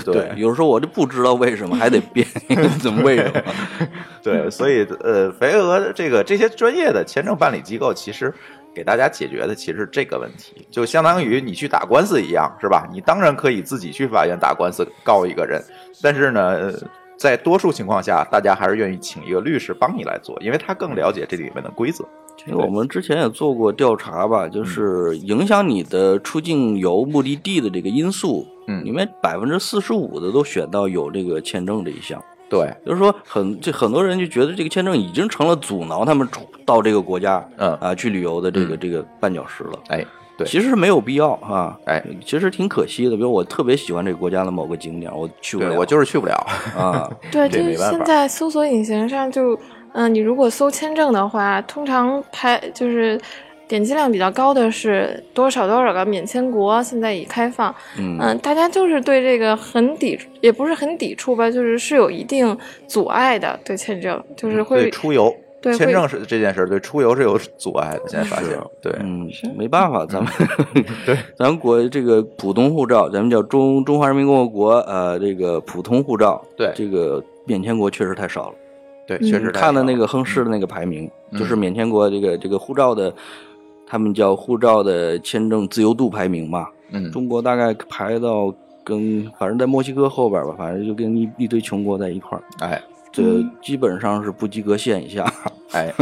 A: 对
B: 有时候我就不知道为什么，还得 编 怎么为什么？嗯
A: 对，所以呃，肥鹅这个这些专业的签证办理机构其实。给大家解决的其实是这个问题，就相当于你去打官司一样，是吧？你当然可以自己去法院打官司告一个人，但是呢，呃在多数情况下，大家还是愿意请一个律师帮你来做，因为他更了解这里面的规则。
B: 因为我们之前也做过调查吧，
A: 嗯
B: 就是影响你的出境游目的地的这个因素，
A: 嗯
B: 里面百分之四十五的都选到有这个签证这一项，
A: 对，
B: 就是说很这很多人就觉得这个签证已经成了阻挠他们出到这个国家
A: 嗯
B: 啊去旅游的这个
A: 嗯
B: 这个绊脚石了。
A: 哎，对，
B: 其实是没有必要啊，
A: 哎，
B: 其实挺可惜的。比如我特别喜欢这个国家的某个景点，我去不
A: 对
B: 了，
A: 我就是去不了。
B: 啊，
D: 对，
A: 这
D: 就
A: 没
D: 是
A: 办
D: 现
A: 法
D: 在搜索引擎上就，嗯、你如果搜签证的话，通常排就是点击量比较高的是多少多少个免签国现在已开放，
B: 嗯
D: 嗯、大家就是对这个很抵，也不是很抵触吧，就是是有一定阻碍的，对签证就是
A: 嗯
D: 会
A: 对出游，
D: 对会
A: 签证是这件事儿，对出游是有阻碍的。现在发现
B: 是，
A: 对，
B: 嗯，没办法，咱们对， 咱们国这个普通护照，咱们叫中中华人民共和国呃这个普通护照，
A: 对
B: 这个免签国确实太少了。
A: 对，确实太
B: 看了那
A: 少
B: 个亨氏的那个排名，
A: 嗯
B: 就是免签国这个这个护照的，他们叫护照的签证自由度排名嘛，
A: 嗯，
B: 中国大概排到跟反正在墨西哥后边吧，反正就跟一一堆穷国在一块儿，
A: 哎
B: 这基本上是不及格线以下。
A: 哎，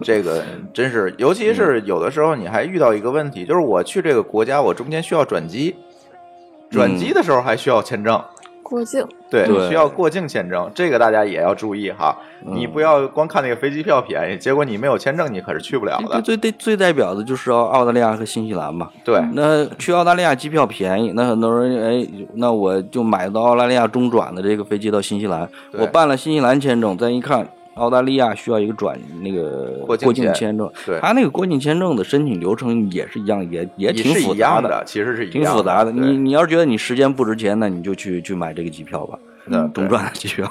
A: 这个真是，尤其是
B: 嗯
A: 有的时候你还遇到一个问题，就是我去这个国家，我中间需要转机，转机的时候还需要签证。
D: 过境。
A: 对，
B: 嗯对嗯
A: 需要过境签证，这个大家也要注意哈。你不要光看那个飞机票便宜，结果你没有签证，你可是去不了
B: 最
A: 的。
B: 最最最代表的就是澳澳大利亚和新西兰嘛。
A: 对，
B: 那去澳大利亚机票便宜，那很多人哎，那我就买到澳大利亚中转的这个飞机到新西兰，
A: 对
B: 我办了新西兰签证，再一看澳大利亚需要一个转那个
A: 过境签
B: 签证，
A: 对
B: 他那个过境签证的申请流程也是一样，也也
A: 也
B: 挺
A: 是
B: 复
A: 一
B: 杂
A: 样
B: 的，
A: 其实是一
B: 挺
A: 样
B: 复杂的。
A: 对
B: 你你要是觉得你时间不值钱，那你就去去买这个机票吧，
A: 嗯对
B: 中转的机票。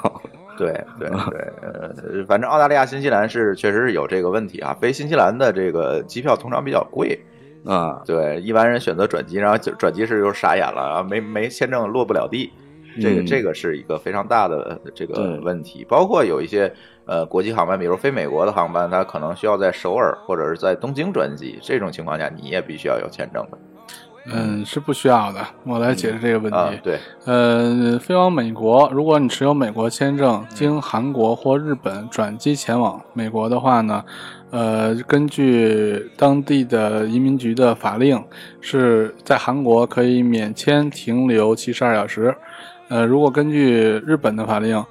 A: 对 对对，呃，反正澳大利亚、新西兰是确实是有这个问题啊。飞新西兰的这个机票通常比较贵，
B: 啊，
A: 对，一般人选择转机，然后就转机时又傻眼了，然后没没签证落不了地，这个、
B: 嗯
A: 这个是一个非常大的呃这个
B: 对
A: 问题。包括有一些呃国际航班，比如飞美国的航班，它可能需要在首尔或者是在东京转机，这种情况下你也必须要有签证的
C: 嗯，是不需要的。我来解释这个问
A: 啊、
C: 题。
A: 对，
C: 呃，飞往美国，如果你持有美国签证，经韩国或日本转机前往美国的话呢，呃，根据当地的移民局的法令，是在韩国可以免签停留七十二小时，呃，如果根据日本的法令，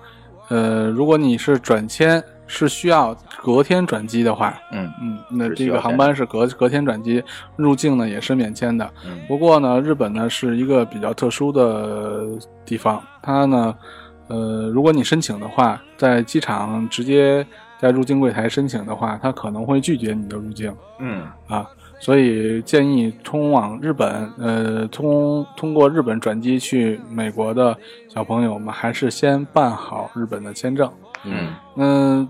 C: 呃，如果你是转签是需要隔天转机的话，
A: 嗯
C: 嗯，那
A: 是需
C: 这个
A: 要
C: 航
A: 这
C: 班是隔隔天转机，入境呢也是免签的。
A: 嗯
C: 不过呢，日本呢是一个比较特殊的地方，它呢，呃，如果你申请的话，在机场直接在入境柜台申请的话，它可能会拒绝你的入境。
A: 嗯
C: 所以建议通往日本，呃，通通过日本转机去美国的小朋友们，还是先办好日本的签证。
A: 嗯，
C: 嗯，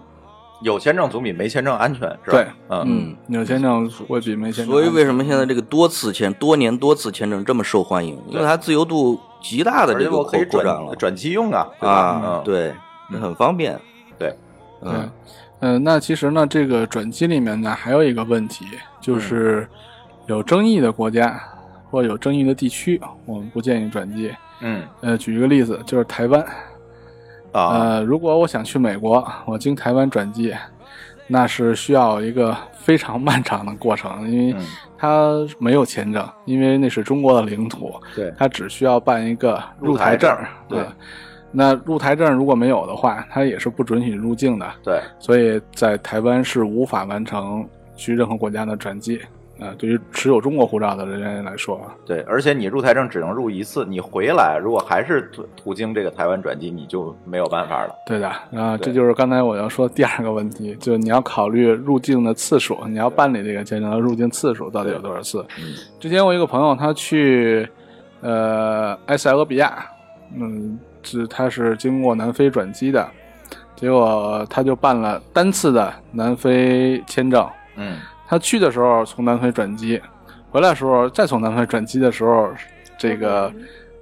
A: 有签证总比没签证安全，是吧？
C: 对，
A: 嗯
B: 嗯，
C: 有签证会比没签证。
B: 所以为什么现在这个多次签、多年多次签证这么受欢迎？因为它自由度极大的
A: 而
B: 这
A: 且
B: 个
A: 我可
B: 扩
A: 以
B: 扩展了
A: 转转机用啊，对吧？
B: 啊，
A: 嗯，
B: 对，
A: 嗯
B: 很方便。
A: 对，
B: 嗯，
C: 嗯、那其实呢，这个转机里面呢，还有一个问题，
A: 嗯
C: 就是有争议的国家或有争议的地区，我们不建议转机。
A: 嗯
C: 呃，举一个例子，就是台湾。
A: 啊，
C: 呃，如果我想去美国，我经台湾转机，那是需要一个非常漫长的过程，因为
A: 嗯
C: 它没有签证，因为那是中国的领土，
A: 对
C: 它只需要办一个
A: 入
C: 入
A: 台
C: 台
A: 证
C: 证
A: 儿。对
C: 呃那入台证如果没有的话，它也是不准许入境的，
A: 对，
C: 所以在台湾是无法完成去任何国家的转机。呃，对于持有中国护照的人员来说啊，
A: 对，而且你入台证只能入一次，你回来如果还是途途经这个台湾转机，你就没有办法了。
C: 对的，啊，
A: 对
C: 这就是刚才我要说的第二个问题，就是你要考虑入境的次数，你要办理这个签证的入境次数到底有多少次。
A: 嗯
C: 之前我一个朋友他去，呃，埃塞俄比亚，嗯，是他是经过南非转机的，结果他就办了单次的南非签证。
A: 嗯，
C: 他去的时候从南非转机，回来的时候再从南非转机的时候，这个，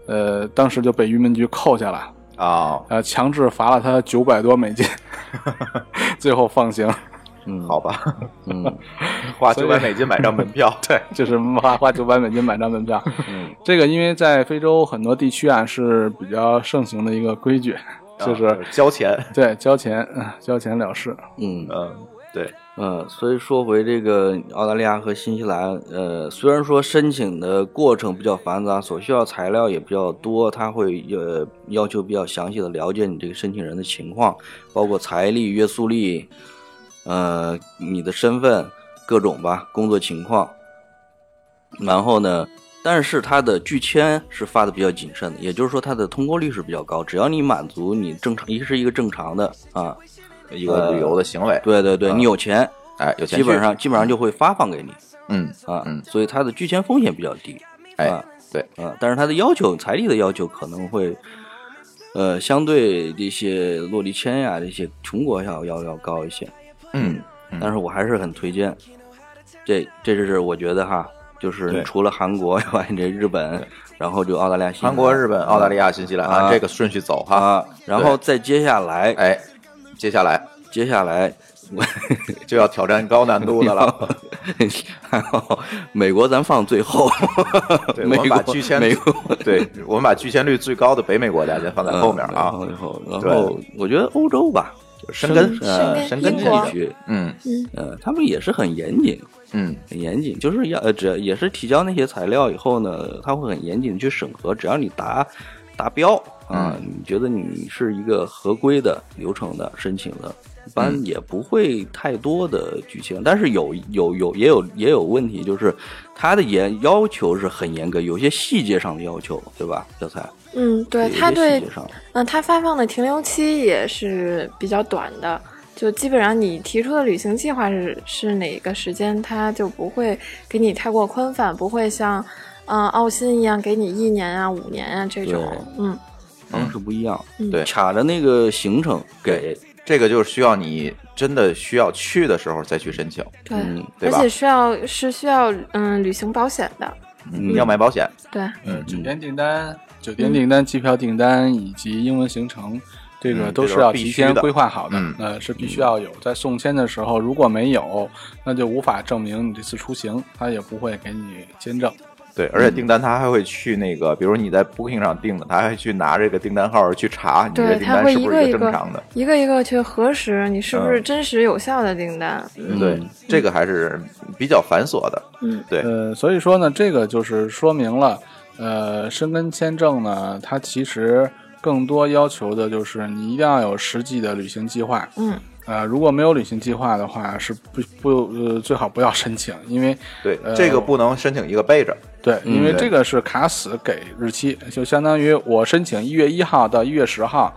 C: 呃，当时就被移民局扣下了。
A: 啊，
C: 呃，强制罚了他九百多美金，最后放行，
B: 嗯，
A: 好，吧，
B: 嗯，
A: 花
C: 所
A: 九
C: 以
A: 百美金买张门票，对，
C: 就是花花九百美金买张门票。
B: 嗯，
C: 这个因为在非洲很多地区啊是比较盛行的一个规矩，就是、
A: 啊交钱。
C: 对交钱，呃交钱了事。
B: 嗯，
A: 嗯，对，
B: 呃，所以说回这个澳大利亚和新西兰，呃，虽然说申请的过程比较繁杂，所需要材料也比较多，它会呃要求比较详细的了解你这个申请人的情况，包括财力、约束力，呃，你的身份各种吧，工作情况。然后呢，但是它的拒签是发的比较谨慎的，也就是说它的通过率是比较高，只要你满足你正常，一是一个正常的啊，
A: 一个旅游的行为，
B: 对对对，
A: 啊
B: 你有钱。
A: 哎，有钱
B: 基本
A: 去
B: 上基本上就会发放给你
A: 嗯，
B: 啊，
A: 嗯
B: 所以它的拒签风险比较低
A: 哎
B: 啊，
A: 对，
B: 啊，但是它的要求财力的要求可能会，呃，相对这些落地签呀、这些穷国要要要高一些，
A: 嗯，嗯
B: 但是我还是很推荐，这这就是我觉得哈，就是
A: 对
B: 除了韩国 以外，这日本，然后就澳大利亚、新西兰
A: 韩国、日本、澳大利亚、新西兰，按
B: 嗯啊
A: 这个顺序走哈。
B: 啊，然后再接下来，
A: 哎，接下来
B: 接下来 我。
A: 就要挑战高难度的了。
B: 然后美国咱放最后，
A: 对，
B: 美
A: 我们把
B: 国
A: 拒签
B: 美国
A: 对我们把拒签率最高的北美国家先放在后面啊。
B: 嗯然后然
A: 对
B: 后我觉得欧洲吧，
A: 申根
B: 呃申
D: 申
B: 根
D: 根英
B: 地
D: 国
B: 区，
A: 嗯
B: 呃，他们也是很严谨，
A: 嗯
B: 很严谨，就是要呃，只要也是提交那些材料以后呢，他会很严谨地去审核，只要你达达标啊，
A: 嗯
B: 你觉得你是一个合规的流程的申请的，一
A: 嗯
B: 般也不会太多的拒签。但是有有有也有也有问题，就是他的严要求是很严格，有些细节上的要求，对吧？小彩，
D: 嗯，对，
B: 有一
D: 他
B: 些
D: 对
B: 细节上
D: 嗯，它发放的停留期也是比较短的，就基本上你提出的旅行计划是是哪个时间，它就不会给你太过宽泛，不会像，嗯、澳新一样给你一年啊、五年啊这种
B: 对。
D: 嗯，
B: 方式不一样，
D: 嗯
A: 对
B: 卡着那个行程给，
A: 这个就是需要你真的需要去的时候再去申请，
D: 对，
B: 嗯
A: 对
D: 而
A: 吧
D: 且需要是需要嗯旅行保险的，
A: 嗯要买保险。
D: 对，
A: 嗯，
C: 呃酒店订单、酒店订单、机票订单以及英文行程，这个
A: 嗯
C: 都
A: 这
C: 是
A: 都是
C: 要
A: 必
C: 提
A: 须
C: 前
A: 的
C: 规划好的，
A: 嗯
C: 呃，是必须要有。在送签的时候，如果没有，那就无法证明你这次出行，他也不会给你签证。
A: 对，而且订单他还会去那个，比如你在 Booking 上订的，他还去拿这个订单号去查你这
D: 对，
A: 订
D: 它
A: 单
D: 会
A: 是不
D: 个
A: 是
D: 一
A: 个正
D: 个
A: 常的。
D: 一个一个去核实你是不是
A: 嗯
D: 真实有效的订单。嗯
A: 对，这个还是比较繁琐的。
D: 嗯，
A: 对，
C: 呃，所以说呢，这个就是说明了，呃，申根签证呢，它其实更多要求的就是你一定要有实际的旅行计划。
D: 嗯，
C: 呃，如果没有旅行计划的话，是不不呃最好不要申请，因为
A: 对
C: 呃，
A: 这个不能申请一个备着。
C: 对，
A: 嗯
C: 因为
A: 对
C: 这个是卡死给日期，就相当于我申请一月一号到一月十号，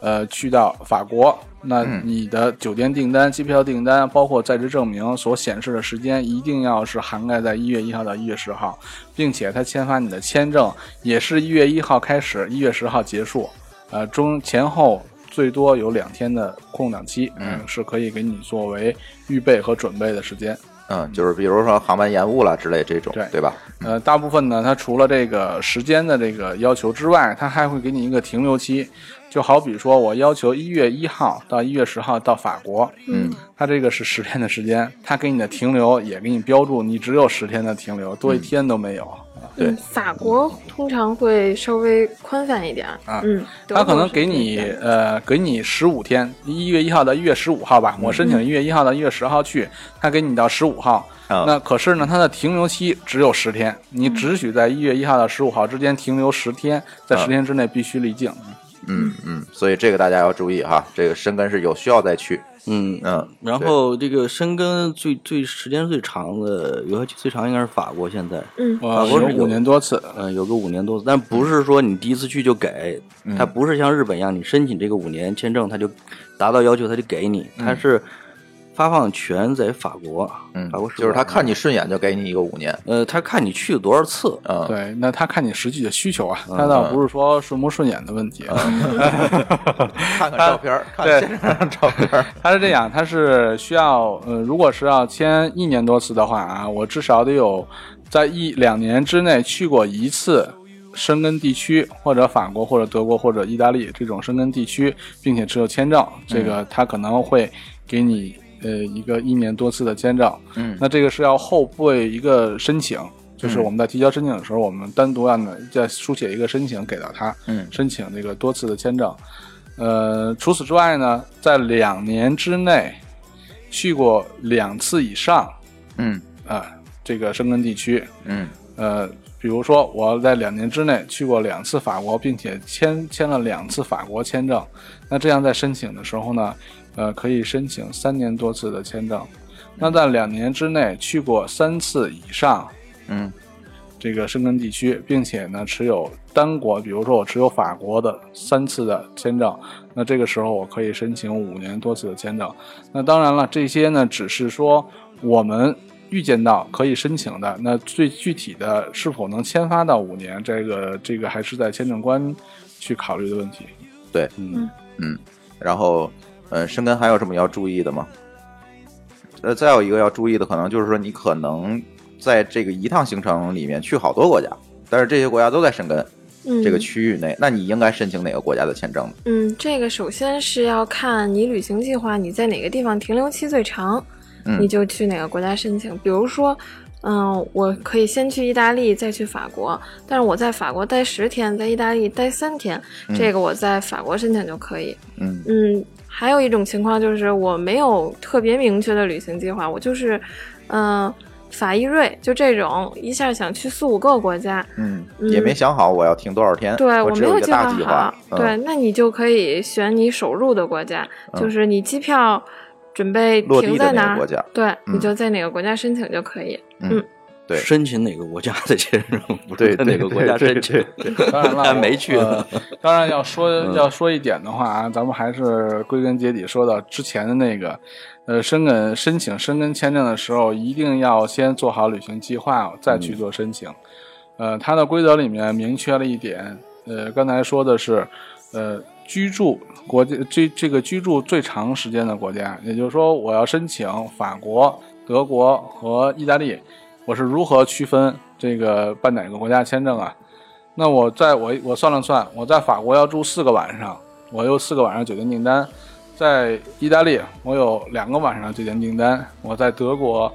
C: 呃，去到法国，那
A: 嗯
C: 你的酒店订单、机票订单，包括在职证明所显示的时间，一定要是涵盖在一月一号到一月十号，并且他签发你的签证也是一月一号开始，一月十号结束，呃，中前后。最多有两天的空档期，呃
A: 嗯
C: 是可以给你作为预备和准备的时间。
A: 嗯，就是比如说航班延误了之类这种，
C: 对
A: 对吧？
C: 呃，大部分呢，它除了这个时间的这个要求之外，它还会给你一个停留期，就好比说我要求一月一号到一月十号到法国，
A: 嗯，
C: 它这个是十天的时间，它给你的停留也给你标注，你只有十天的停留，多一天都没有。
A: 对
D: 嗯，法国通常会稍微宽泛一点儿
C: 啊
D: 嗯，
C: 它可
D: 德国
C: 能
D: 是
C: 给
D: 这
C: 你
D: 样的
C: 呃，给你十五天，一月一号到一月十五号吧。我申
D: 嗯
C: 请一月一号到一月十号去，它给你到十五号。
A: 啊
C: 那可是呢，它的停留期只有十天，
D: 嗯
C: 你只许在一月一号到十五号之间停留十天，在
A: 啊
C: 十天之内必须离境。
A: 嗯嗯，所以这个大家要注意哈，这个深根是有需要再去。
B: 嗯，
A: 嗯，
B: 然后这个深根最最时间最长的有效期最长应该是法国，现在
D: 嗯
C: 我
B: 国是
C: 有
B: 有
C: 呃五年多次，
B: 嗯有个五年多，但不是说你第一次去就给，
A: 嗯
B: 它不是像日本一样你申请这个五年签证，它就达到要求它就给你，它是发放权在法国，
A: 嗯
B: 法国，
A: 就是他看
B: 你，
A: 你顺眼就给你一个五年。
B: 呃，他看你去了多少次，
A: 嗯，
C: 对，那他看你实际的需求啊，他倒不是说顺不顺眼的问题。啊
A: 看看照片儿，看
C: 对
A: 现场照片儿。
C: 他是这样，他是需要，呃，如果是要签一年多次的话啊，我至少得有在一两年之内去过一次申根地区，或者法国，或者德国，或者意大利这种申根地区，并且持有签证，
A: 嗯
C: 这个他可能会给你呃一个一年多次的签证。
A: 嗯
C: 那这个是要后备一个申请，就是
A: 嗯
C: 我们在提交申请的时候，我们单独要呢再书写一个申请给到他，
A: 嗯
C: 申请这个多次的签证。呃，除此之外呢，在两年之内去过两次以上
A: 嗯
C: 啊、这个申根地区，
A: 嗯
C: 呃，比如说我在两年之内去过两次法国，并且签签了两次法国签证，那这样在申请的时候呢，呃，可以申请三年多次的签证。那在两年之内去过三次以上
A: 嗯
C: 这个申根地区，并且呢持有单国，比如说我持有法国的三次的签证，那这个时候我可以申请五年多次的签证。那当然了，这些呢只是说我们预见到可以申请的，那最具体的是否能签发到五年，这个这个还是在签证官去考虑的问题。
A: 嗯，然后，呃，申根还有什么要注意的吗？呃，再有一个要注意的，可能就是说你可能在这个一趟行程里面去好多国家，但是这些国家都在申根
D: 嗯
A: 这个区域内，那你应该申请哪个国家的签证呢？
D: 嗯，这个首先是要看你旅行计划，你在哪个地方停留期最长，
A: 嗯
D: 你就去哪个国家申请。比如说，嗯，我可以先去意大利，再去法国，但是我在法国待十天，在意大利待三天，这个我在法国申请就可以。
A: 嗯
D: 嗯，还有一种情况就是我没有特别明确的旅行计划，我就是，嗯、法意瑞就这种一下想去四五个国家，
A: 嗯，
D: 嗯
A: 也没想好我要停多少天，
D: 对
A: 我只
D: 没
A: 有
D: 有
A: 一个
D: 计
A: 大
D: 划
A: 计
D: 好
A: 划，，
D: 对，
A: 嗯，
D: 那你就可以选你首入的国家，就
A: 嗯
D: 是你机票准备
A: 落地
D: 停
A: 的
D: 在
A: 那
D: 哪
A: 个
D: 儿，
A: 国家，
D: 对你
A: 嗯
D: 就在哪个国家申请就可以。
A: 对
B: 申请哪个国家的签证，不是
A: 对
B: 在哪个国家申
A: 对对
B: 请，
C: 当然了，
B: 但没去嗯
C: 呃。当然要说要说一点的话啊，咱们还是归根结底说到之前的那个，呃，申根申请申根签证的时候，一定要先做好旅行计划，哦再
B: 嗯
C: 去做申请。呃，它的规则里面明确了一点，呃，刚才说的是，呃，居住国家这这个居住最长时间的国家，也就是说，我要申请法国、德国和意大利，我是如何区分这个办哪个国家签证啊？那我在我我算了算，我在法国要住四个晚上，我有四个晚上酒店订单；在意大利，我有两个晚上的酒店订单；我在德国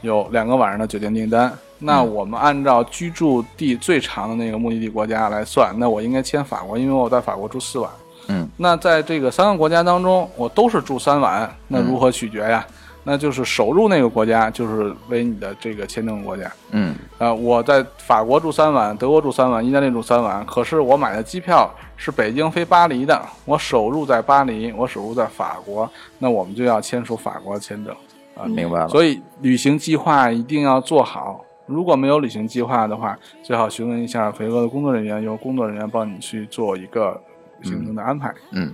C: 有两个晚上的酒店订单。那我们按照居住地最长的那个目的地国家来算，那我应该签法国，因为我在法国住四晚。
A: 嗯，
C: 那在这个三个国家当中，我都是住三晚，那如何取决呀？那就是首入那个国家就是为你的这个签证国家。
A: 嗯
C: 啊、我在法国住三晚，德国住三晚，意大利住三晚。可是我买的机票是北京飞巴黎的，我首入在巴黎，我首入在法国，那我们就要签署法国签证。
A: 啊明白了。
C: 所以旅行计划一定要做好。如果没有旅行计划的话，最好询问一下肥哥的工作人员，由工作人员帮你去做一个行程的安排。
A: 嗯，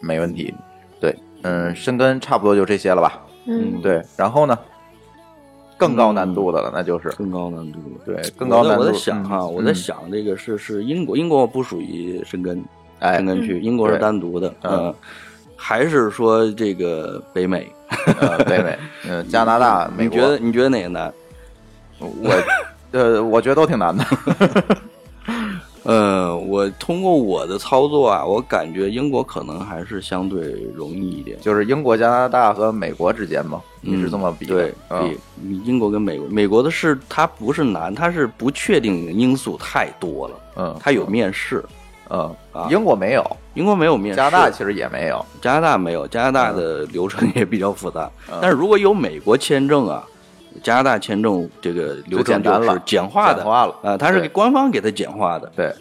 A: 没问题。对，嗯，深蹲差不多就这些了吧？
D: 嗯，
A: 对。然后呢，更高难度的了，那就是
B: 更高难度。
A: 对更高难度。
B: 嗯我在我在想哈，
A: 嗯
B: 我在，想这个是是英国，英国不属于申根，
A: 哎
B: 申根区，英国是单独的，
A: 嗯
B: 呃，还是说这个北美？
A: 嗯呃 北美，嗯，加拿大、美
B: 你
A: 国，
B: 觉得你觉得哪个难？
A: 我，呃，我觉得都挺难的。
B: 呃，我通过我的操作啊，我感觉英国可能还是相对容易一点。
A: 就是英国、加拿大和美国之间嘛，你是这么比的？
B: 对，
A: 嗯
B: 比英国跟美国，美国的是它不是难，它是不确定因素太多了，
A: 嗯，
B: 它有面试，
A: 嗯
B: 啊，
A: 英国没有，
B: 英国没有面试，
A: 加拿大其实也没有。
B: 加拿大没有，加拿大的流程也比较复杂。
A: 嗯
B: 但是如果有美国签证啊，加拿大签证这个流程
A: 就简单
B: 就
A: 了
B: 是简化的，
A: 简化了
B: 啊，它是
A: 对
B: 给官方给它简化的。
A: 对，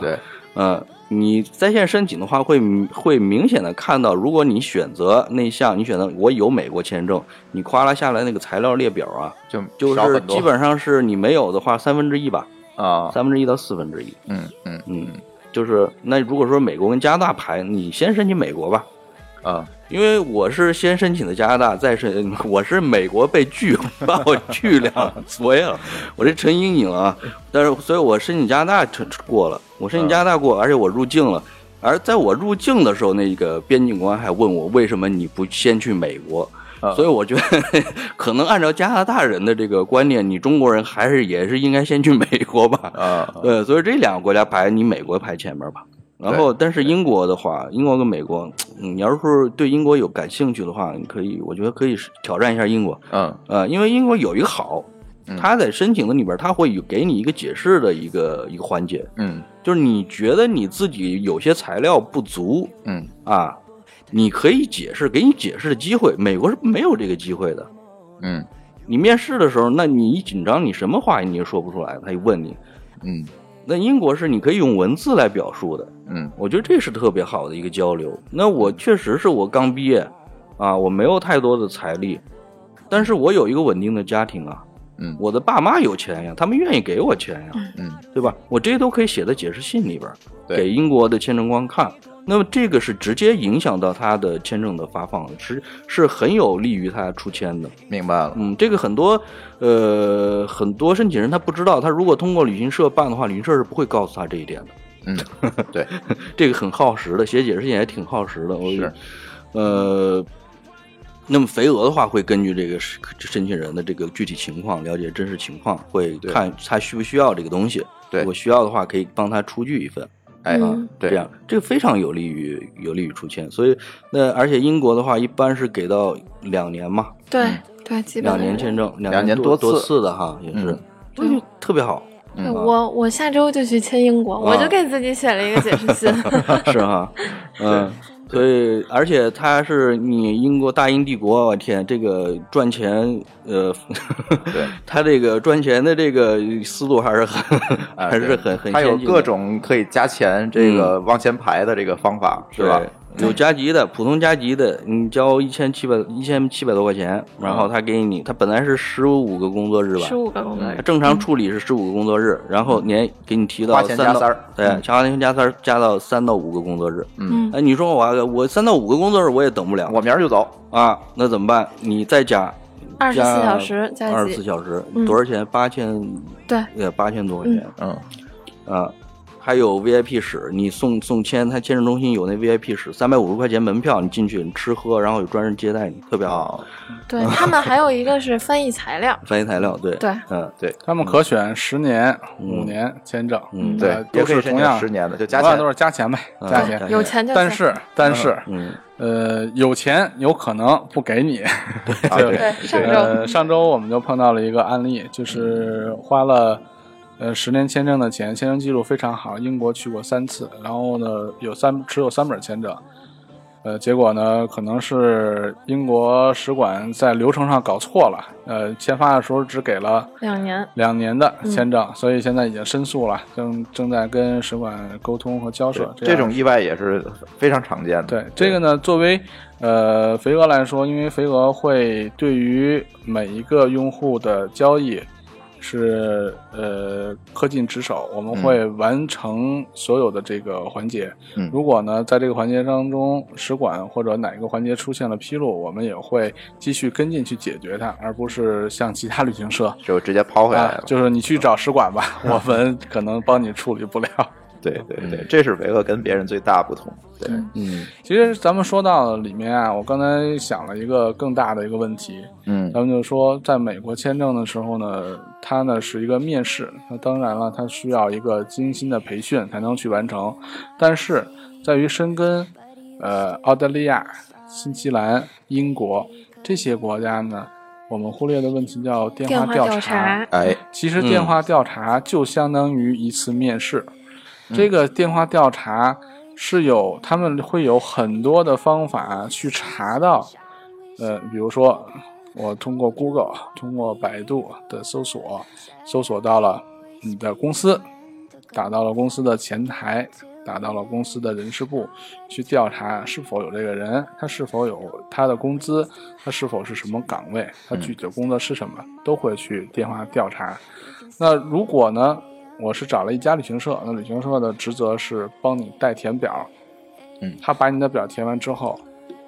A: 对，
B: 嗯，你在线申请的话，会会明显的看到，如果你选择那项，你选择我有美国签证，你夸啦下来那个材料列表啊，
A: 就
B: 就
A: 少
B: 是
A: 很多
B: 基本上是你没有的话，三分之一吧，
A: 啊，
B: 三分之一到四分之一，
A: 嗯嗯
B: 嗯，就是那如果说美国跟加拿大排，你先申请美国吧，
A: 啊，
B: 因为我是先申请的加拿大，再申 我是美国被拒，把我拒了，所以了我这成阴影了啊。但是，所以我申请加拿大成过了，我申请加拿大过，而且我入境了。而在我入境的时候，那个边境官还问我为什么你不先去美国
A: 嗯。
B: 所以我觉得， 可能按照加拿大人的这个观念，你中国人还是也是应该先去美国吧。
A: 啊，
B: 对，所以这两个国家排你美国排前面吧。然后，但是英国的话，英国跟美国，嗯你要是对英国有感兴趣的话，你可以，我觉得可以挑战一下英国。
A: 嗯
B: 呃，因为英国有一个好
A: 嗯，
B: 它在申请的里边，它会有给你一个解释的一个一个环节，
A: 嗯
B: 就是你觉得你自己有些材料不足
A: 嗯
B: 啊，你可以解释，给你解释的机会。美国是没有这个机会的。
A: 嗯
B: 你面试的时候，那你一紧张，你什么话你也说不出来，他一问你，
A: 嗯
B: 那英国是你可以用文字来表述的，
A: 嗯
B: 我觉得这是特别好的一个交流。那我确实是我刚毕业，啊，我没有太多的财力，但是我有一个稳定的家庭啊，
A: 嗯
B: 我的爸妈有钱呀，他们愿意给我钱呀，
A: 嗯，
B: 对吧？我这些都可以写在解释信里边儿，
A: 对
B: 给英国的签证官看。那么这个是直接影响到他的签证的发放的，是是很有利于他出签的。
A: 明白了。
B: 嗯，这个很多呃很多申请人他不知道，他如果通过旅行社办的话，旅行社是不会告诉他这一点的。
A: 嗯，对，
B: 这个很耗时的，写解释信也挺耗时的。我
A: 是，
B: 呃，那么肥鹅的话，会根据这个申申请人的这个具体情况，了解真实情况，会
A: 对
B: 看他需不需要这个东西。
A: 对
B: 如果需要的话，可以帮他出具一份。
A: 哎
D: 嗯，
A: 对，
B: 这样这个非常有利于有利于出签。所以，那而且英国的话，一般是给到两年嘛，
D: 对
A: 嗯
D: 对，基本
B: 两年签证，
A: 两年
B: 多
A: 多次
B: 次的哈，也是
A: 嗯，
B: 所以就特别好，
D: 对我我下周就去签英
A: 啊
D: 国，我就给自己写了一个解释 信。
B: 是哈，嗯。所以，而且它是你英国大英帝国，我天，这个赚钱，呃，
A: 对，
B: 他这个赚钱的这个思路还是很，
A: 啊
B: 还是
A: 对
B: 很很
A: 它有
B: 先进的
A: 各种可以加钱，这个往前排的这个方法是吧？
B: 对有加急的，普通加急的，你交一千七百一千七百多块钱，然
A: 嗯
B: 后他给你，他本来是十五个工作日吧，
D: 十五个工作
B: 他
D: 日，
B: 正常处理是十五个工作日，然后年给你提到
A: 嗯花钱
B: 三
A: 加
B: 到
A: 三儿嗯
B: 对，加花钱加三儿加到三到五个工作日。
D: 嗯
B: 哎，你说我我三到五个工作日我也等不了，
A: 我明儿就走，
B: 啊，那怎么办？你再加
D: 二十四小时加
B: 二十四
D: 急，
B: 小时
D: 嗯
B: 多少钱？八千
D: 对，
B: 呃八千多块钱
A: 嗯
B: 啊，还有 VIP 室，你送送签，他签证中心有那 VIP 室，三百五十块钱门票，你进去你吃喝，然后有专人接待你，特别好。
A: 啊，
D: 对他们还有一个是翻译材料，
B: 翻译材料对
D: 对
B: 嗯
A: 对
C: 他们可选十年、
B: 嗯
C: 五年签证，
B: 嗯
A: 对
C: 呃，
A: 也
C: 都
A: 可以
C: 是
A: 申
C: 同
A: 请
C: 样
A: 十，年的，就加
C: 同样
A: 钱
C: 都是加钱呗，
B: 嗯
C: 加钱。
D: 有钱就
C: 但
D: 行
C: 是但是，
B: 嗯
C: 呃，有钱有可能不给你。
A: 啊，
C: 对
D: 对上周
C: 呃，上周我们就碰到了一个案例，就是花了呃十年签证的钱，签证记录非常好，英国去过三次，然后呢有三只有三本签证，呃，结果呢，可能是英国使馆在流程上搞错了，呃，签发的时候只给了
D: 两年，
C: 两年的
D: 嗯
C: 签证，所以现在已经申诉了，正正在跟使馆沟通和交涉。
A: 这
C: 样
A: 种意外也是非常常见的。
C: 对这个呢，作为呃肥鹅来说，因为肥鹅会对于每一个用户的交易是呃恪尽职守，我们
A: 嗯
C: 会完成所有的这个环节。
A: 嗯
C: 如果呢在这个环节当中，使馆或者哪个环节出现了纰漏，我们也会继续跟进去解决它，而不是像其他旅行社。
A: 就直接抛回来
C: 啊
A: 了，。
C: 就是你去找使馆吧，我们可能帮你处理不了。
A: 对对对，这是维厄跟别人最大不同。对，
B: 嗯
C: 其实咱们说到里面啊，我刚才想了一个更大的一个问题，
A: 嗯
C: 咱们就说在美国签证的时候呢，它呢是一个面试，那当然了，它需要一个精心的培训才能去完成，但是在于申根、呃澳大利亚、新西兰、英国这些国家呢，我们忽略的问题叫电
D: 电
C: 话
D: 话
C: 调查。
D: 调查，
A: 哎，
C: 其实电话调查就相当于一次面试，这个电话调查是有他们会有很多的方法去查到，呃，比如说我通过 Google、通过百度的搜索，搜索到了你的公司，打到了公司的前台，打到了公司的人事部，去调查是否有这个人，他是否有他的工资，他是否是什么岗位，他具体的工作是什么，都会去电话调查。那如果呢，我是找了一家旅行社，那旅行社的职责是帮你代填表，
A: 嗯
C: 他把你的表填完之后，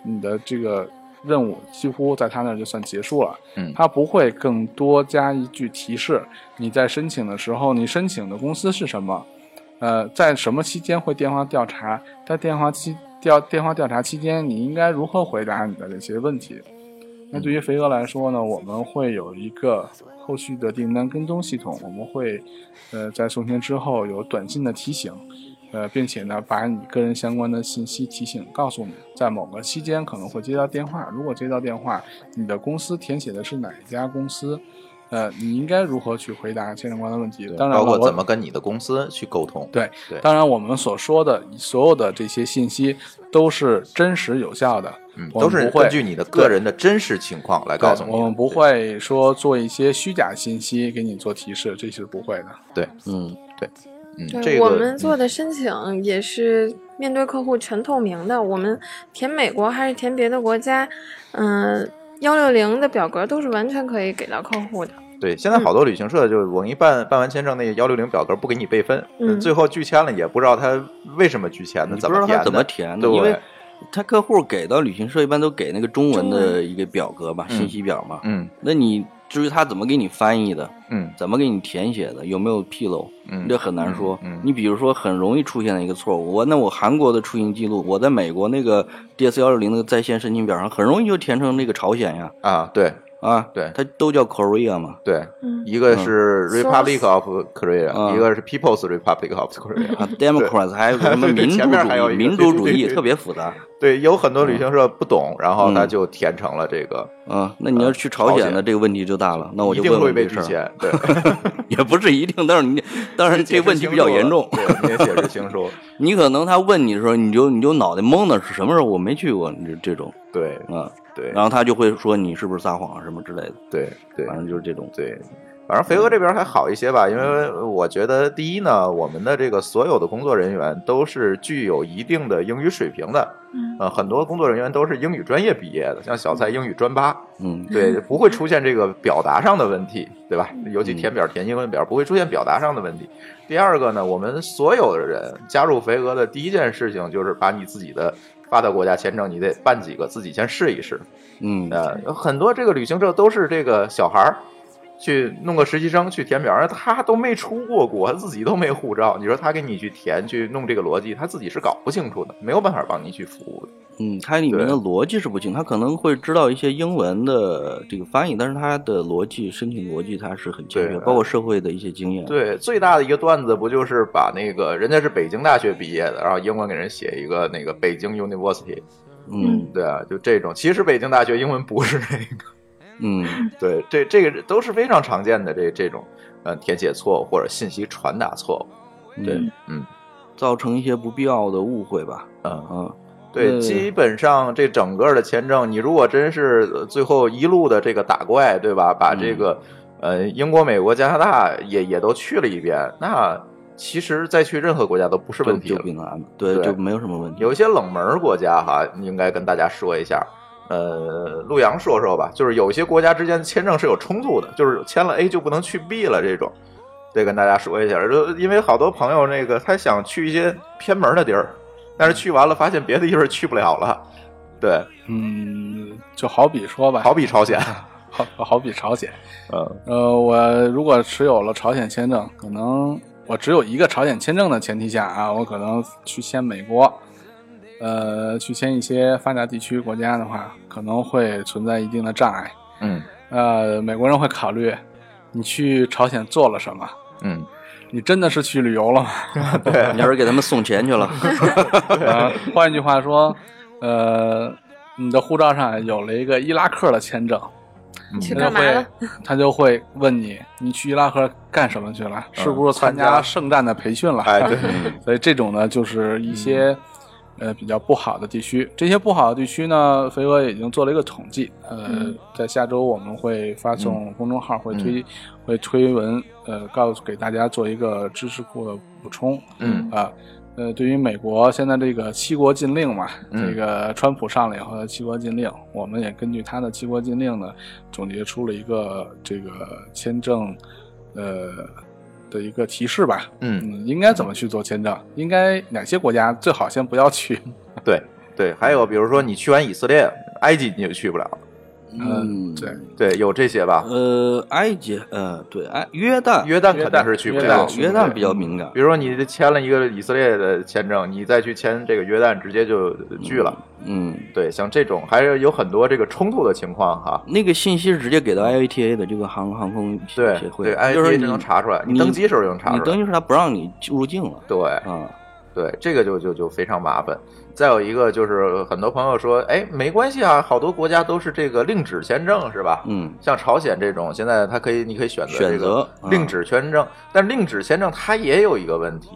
C: 你的这个任务几乎在他那儿就算结束了。
A: 嗯
C: 他不会更多加一句提示，你在申请的时候，你申请的公司是什么？呃，在什么期间会电话调查？在电话期调电话调查期间，你应该如何回答你的这些问题？那对于肥鹅来说呢，我们会有一个后续的订单跟踪系统，我们会呃在送签之后有短信的提醒，呃，并且呢把你个人相关的信息提醒告诉你，在某个期间可能会接到电话，如果接到电话，你的公司填写的是哪一家公司？呃，你应该如何去回答签证官的问题？当然了，
A: 包括
C: 我
A: 怎么跟你的公司去沟通。
C: 对，
A: 对
C: 当然我们所说的所有的这些信息都是真实有效的，
A: 嗯，
C: 我们
A: 都是
C: 不会
A: 根据你的个人的真实情况来告诉你的。
C: 我们不
A: 对
C: 会说做一些虚假信息给你做提示，这是不会的。
B: 嗯，
A: 嗯，
D: 对
A: 这个
D: 我们做
A: 嗯
D: 的申请也是面对客户全透明的，我们填美国还是填别的国家，嗯、幺六零的表格都是完全可以给到客户的。
A: 对，现在好多旅行社就是我一办办完签证，那个幺六零表格不给你备份，
D: 嗯
A: 最后拒签了也不知道他为什么拒签的，
B: 你不
A: 怎
B: 知道
A: 么填
B: 他
A: 的，
B: 怎么填的，
A: 对
B: 因为他客户给到旅行社一般都给那个中文
D: 中
B: 的一个表格嘛，
A: 嗯
B: 信息表嘛。
A: 嗯
B: 那你至于他怎么给你翻译的，
A: 嗯
B: 怎么给你填写的，有没有纰漏，
A: 嗯
B: 这很难说。
A: 嗯嗯
B: 你比如说，很容易出现的一个错误，我那我韩国的出行记录，我在美国那个 DS 幺六零那个在线申请表上，很容易就填成那个朝鲜呀，
A: 啊，对
B: 啊，
A: 对
B: 它都叫 Korea 嘛，
A: 对，
D: 嗯
A: 一个是 Republic
D: Source
A: of Korea，、
B: 嗯
A: 一个是 People's Republic of Korea，、
B: 啊，Democrats 还有什么
A: 对对
B: 民主
A: 前面还有
B: 主义，
A: 一个
B: 民主主
A: 对对
B: 义
A: 对
B: 特别复杂。
A: 对，有很多旅行社不懂，然后
B: 嗯
A: 他就填成了这个，
B: 啊，那你要是去朝
A: 朝
B: 鲜的
A: 鲜
B: 这个问题就大了，那我
A: 一
B: 就
A: 定
B: 问
A: 会
B: 问
A: 被
B: 这
A: 拒
B: 事儿，
A: 签，对，
B: 也不是一定，但是你，当然 这问题比较严重，
A: 对，你也解释清楚，
B: 你可能他问你的时候，你就你就脑袋懵的是什么时候我没去过，你就这种
A: 对
B: 啊，
A: 对
B: 然后他就会说你是不是撒谎啊什么之类的，
A: 对对
B: 反正就是这种，
A: 对，反正肥鹅这边还好一些吧，因为我觉得第一呢，我们的这个所有的工作人员都是具有一定的英语水平的，呃，很多工作人员都是英语专业毕业的，像小蔡英语专八，
B: 嗯，
A: 对，不会出现这个表达上的问题，对吧？尤其填表填英文表不会出现表达上的问题。第二个呢，我们所有的人加入肥鹅的第一件事情就是把你自己的发达国家签证，你得办几个，自己先试一试。
B: 嗯，
A: 呃，有很多这个旅行社都是这个小孩儿去弄个实习生去填表，而他都没出过国，他自己都没护照，你说他给你去填去弄这个逻辑，他自己是搞不清楚的，没有办法帮你去服务的。
B: 嗯，它里面的逻辑是不清，它可能会知道一些英文的这个翻译，但是它的逻辑、申请逻辑它是很欠
A: 对啊
B: 缺，包括社会的一些经验。，
A: 对，最大的一个段子不就是把那个人家是北京大学毕业的，然后英文给人写一个那个北京 University，
B: 嗯
A: 对啊，就这种。其实北京大学英文不是那个，
B: 嗯，
A: 对，这这个都是非常常见的这这种呃填写错误或者信息传达错误。
B: 嗯
A: 对，嗯
B: 造成一些不必要的误会吧，
A: 嗯。
B: 啊，
A: 对，
C: 嗯
A: 基本上这整个的签证，你如果真是呃最后一路的这个打怪，对吧？把这个、呃英国、美国、加拿大也也都去了一遍，那其实再去任何国家都不是问题
B: 就
A: 了
B: 就。比较安对，
A: 对
B: 就没有什么问题。
A: 有一些冷门儿国家哈，应该跟大家说一下。呃，陆洋说说吧，就是有些国家之间签证是有冲突的，就是签了 A 就不能去 B 了这种，得跟大家说一下。就因为好多朋友那个他想去一些偏门的地儿，但是去完了发现别的地方去不了了。对，
C: 嗯，就好比说吧，
A: 好比朝鲜，
C: 好好比朝鲜，
A: 嗯
C: 呃，我如果持有了朝鲜签证，可能我只有一个朝鲜签证的前提下啊，我可能去签美国，呃，去签一些发达地区国家的话，可能会存在一定的障碍。
A: 嗯
C: 呃，美国人会考虑你去朝鲜做了什么，
A: 嗯，
C: 你真的是去旅游了吗？
B: 你要是给他们送钱去 了，
C: 啊换句话说，呃，你的护照上有了一个伊拉克的签证，
A: 嗯
D: 去
C: 他
D: 干
C: 就
D: 嘛
C: 会
D: 了？
C: 他就会问你，你去伊拉克干什么去了？是不是参
A: 嗯参加
C: 加圣战的培训了？
A: 哎对，
C: 所以这种呢，就是一些、呃比较不好的地区。这些不好的地区呢，飞哥已经做了一个统计，呃，在下周我们会发送公众号会推、会推文，呃，告诉给大家做一个知识库的补充。
A: 嗯
C: 啊。呃，对于美国现在这个七国禁令嘛，
A: 嗯
C: 这个川普上来以后的七国禁令，我们也根据他的七国禁令呢，总结出了一个这个签证，呃的一个提示吧。
A: 嗯，
C: 嗯，应该怎么去做签证？应该哪些国家最好先不要去？
A: 对对。还有比如说你去完以色列、埃及你就去不了，
C: 嗯，对，
A: 对，有这些吧。
B: 呃，埃及，呃，对，埃约旦，
A: 约旦肯定是去不了，
C: 旦
B: 约旦比较敏感
A: 比，如说你签了一个以色列的签证，你再去签这个约旦，直接就拒了。
B: 嗯，
A: 对，像这种还是有很多这个冲突的情况哈。
B: 那个信息是直接给到 IATA 的这个航航空
A: 对
B: 协会，
A: 对，I 哎
B: 就是
A: A
B: 你
A: 就能查出来，
B: 你
A: 登机时候就能查
B: 你
A: 出
B: 登
A: 来。
B: 记时候他不让你入境了
A: 对
B: 啊，
A: 对，这个就就就非常麻烦。再有一个就是很多朋友说，哎，没关系啊，好多国家都是这个令旨签证是吧？
B: 嗯，
A: 像朝鲜这种，现在它可以，你可以选择嗯这
B: 选择
A: 个令旨签证，但令旨签证它也有一个问题，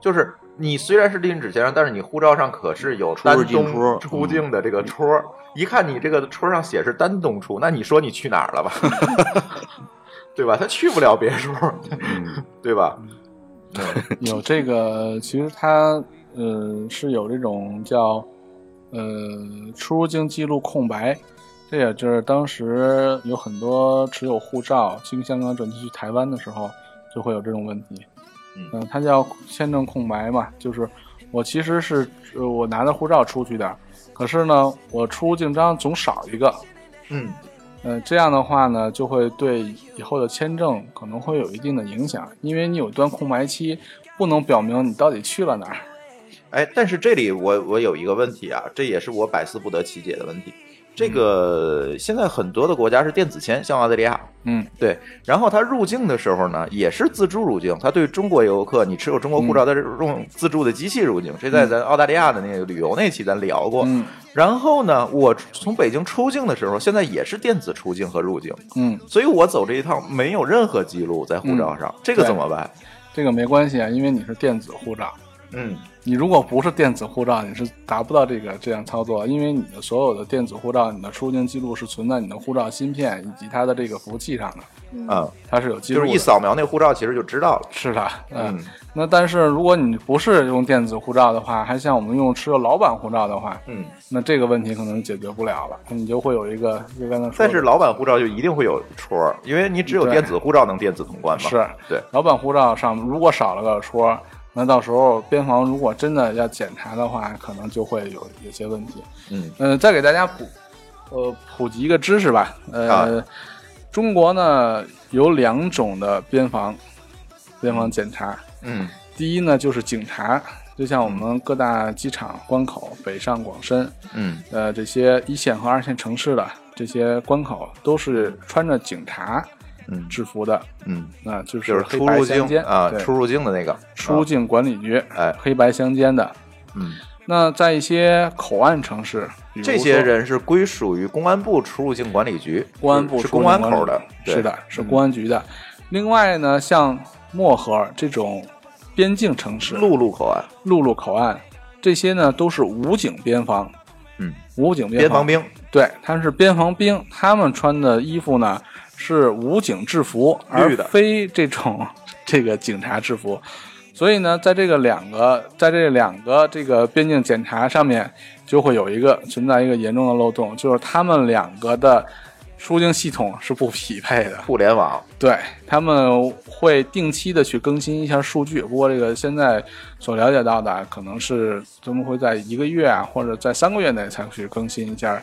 A: 就是你虽然是令旨签证，但是你护照上可是有
B: 入境
A: 单东
B: 戳
A: 出境嗯的这个戳儿，一看你这个戳儿上写是单东出，那你说你去哪儿了吧？ 对吧？他去不了别处， 对吧？嗯
C: 有这个，其实它呃是有这种叫呃出入境记录空白，这也就是当时有很多持有护照经香港转机去台湾的时候就会有这种问题。
A: 嗯
C: 嗯、它叫签证空白嘛，就是我其实是、呃我拿着护照出去的，可是呢我出入境章总少一个，
A: 嗯
C: 呃，这样的话呢，就会对以后的签证可能会有一定的影响，因为你有段空白期，不能表明你到底去了哪儿。
A: 哎，但是这里我我有一个问题啊，这也是我百思不得其解的问题。这个现在很多的国家是电子签，像澳大利亚，
C: 嗯，
A: 对。然后它入境的时候呢，也是自助入境。它对中国游客，你持有中国护
C: 嗯
A: 照的用自助的机器入境，这在咱澳大利亚的那个旅游那期咱聊过。
C: 嗯
A: 然后呢，我从北京出境的时候，现在也是电子出境和入境，
C: 嗯，
A: 所以我走这一趟没有任何记录在护照上，这个
C: 对
A: 怎么办？
C: 这个没关系啊，因为你是电子护照。
A: 嗯
C: 你如果不是电子护照，你是达不到这个这样操作，因为你的所有的电子护照，你的出入境记录是存在你的护照芯片以及它的这个服务器上的，
A: 啊、
C: 它是有记录
A: 就
C: 的。
A: 是一扫描那护照，其实就知道了。
C: 是的，嗯
A: 嗯
C: 那但是如果你不是用电子护照的话，还像我们用持有老板护照的话，
A: 嗯。
C: 那这个问题可能解决不了了，你就会有一个就刚才说的，
A: 但是老板护照就一定会有戳儿，因为你只有
C: 对
A: 电子护照能电子通关嘛。
C: 是
A: 对，
C: 老板护照上如果少了个戳，那到时候边防如果真的要检查的话，可能就会有有些问题。
A: 嗯
C: 呃，再给大家普呃普及一个知识吧，呃，
A: 啊
C: 中国呢有两种的边防边防检查，
A: 嗯
C: 第一呢就是警察，就像我们各大机场关口北上广深，
A: 嗯
C: 呃，这些一线和二线城市的这些关口都是穿着警察
A: 嗯
C: 制服的，
A: 嗯，
C: 那就
A: 就是是
C: 黑
A: 出
C: 白
A: 入
C: 相
A: 境
C: 间
A: 啊，
C: 对
A: 出入境的那个
C: 出入，境管理局，
A: 啊哎，
C: 黑白相间的。
A: 嗯，
C: 那在一些口岸城市，比如
A: 这些
C: 说
A: 人是归属于公安部出入境管理局，
C: 公安部
A: 是
C: 出入
A: 公安
C: 境
A: 口
C: 管理
A: 的，对
C: 是的，是公安局的。另外呢，像漠河这种边境城市，
A: 陆路口岸，
C: 陆路口岸，这些呢都是武警边防，
A: 嗯，
C: 武警边
A: 边
C: 防
A: 防兵，
C: 对，他们是边防兵，他们穿的衣服呢是武警制服，而
A: 绿的
C: 非这种 这个警察制服。所以呢，在这个两个，在这两个这个边境检查上面，就会有一个存在一个严重的漏洞，就是他们两个的出境系统是不匹配的。
A: 互联网，
C: 对他们会定期的去更新一下数据，不过这个现在所了解到的啊，可能是他们呃会在一个月啊，或者在三个月内才去更新一下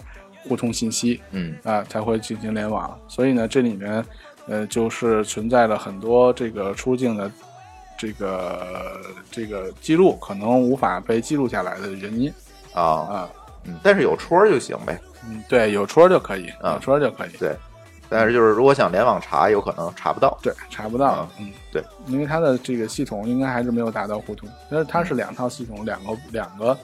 C: 互通信息
A: 嗯，
C: 啊、才会进行联网。所以呢，这里面呃就是存在了很多这个出境的这个这个记录可能无法被记录下来的原因
A: 啊，
C: 啊。
A: 嗯，但是有戳儿就行呗。
C: 嗯，对，有戳儿就可以，
A: 啊
C: 有戳儿就可以。
A: 对，但是就是如果想联网查，有可能查不到。
C: 对，查不到
A: 啊，
C: 嗯，
A: 对，
C: 因为它的这个系统应该还是没有达到互通，但是它是两套系统，两个两个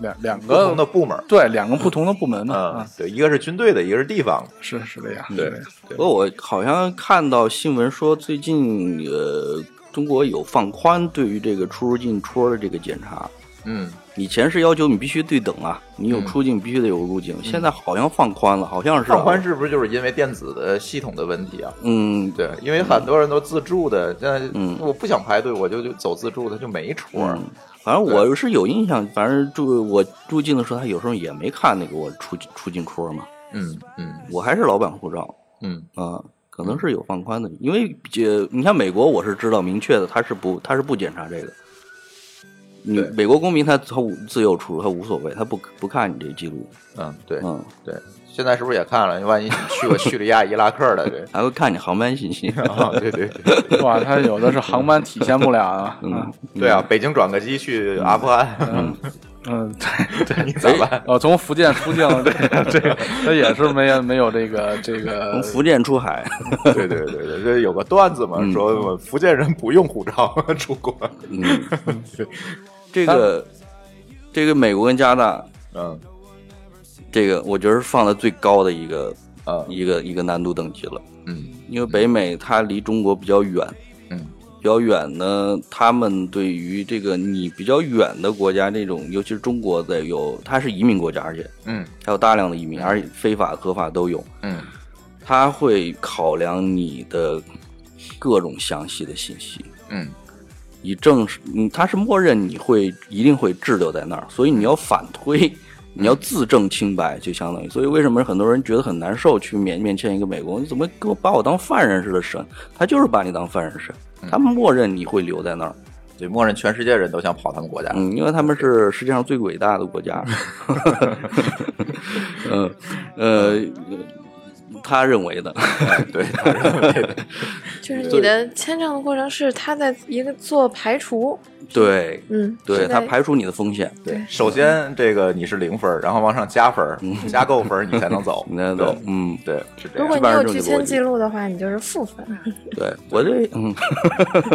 C: 两两
A: 不
C: 个
A: 同的部门儿，
C: 对两个不同的部门嘛，
A: 嗯
C: 啊，，
A: 对，一个是军队的，一个是地方的。
C: 是是这样，
A: 对
C: 是这样
A: 对
B: 不过我好像看到新闻说，最近呃，中国有放宽对于这个出入境戳的这个检查。
A: 嗯，
B: 以前是要求你必须对等啊，你有
A: 嗯
B: 出境必须得有入境，现在好像放宽了，好像是啊
A: 放宽是不是就是因为电子的系统的问题啊？
B: 嗯，
A: 对，因为很多人都自助的，现在
B: 嗯
A: 我不想排队，我就就走自助的，就没戳儿。
B: 嗯，反正我是有印象，反正住我入境的时候，他有时候也没看那个我出出境戳嘛，
A: 嗯嗯
B: 我还是老板护照
A: 嗯
B: 啊，可能是有放宽的，因为呃，你像美国，我是知道明确的，他是不他是不检查这个，你
A: 对
B: 美国公民他他无自由出入，他无所谓，他不不看你这记录，
A: 嗯，对
B: 嗯，
A: 对，现在是不是也看了？万一你去过 叙利亚、伊拉克的这
B: 还会看你航班信 息，
A: 啊，对对对。
C: 哇，它有的是航班体现不了啊，
B: 嗯
C: 嗯，
A: 对啊，北京转个机去阿富汗，
C: 嗯嗯，对对，
A: 你咋办？
C: 哦，从福建出境 这个这个， 它也是没有没有这个这个
B: 从，福建出海，
A: 对对对对，这有个段子嘛，
B: 嗯
A: 说我们福建人不用护照出国。
B: 嗯， 这个这个美国跟加拿大。
A: 嗯
B: 这个我觉得是放的最高的一个
A: 啊
B: 一个一个难度等级了，
A: 嗯
B: 因为北美它离中国比较远，
A: 嗯
B: 比较远呢，他们对于这个你比较远的国家，这种尤其是中国的有，它是移民国家，而且
A: 嗯
B: 它有大量的移民，而且非法合法都有，
A: 嗯
B: 他会考量你的各种详细的信息，
A: 嗯
B: 以证实，嗯，他是默认你会一定会滞留在那儿，所以你要反
A: 嗯
B: 推，你要自证清白，就相当于，所以为什么很多人觉得很难受，去面面见一个美国，你怎么给我把我当犯人似的审？他就是把你当犯人审，
A: 嗯
B: 他默认你会留在那儿，
A: 对，默认全世界人都想跑他们国家。
B: 嗯，因为他们是世界上最伟大的国 家，嗯呃，他认为的，
A: 哎 对，他认为的
D: 就是你的签证的过程是他在一个做排除，
B: 对
D: 嗯，
B: 对，
D: 是
B: 他
D: 在
B: 排除你的风险，。
A: 对，首先这个你是零分儿，然后往上加分儿，加够分儿你才能走
B: 你看
A: 对
B: 懂，嗯。
A: 对，是这
D: 如果
A: 样。
D: 你
B: 这
D: 有拒
B: 个逻
D: 签
B: 辑
D: 记录的话，你就是负分。
B: 对我这嗯，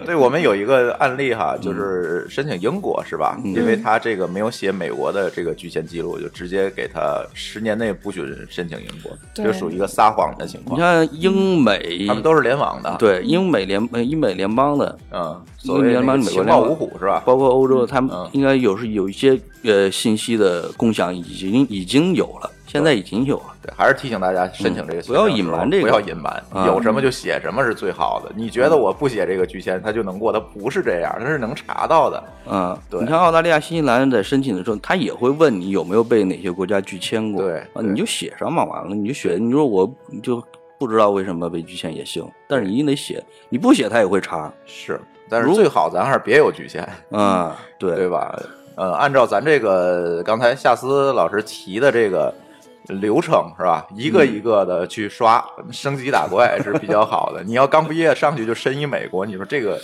A: 对我们有一个案例哈，就是申请英国是
B: 嗯
A: 吧？因为他这个没有写美国的这个拒签记录，就直接给他十年内不许申请英国，
D: 对
A: 就属于一个撒谎的情
B: 你
A: 况。
B: 看英美，
A: 嗯他们都是联网的，，
B: 对英美联呃英美联邦的，
A: 嗯，所谓
B: 英联
A: 那
B: 邦
A: 个
B: 美国
A: 情报
B: 联邦
A: 五虎是吧？
B: 包括欧洲，他们
A: 嗯
B: 应该有是有一些呃信息的共享已经已经有了，现在已经有了。
A: 对，还是提醒大家申请这个
B: 嗯不要
A: 签证的时候
B: 隐瞒这个嗯
A: 不要隐瞒，
B: 啊
A: 有什么就写什么是最好的。你觉得我不写这个拒签，他就能过？他不是这样，他是能查到的。
B: 嗯，
A: 对
B: 你看澳大利亚、新西兰在申请的时候，他也会问你有没有被哪些国家拒签过，
A: 对
B: 啊，
A: 对
B: 你就写上嘛，完了你就写，你说我就不知道为什么被拒签也行，但是你一定得写，你不写他也会查
A: 是，但是最好咱还是别有拒签，
B: 啊，对
A: 嗯对吧？呃，按照咱这个刚才夏思老师提的这个流程是吧？一个
C: 嗯
A: 一个的去刷，升级打怪是比较好 的。你要刚毕业上去就申一美国，你说这个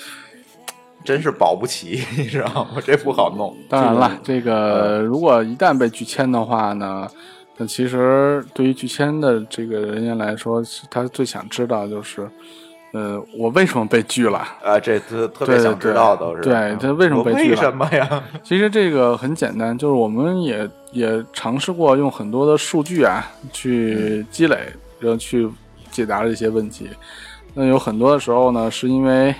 A: 真是保不齐， 你知道吗？这不好弄。
C: 当然了，这个呃如果一旦被拒签的话呢，那其实对于拒签的这个人员来说，他最想知道就是，呃，我为什么被拒了？
A: 啊，这特特别
C: 对
A: 想知
C: 对
A: 道都是。
C: 对
A: 嗯
C: 这为什么
A: 我
C: 被
A: 为
C: 拒了
A: 什么呀？
C: 其实这个很简单，就是我们也也尝试过用很多的数据啊去积累，然后去解答这些问题。那有很多的时候呢，是因为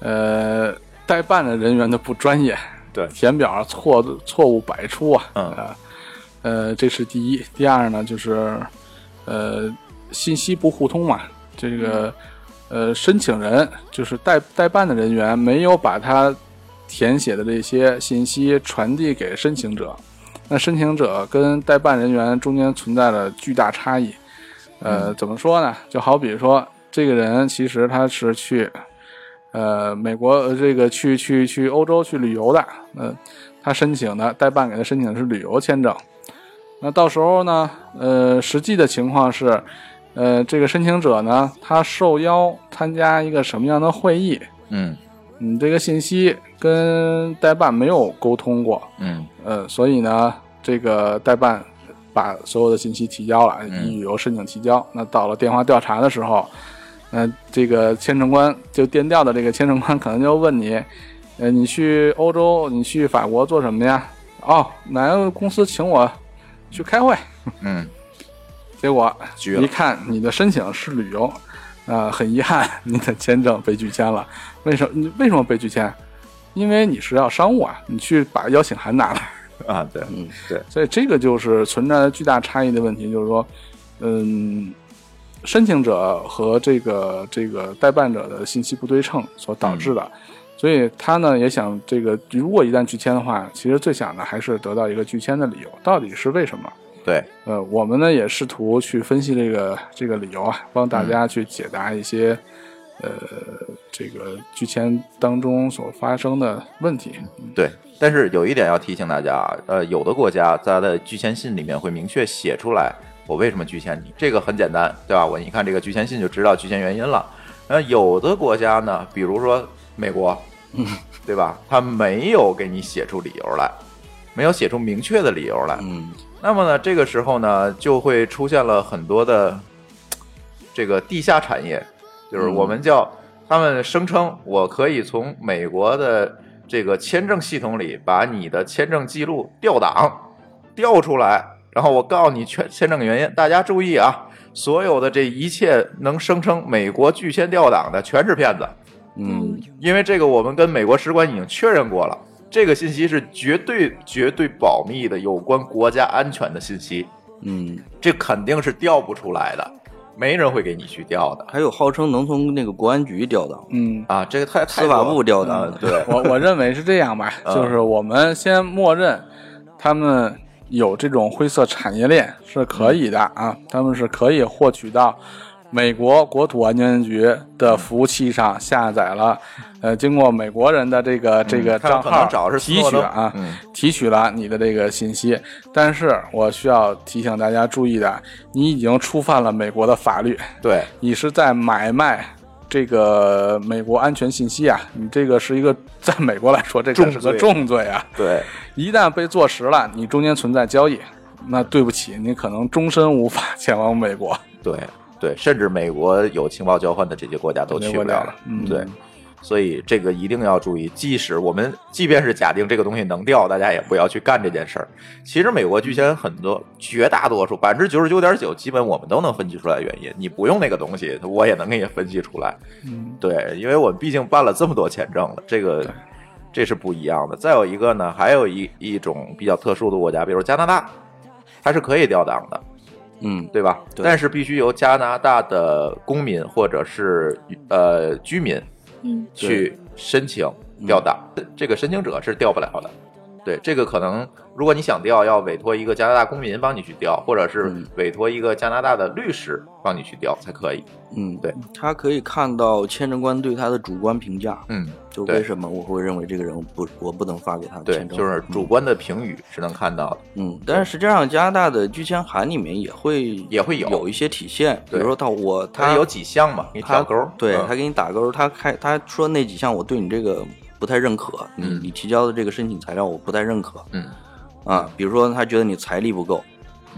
C: 呃代办的人员的不专业，
A: 对
C: 填表错错误百出啊。
A: 嗯
C: 啊呃，这是第一。第二呢，就是呃，信息不互通嘛，这
A: 嗯
C: 个呃，申请人就是代代办的人员没有把他填写的这些信息传递给申请者，那申请者跟代办人员中间存在了巨大差异。呃，怎么说呢？就好比说，这个人其实他是去呃美国呃这个去去去欧洲去旅游的，嗯、他申请的代办给他申请的是旅游签证。那到时候呢，呃，实际的情况是，呃，这个申请者呢，他受邀参加一个什么样的会议，
A: 嗯
C: 你这个信息跟代办没有沟通过，
A: 嗯
C: 呃，所以呢，这个代办把所有的信息提交了，
A: 嗯
C: 以旅游申请提交。那到了电话调查的时候，那这个签证官就电调的这个签证官可能就问你，呃，你去欧洲，你去法国做什么呀？哦，哪个公司请我去开会？
A: 嗯，
C: 结果
A: 拒了
C: 一看你的申请是旅游，呃，很遗憾，你的签证被拒签了。为什么？你为什么被拒签？因为你是要商务啊，你去把邀请函拿来。
A: 啊，对，
B: 嗯
A: 对，
C: 所以这个就是存在巨大差异的问题，就是说，嗯，申请者和这个这个代办者的信息不对称所导致的。所以他呢也想这个，如果一旦拒签的话，其实最想的还是得到一个拒签的理由，到底是为什么？
A: 对，
C: 呃，我们呢也试图去分析这个这个理由啊，帮大家去解答一些、呃这个拒签当中所发生的问题。
A: 对，但是有一点要提醒大家啊，呃，有的国家在它的拒签信里面会明确写出来我为什么拒签你，这个很简单，对吧？我一看这个拒签信就知道拒签原因了。那有的国家呢，比如说美国，对吧？它没有给你写出理由来，没有写出明确的理由来。
B: 嗯，
A: 那么呢，这个时候呢，就会出现了很多的嘖这个地下产业，就是我们叫、他们声称我可以从美国的这个签证系统里把你的签证记录调档调出来，然后我告诉你签签证原因。大家注意啊，所有的这一切能声称美国拒签调档的全是骗子，
B: 嗯，
A: 因为这个我们跟美国使馆已经确认过了。这个信息是绝对绝对保密的，有关国家安全的信息。
B: 嗯，
A: 这肯定是调不出来的，没人会给你去调的
B: 还有号称能从那个国安局调档，
C: 嗯，
A: 啊！这个太太
B: 司法
A: 多了
B: 部调档
A: 嗯对，
C: 我我认为是这样吧，
A: 嗯
C: 就是我们先默认他们有这种灰色产业链是可以的
A: 嗯
C: 啊，他们是可以获取到美国国土安全局的服务器上下载了，呃，经过美国人的这个这个
A: 他们嗯
C: 账
A: 可能
C: 号
A: 找是斯
C: 提
A: 诺
C: 取
A: 登
C: 啊
A: 嗯，
C: 提取了你的这个信息，但是我需要提醒大家注意的，你已经触犯了美国的法律，
A: 对
C: 你是在买卖这个美国安全信息啊，你这个是一个在美国来说，这
A: 重
C: 个是个
A: 罪
C: 重罪啊。
A: 对
C: 一旦被坐实了，你中间存在交易，那对不起，你可能终身无法前往美国。
A: 对对，甚至美国有情报交换的这些国家都
C: 美
A: 去
C: 国
A: 不了
C: 了，嗯
A: 对，所以这个一定要注意。即使我们即便是假定这个东西能调，大家也不要去干这件事儿。其实美国拒签很多，绝大多数百分之九十九点九，基本我们都能分析出来原因。你不用那个东西，我也能给你分析出来。
C: 嗯，
A: 对，因为我们毕竟办了这么多签证了，这个这是不一样的。再有一个呢，还有一一种比较特殊的国家，比如加拿大，它是可以调档的，
B: 嗯，
A: 对吧？
B: 对
A: 但是必须由加拿大的公民或者是呃居民
D: 嗯
A: 去申请调档，
B: 嗯
A: 这个申请者是调不了的。对，这个可能如果你想调，要委托一个加拿大公民帮你去调，或者是
B: 嗯
A: 委托一个加拿大的律师帮你去调才可以。
B: 嗯，
A: 对，
B: 他可以看到签证官对他的主观评价，
A: 嗯，
B: 就
A: 对
B: 为什么我会认为这个人不，我不能发给他的
A: 对，
B: 签证，
A: 就是主观的评语是能看到的。
B: 嗯，但是实际上加拿大的拒签函里面也会
A: 也会有
B: 有一些体现，比
A: 对
B: 如说他我
A: 它
B: 他
A: 有几项嘛，你
B: 他
A: 挑钩，
B: 对
A: 嗯
B: 他给你打勾，他开他说那几项我对你这个不太认可，你
A: 嗯
B: 你提交的这个申请材料我不太认可
A: 嗯
B: 啊，比如说他觉得你财力不够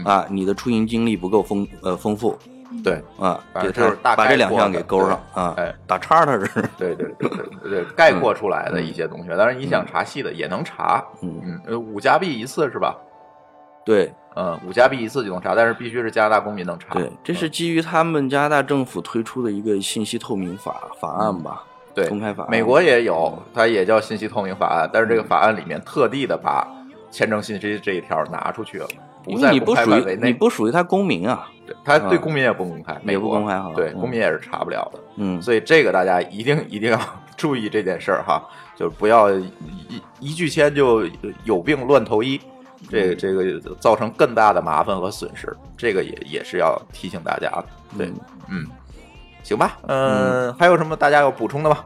B: 啊，你的出行经历不够丰呃丰富
A: 对
B: 啊，
A: 反
B: 对
A: 正就是
B: 他
A: 大概
B: 把这两
A: 括
B: 项
A: 的
B: 给勾上
A: 对
B: 啊
A: 哎，
B: 打叉他是，
A: 对对对对对对，概括出来的一些东西，当然你想查细的也能查，
B: 嗯
A: 嗯，呃五加币一次是吧？
B: 对
A: 嗯，五加币一次就能查，但是必须是加拿大公民能
B: 啊
A: 查。
B: 嗯对，这是基于他们加拿大政府推出的一个信息透明法法案吧，
A: 嗯对，
B: 公开法嗯案
A: 美国也有，它也叫信息透明法案，但是这个法案里面特地的把签证信息这一条拿出去了，不
B: 因
A: 在
B: 为你不
A: 公开
B: 属
A: 范围
B: 于你
A: 内，
B: 不属于他公民啊，
A: 对它对
B: 啊
A: 公民也不公开，美
B: 也不
A: 国
B: 公开哈
A: 对，
B: 嗯
A: 公民也是查不了的，
B: 嗯，
A: 所以这个大家一定一定要 注意这件事儿哈，就是不要一一拒签就有病乱投医。
B: 嗯
A: 这个这个造成更大的麻烦和损失，这个也也是要提醒大家的。对，嗯，行吧，嗯，还有什么大家要补充的吗？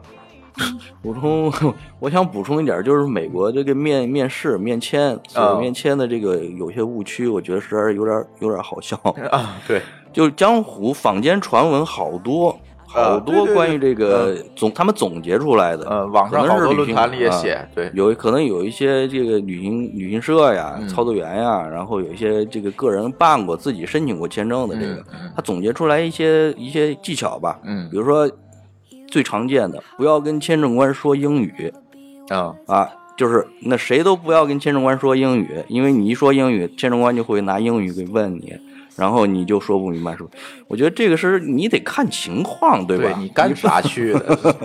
B: 补充， 我想补充一点，就是美国这个面面试、面签、所谓面签的这个有些误区，我觉得实在是有点有点好笑。
A: 啊，对，
B: 就是江湖坊间传闻好多好
A: 对
B: 多
A: 对对
B: 关于这个总他们总结出来的，
A: 呃，网上
B: 可能
A: 好
B: 是
A: 多
B: 旅
A: 论
B: 行
A: 坛里也写，
B: 啊
A: 对，
B: 有可能有一些这个旅行旅行社呀、
A: 嗯
B: 操作员呀，然后有一些这个个人办过、自己申请过签证的这个，
A: 嗯嗯
B: 他总结出来一些一些技巧吧，
A: 嗯
B: 比如说最常见的，不要跟签证官说英语
A: 啊，
B: 啊，就是那谁都不要跟签证官说英语，因为你一说英语，签证官就会拿英语给问你。然后你就说不明白，说，我觉得这个是你得看情况，对吧？
A: 对你干啥 去的？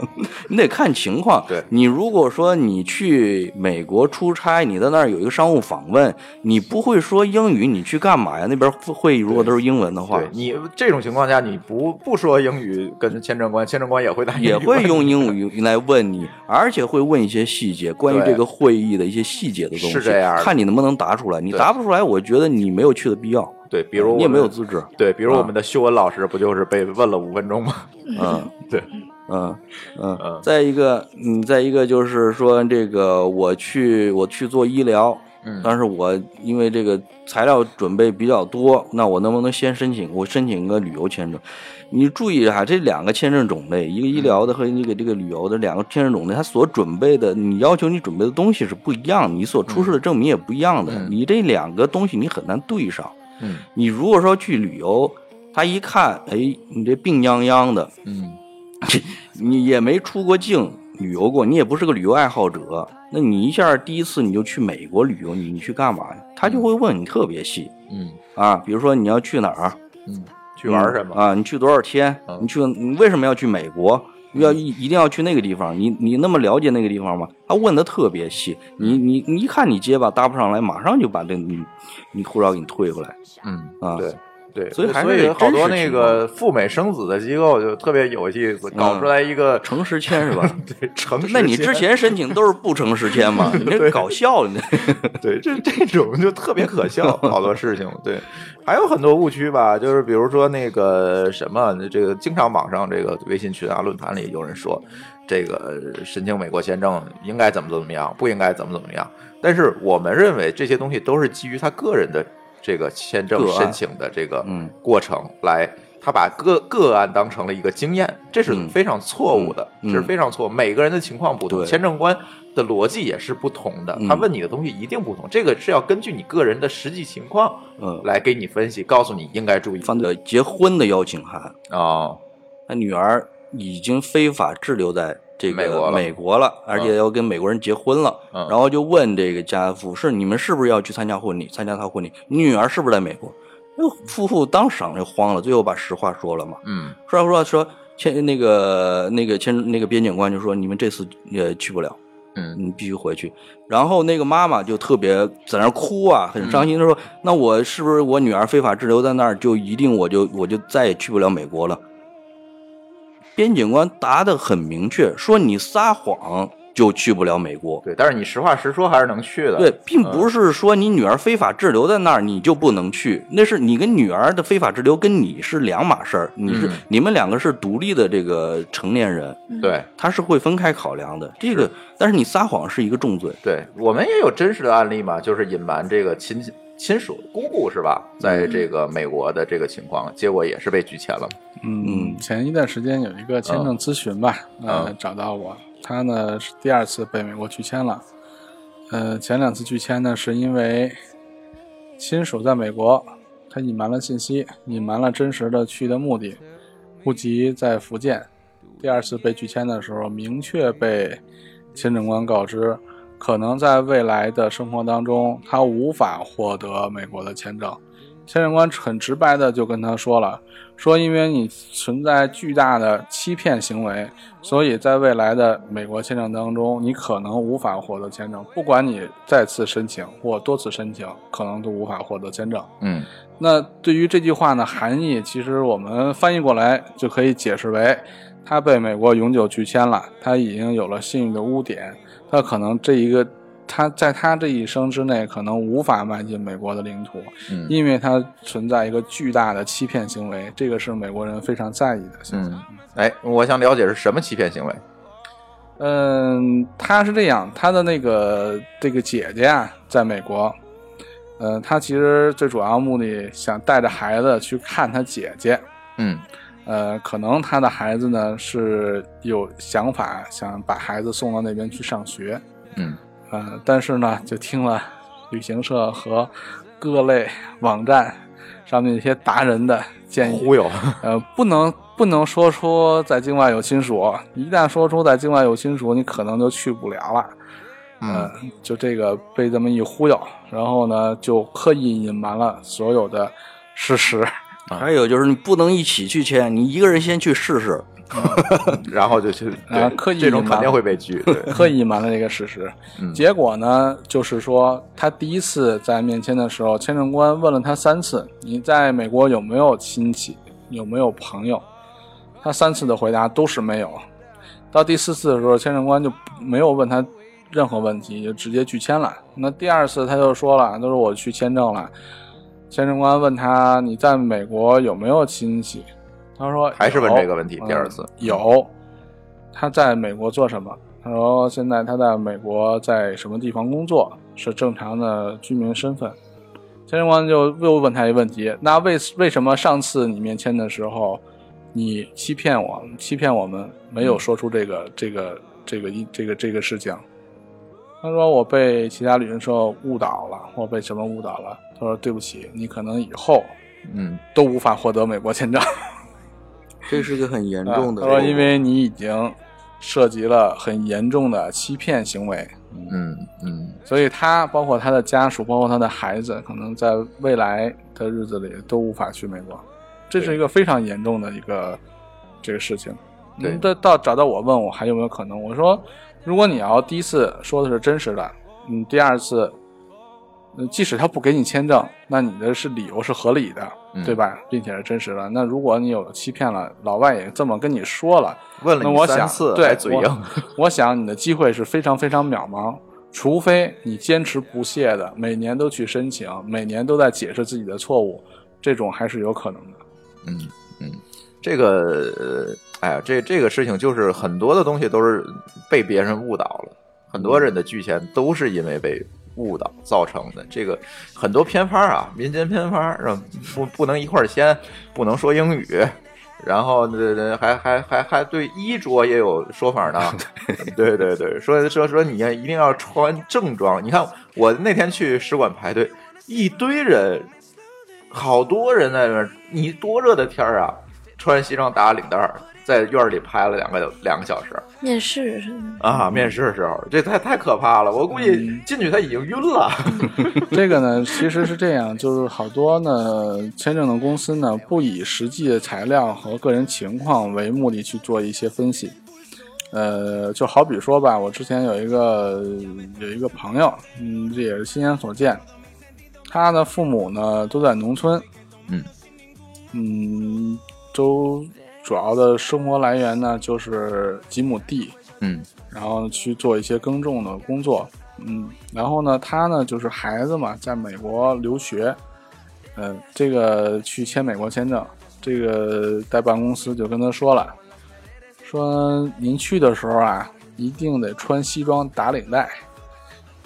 B: 你得看情况。
A: 对
B: 你如果说你去美国出差，你在那儿有一个商务访问，你不会说英语，你去干嘛呀？那边会如果都是英文的话
A: 对，你这种情况下，你不不说英语跟签证官，签证官也会打
B: 也会用英语来问你，而且会问一些细节，关于
A: 对
B: 这个会议的一些细节的东西，
A: 是这样的
B: 看你能不能答出来。你
A: 对
B: 答不出来，我觉得你没有去的必要，
A: 对，比如我
B: 你也没
A: 们
B: 有资质。
A: 对，比如
B: 啊
A: 我们的修文老师不就是被问了五分钟吗？
B: 嗯，
A: 对，
B: 嗯
A: 嗯
B: 嗯，再一个，嗯，再一个就是说，这个我去我去做医疗，
A: 嗯
B: 但是我因为这个材料准备比较多，那我能不能先申请？我申请个旅游签证。你注意啊哈、这两个签证种类，一个医疗的和一个这个旅游的两个签证种类，它所准备的，你要求你准备的东西是不一样，你所出示的证明也不一样的，
A: 嗯
B: 你这两个东西你很难对上。
A: 嗯
B: 你如果说去旅游，他一看，哎，你这病殃殃的，
A: 嗯，
B: 你也没出过境旅游过，你也不是个旅游爱好者，那你一下第一次你就去美国旅游，你你去干嘛呀？他就会问你特别细
A: 嗯
B: 啊，比如说你要去哪儿，
A: 嗯， 去玩什
B: 嗯
A: 么？
B: 啊？你去多少天
A: 嗯？
B: 你去你为什么要去美国？要一一定要去那个地方？你你那么了解那个地方吗？他问的特别细，你
A: 嗯
B: 你你一看你结巴搭不上来，马上就把这你你护照给你退回来
A: 嗯，
B: 啊！
A: 对。对，
B: 所以还是
A: 好
B: 真实
A: 多那
B: 情
A: 个赴美生子的机构就特别有意思，搞出
B: 嗯
A: 来一个
B: 诚实签是吧？
A: 对诚实
B: 那你
A: 签
B: 之前申请都是不诚实签 嘛？你这搞笑了，你这
A: 对，这这种就特别可笑，好多事情。对，还有很多误区吧，就是比如说那个什么，这个经常网上这个微信群啊、论坛里有人说，这个呃申请美国签证应该怎么怎么样，不应该怎么怎么样。但是我们认为这些东西都是基于他个人的这个签证
B: 个案
A: 申请的这个
B: 嗯
A: 过程来。他把个个案当成了一个经验，这是
B: 嗯
A: 非常错误的，
B: 嗯嗯
A: 这是非常错误。每个人的情况不同，
B: 对
A: 签证官的逻辑也是不同的，他
B: 嗯
A: 问你的东西一定不同，这个是要根据你个人的实际情况
B: 嗯，
A: 来给你分析，告诉你应该注意。
B: 翻的结婚的邀请函，
A: 哦，
B: 他女儿已经非法滞留在这个
A: 美国了
B: 国了而且要跟美国人结婚了。
A: 嗯
B: 然后就问这个家父是你们是不是要去参加婚礼？参加他婚礼，你女儿是不是在美国？那夫妇当场就慌了，最后把实话说了嘛。
A: 嗯
B: 说说说签那个那个签那个边检官就说你们这次也去不了。
A: 嗯
B: 你必须回去。然后那个妈妈就特别在那儿哭啊，很伤心。她说：“那我是不是我女儿非法滞留在那儿，就一定我就我就再也去不了美国了？”边警官答得很明确，说你撒谎就去不了美国。
A: 对，但是你实话实说还是能去的。
B: 对，并
A: 嗯
B: 不是说你女儿非法滞留在那儿，你就不能去。那是你跟女儿的非法滞留跟你是两码事儿，你是、
A: 嗯
B: 你们两个是独立的这个成年人，
A: 对
B: 他是会分开考量的。这个，但是你撒谎是一个重罪。
A: 对，我们也有真实的案例嘛，就是隐瞒这个亲亲属姑姑是吧，在这个美国的这个情况，结果也是被拒签了。
B: 嗯
C: 嗯，前一段时间有一个签证咨询吧，呃，找到我，他呢是第二次被美国拒签了，呃，前两次拒签呢是因为亲属在美国，他隐瞒了信息，隐瞒了真实的去的目的，户籍在福建，第二次被拒签的时候，明确被签证官告知，可能在未来的生活当中，他无法获得美国的签证。签证官很直白的就跟他说了，说因为你存在巨大的欺骗行为，所以在未来的美国签证当中，你可能无法获得签证，不管你再次申请或多次申请，可能都无法获得签证。
A: 嗯
C: 那对于这句话呢，含义其实我们翻译过来就可以解释为，他被美国永久拒签了，他已经有了信誉的污点，他可能这一个他在他这一生之内可能无法迈进美国的领土，
A: 嗯
C: 因为他存在一个巨大的欺骗行为，这个是美国人非常在意的现象。
A: 嗯，哎，我想了解是什么欺骗行为？
C: 嗯，他是这样，他的那个这个姐姐啊，在美国，嗯，他其实最主要目的想带着孩子去看他姐姐，
A: 嗯
C: 呃，可能他的孩子呢是有想法，想把孩子送到那边去上学，
A: 嗯
C: 呃，但是呢，就听了旅行社和各类网站上面一些达人的建议，
A: 忽悠，
C: 呃，不能不能说出在境外有亲属，一旦说出在境外有亲属，你可能就去不了了。
A: 嗯
C: 呃，就这个被这么一忽悠，然后呢，就刻意隐瞒了所有的事实。
B: 还有就是你不能一起去签，你一个人先去试试。
A: 然后就去
C: 啊
A: 对
C: 刻意
A: 这种
C: 隐瞒
A: 肯定会被拒。对，
C: 刻意隐瞒了这个事实。
A: 嗯
C: 结果呢，就是说他第一次在面签的时候，签证官问了他三次：“你在美国有没有亲戚？有没有朋友？”他三次的回答都是没有。到第四次的时候，签证官就没有问他任何问题，就直接拒签了。那第二次他就说了：“他说我去签证了。”签证官问他：“你在美国有没有亲戚？”他说：“
A: 还是问
C: 有
A: 这个问题
C: 嗯
A: 第二次
C: 有，他在美国做什么？他说现在他在美国在什么地方工作，是正常的居民身份。签证官就又问他一个问题：那为为什么上次你面签的时候，你欺骗我，欺骗我们，没
B: 嗯
C: 有说出这个、这个这个一这个这个事情？他说我被其他旅行社误导了，我被什么误导了？他说对不起，你可能以后
A: 嗯
C: 都无法获得美国签证。
B: 这是个很严重的。
C: 他说，因为你已经涉及了很严重的欺骗行为，
A: 嗯嗯
C: 所以他包括他的家属，包括他的孩子，可能在未来的日子里都无法去美国。这是一个非常严重的一个这个事情。
A: 对
C: 嗯到到找到我问我还有没有可能？我说，如果你要第一次说的是真实的，嗯，第二次，呃即使他不给你签证，那你的是理由是合理的，
A: 嗯
C: 对吧？并且是真实的。那如果你有欺骗了，老外也这么跟你说了，
A: 问了
C: 那
A: 你
C: 我
A: 三
C: 想，
A: 次
C: 对
A: 还，嘴
C: 我
A: 硬。
C: 我想你的机会是非常非常渺茫，除非你坚持不懈的每年都去申请，每年都在解释自己的错误，这种还是有可能的。
A: 嗯，嗯，这个，呃哎呀，这这个事情就是很多的东西都是被别人误导了，很
C: 嗯
A: 多人的拒签都是因为被误导造成的。这个很多偏方啊，民间偏方，让不不能一块儿签，不能说英语。然后呃还还还还对衣着也有说法 呢，对对对，说说说你一定要穿正装。你看我那天去使馆排队，一堆人好多人在那边，你多热的天儿啊，穿西装打领带儿，在院儿里拍了两个两个小时
D: 面试是吗？
A: 啊！面试的时候，这太太可怕了，我估计进去他已经晕了。
C: 这个呢，其实是这样，就是好多呢签证的公司呢，不以实际的材料和个人情况为目的去做一些分析。呃，就好比说吧，我之前有一个有一个朋友，嗯，这也是亲眼所见，他的父母呢都在农村，
A: 嗯
C: 嗯，都主要的生活来源呢就是几亩地，
A: 嗯
C: 然后去做一些耕种的工作。嗯，然后呢，他呢就是孩子嘛，在美国留学，嗯、这个去签美国签证，这个代办公司就跟他说了，说您去的时候啊，一定得穿西装打领带。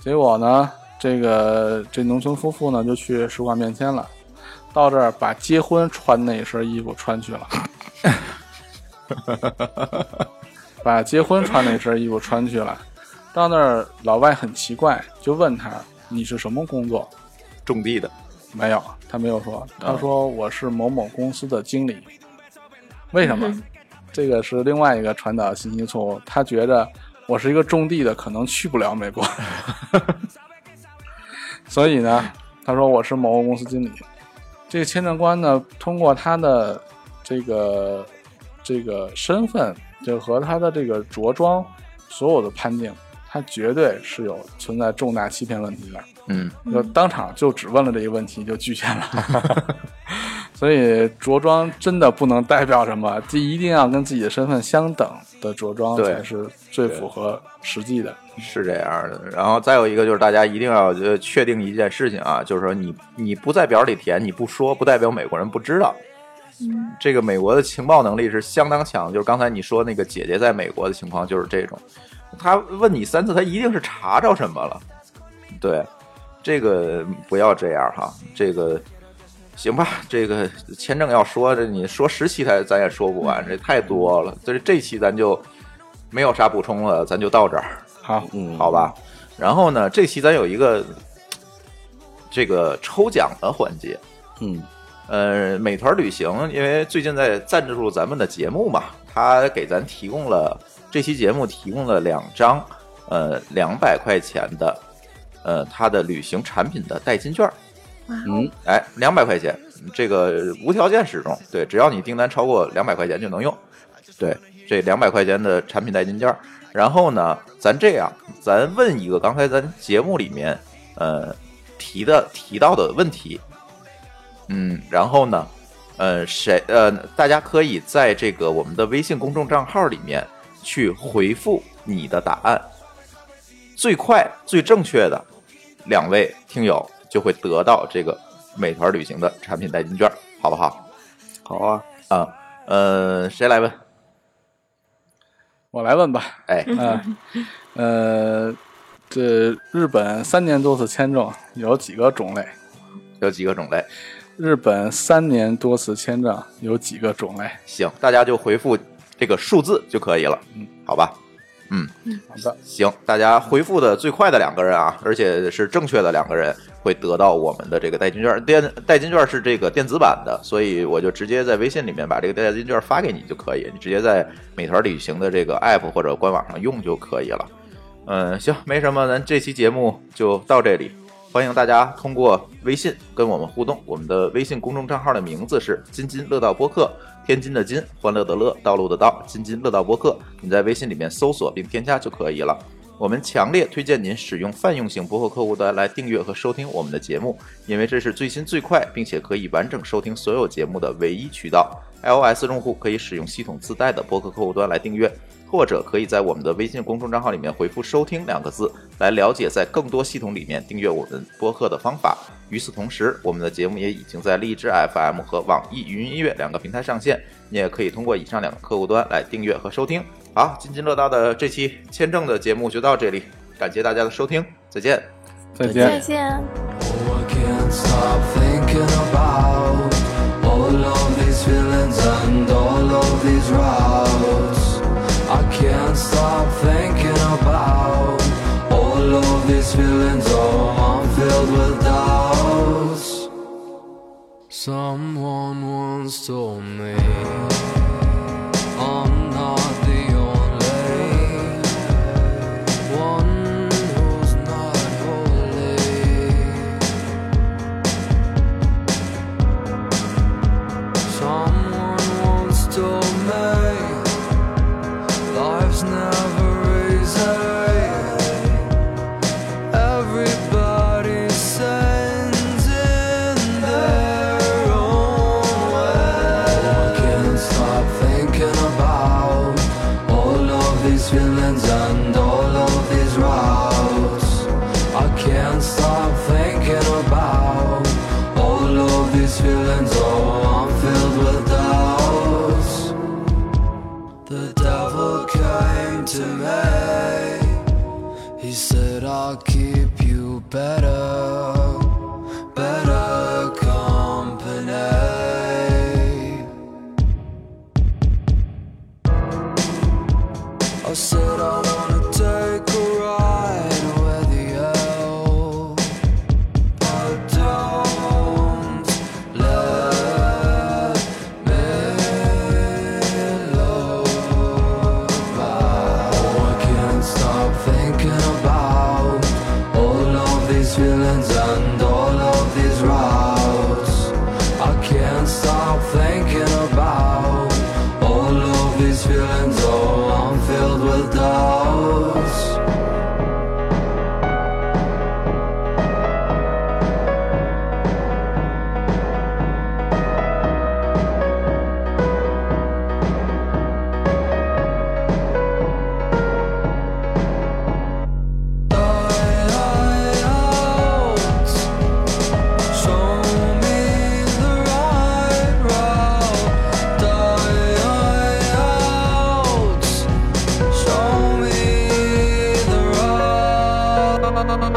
C: 结果呢，这个这农村夫妇呢就去使馆面签了，到这儿把结婚穿那身衣服穿去了。把结婚穿那身衣服穿去了。到那儿，老外很奇怪，就问他：“你是什么工作
A: 种地的，？”
C: 没有，他没有说。他说：“我是某某公司的经理。”为什么？这个是另外一个传导信息错误。他觉着我是一个种地的，可能去不了美国，所以呢，他说我是某某公司经理。这个签证官呢，通过他的这个这个身份，就和他的这个着装，所有的判定，他绝对是有存在重大欺骗问题的。
A: 嗯，
C: 就当场就只问了这一个问题就拒签了， 所以着装真的不能代表什么，这一定要跟自己的身份相等的着装
A: 对
C: 才是最符合实际的。
A: 是这样的。然后再有一个就是，大家一定要呃确定一件事情啊，就是说你你不在表里填，你不说，不代表美国人不知道。
D: 嗯
A: 这个美国的情报能力是相当强，就是刚才你说那个姐姐在美国的情况就是这种，他问你三次，他一定是查着什么了。对，这个不要这样哈，这个行吧，这个签证要说这你说十期咱咱也说不完，这太多了，所以这期咱就没有啥补充了，咱就到这儿。
C: 好，
B: 嗯，
A: 好，吧。然后呢，这期咱有一个这个抽奖的环节。
B: 嗯
A: 呃，美团旅行因为最近在赞助咱们的节目嘛，他给咱提供了这期节目提供了两张呃两百块钱的呃他的旅行产品的代金券儿。
B: 嗯，
A: 哎，两百块钱，这个无条件使用，对，只要你订单超过两百块钱就能用。对，这两百块钱的产品代金券儿。然后呢，咱这样，咱问一个刚才咱节目里面呃提的提到的问题，嗯，然后呢，呃，谁呃，大家可以在这个我们的微信公众账号里面去回复你的答案，最快最正确的两位听友就会得到这个美团旅行的产品代金券，好不好？
B: 好啊，
A: 啊、呃，谁来问？
C: 我来问吧，
A: 哎，
C: 嗯，呃，这日本三年多次签证有几个种类？
A: 有几个种类？
C: 日本三年多次签证有几个种类？
A: 行，大家就回复这个数字就可以了，
C: 嗯，
A: 好吧？嗯，
C: 好的，
A: 行，大家回复的最快的两个人啊，而且是正确的两个人，会得到我们的这个代金券。电代金券是这个电子版的，所以我就直接在微信里面把这个代金券发给你就可以，你直接在美团旅行的这个 app 或者官网上用就可以了。嗯，行，没什么，咱这期节目就到这里。欢迎大家通过微信跟我们互动，我们的微信公众账号的名字是“津津乐道播客”，天津的津，欢乐的乐，道路的道，津津乐道播客。你在微信里面搜索并添加就可以了。我们强烈推荐您使用泛用型播客客户端来订阅和收听我们的节目，因为这是最新最快，并且可以完整收听所有节目的唯一渠道。iOS 用户可以使用系统自带的播客客户端来订阅，或者可以在我们的微信公众账号里面回复“收听”两个字，来了解在更多系统里面订阅我们播客的方法。与此同时，我们的节目也已经在荔枝 FM 和网易云音乐两个平台上线，你也可以通过以上两个客户端来订阅和收听。好，津津乐道的这期签证的节目就到这里，感谢大家的收听，再见。
C: 再见。
D: 再见。
E: I can't stop thinking about all of these feelings and all of these routes. I can't stop thinking about all of these feelings. Oh, I'm filled with doubts. Someone once told me I'm not the only one who's not holy. Someone once told me life's never easy. Everybody sends in their own way. I can't stop thinking about all of these feelings and all of these routes. I can't stop thinking about all of these feelings. Oh, I'm filled with doubts. The devil came to me. He said, I'll keep you better, better company. I said I wanna take a ride with you, but don't let me look back. Oh, I can't stop thinking about all of these feelings and all of these routes. I
G: so I'm filled with doubts.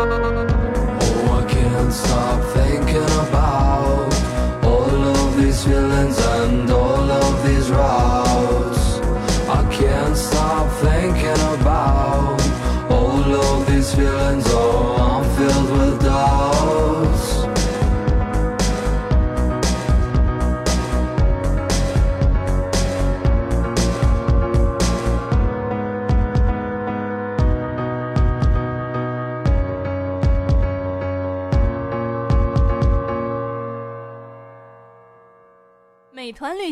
G: Oh, I can't stop thinking about all of these feelings and all of these routes. I can't stop thinking about all of these feelings. Oh, I'm filled with doubts.
H: “美团旅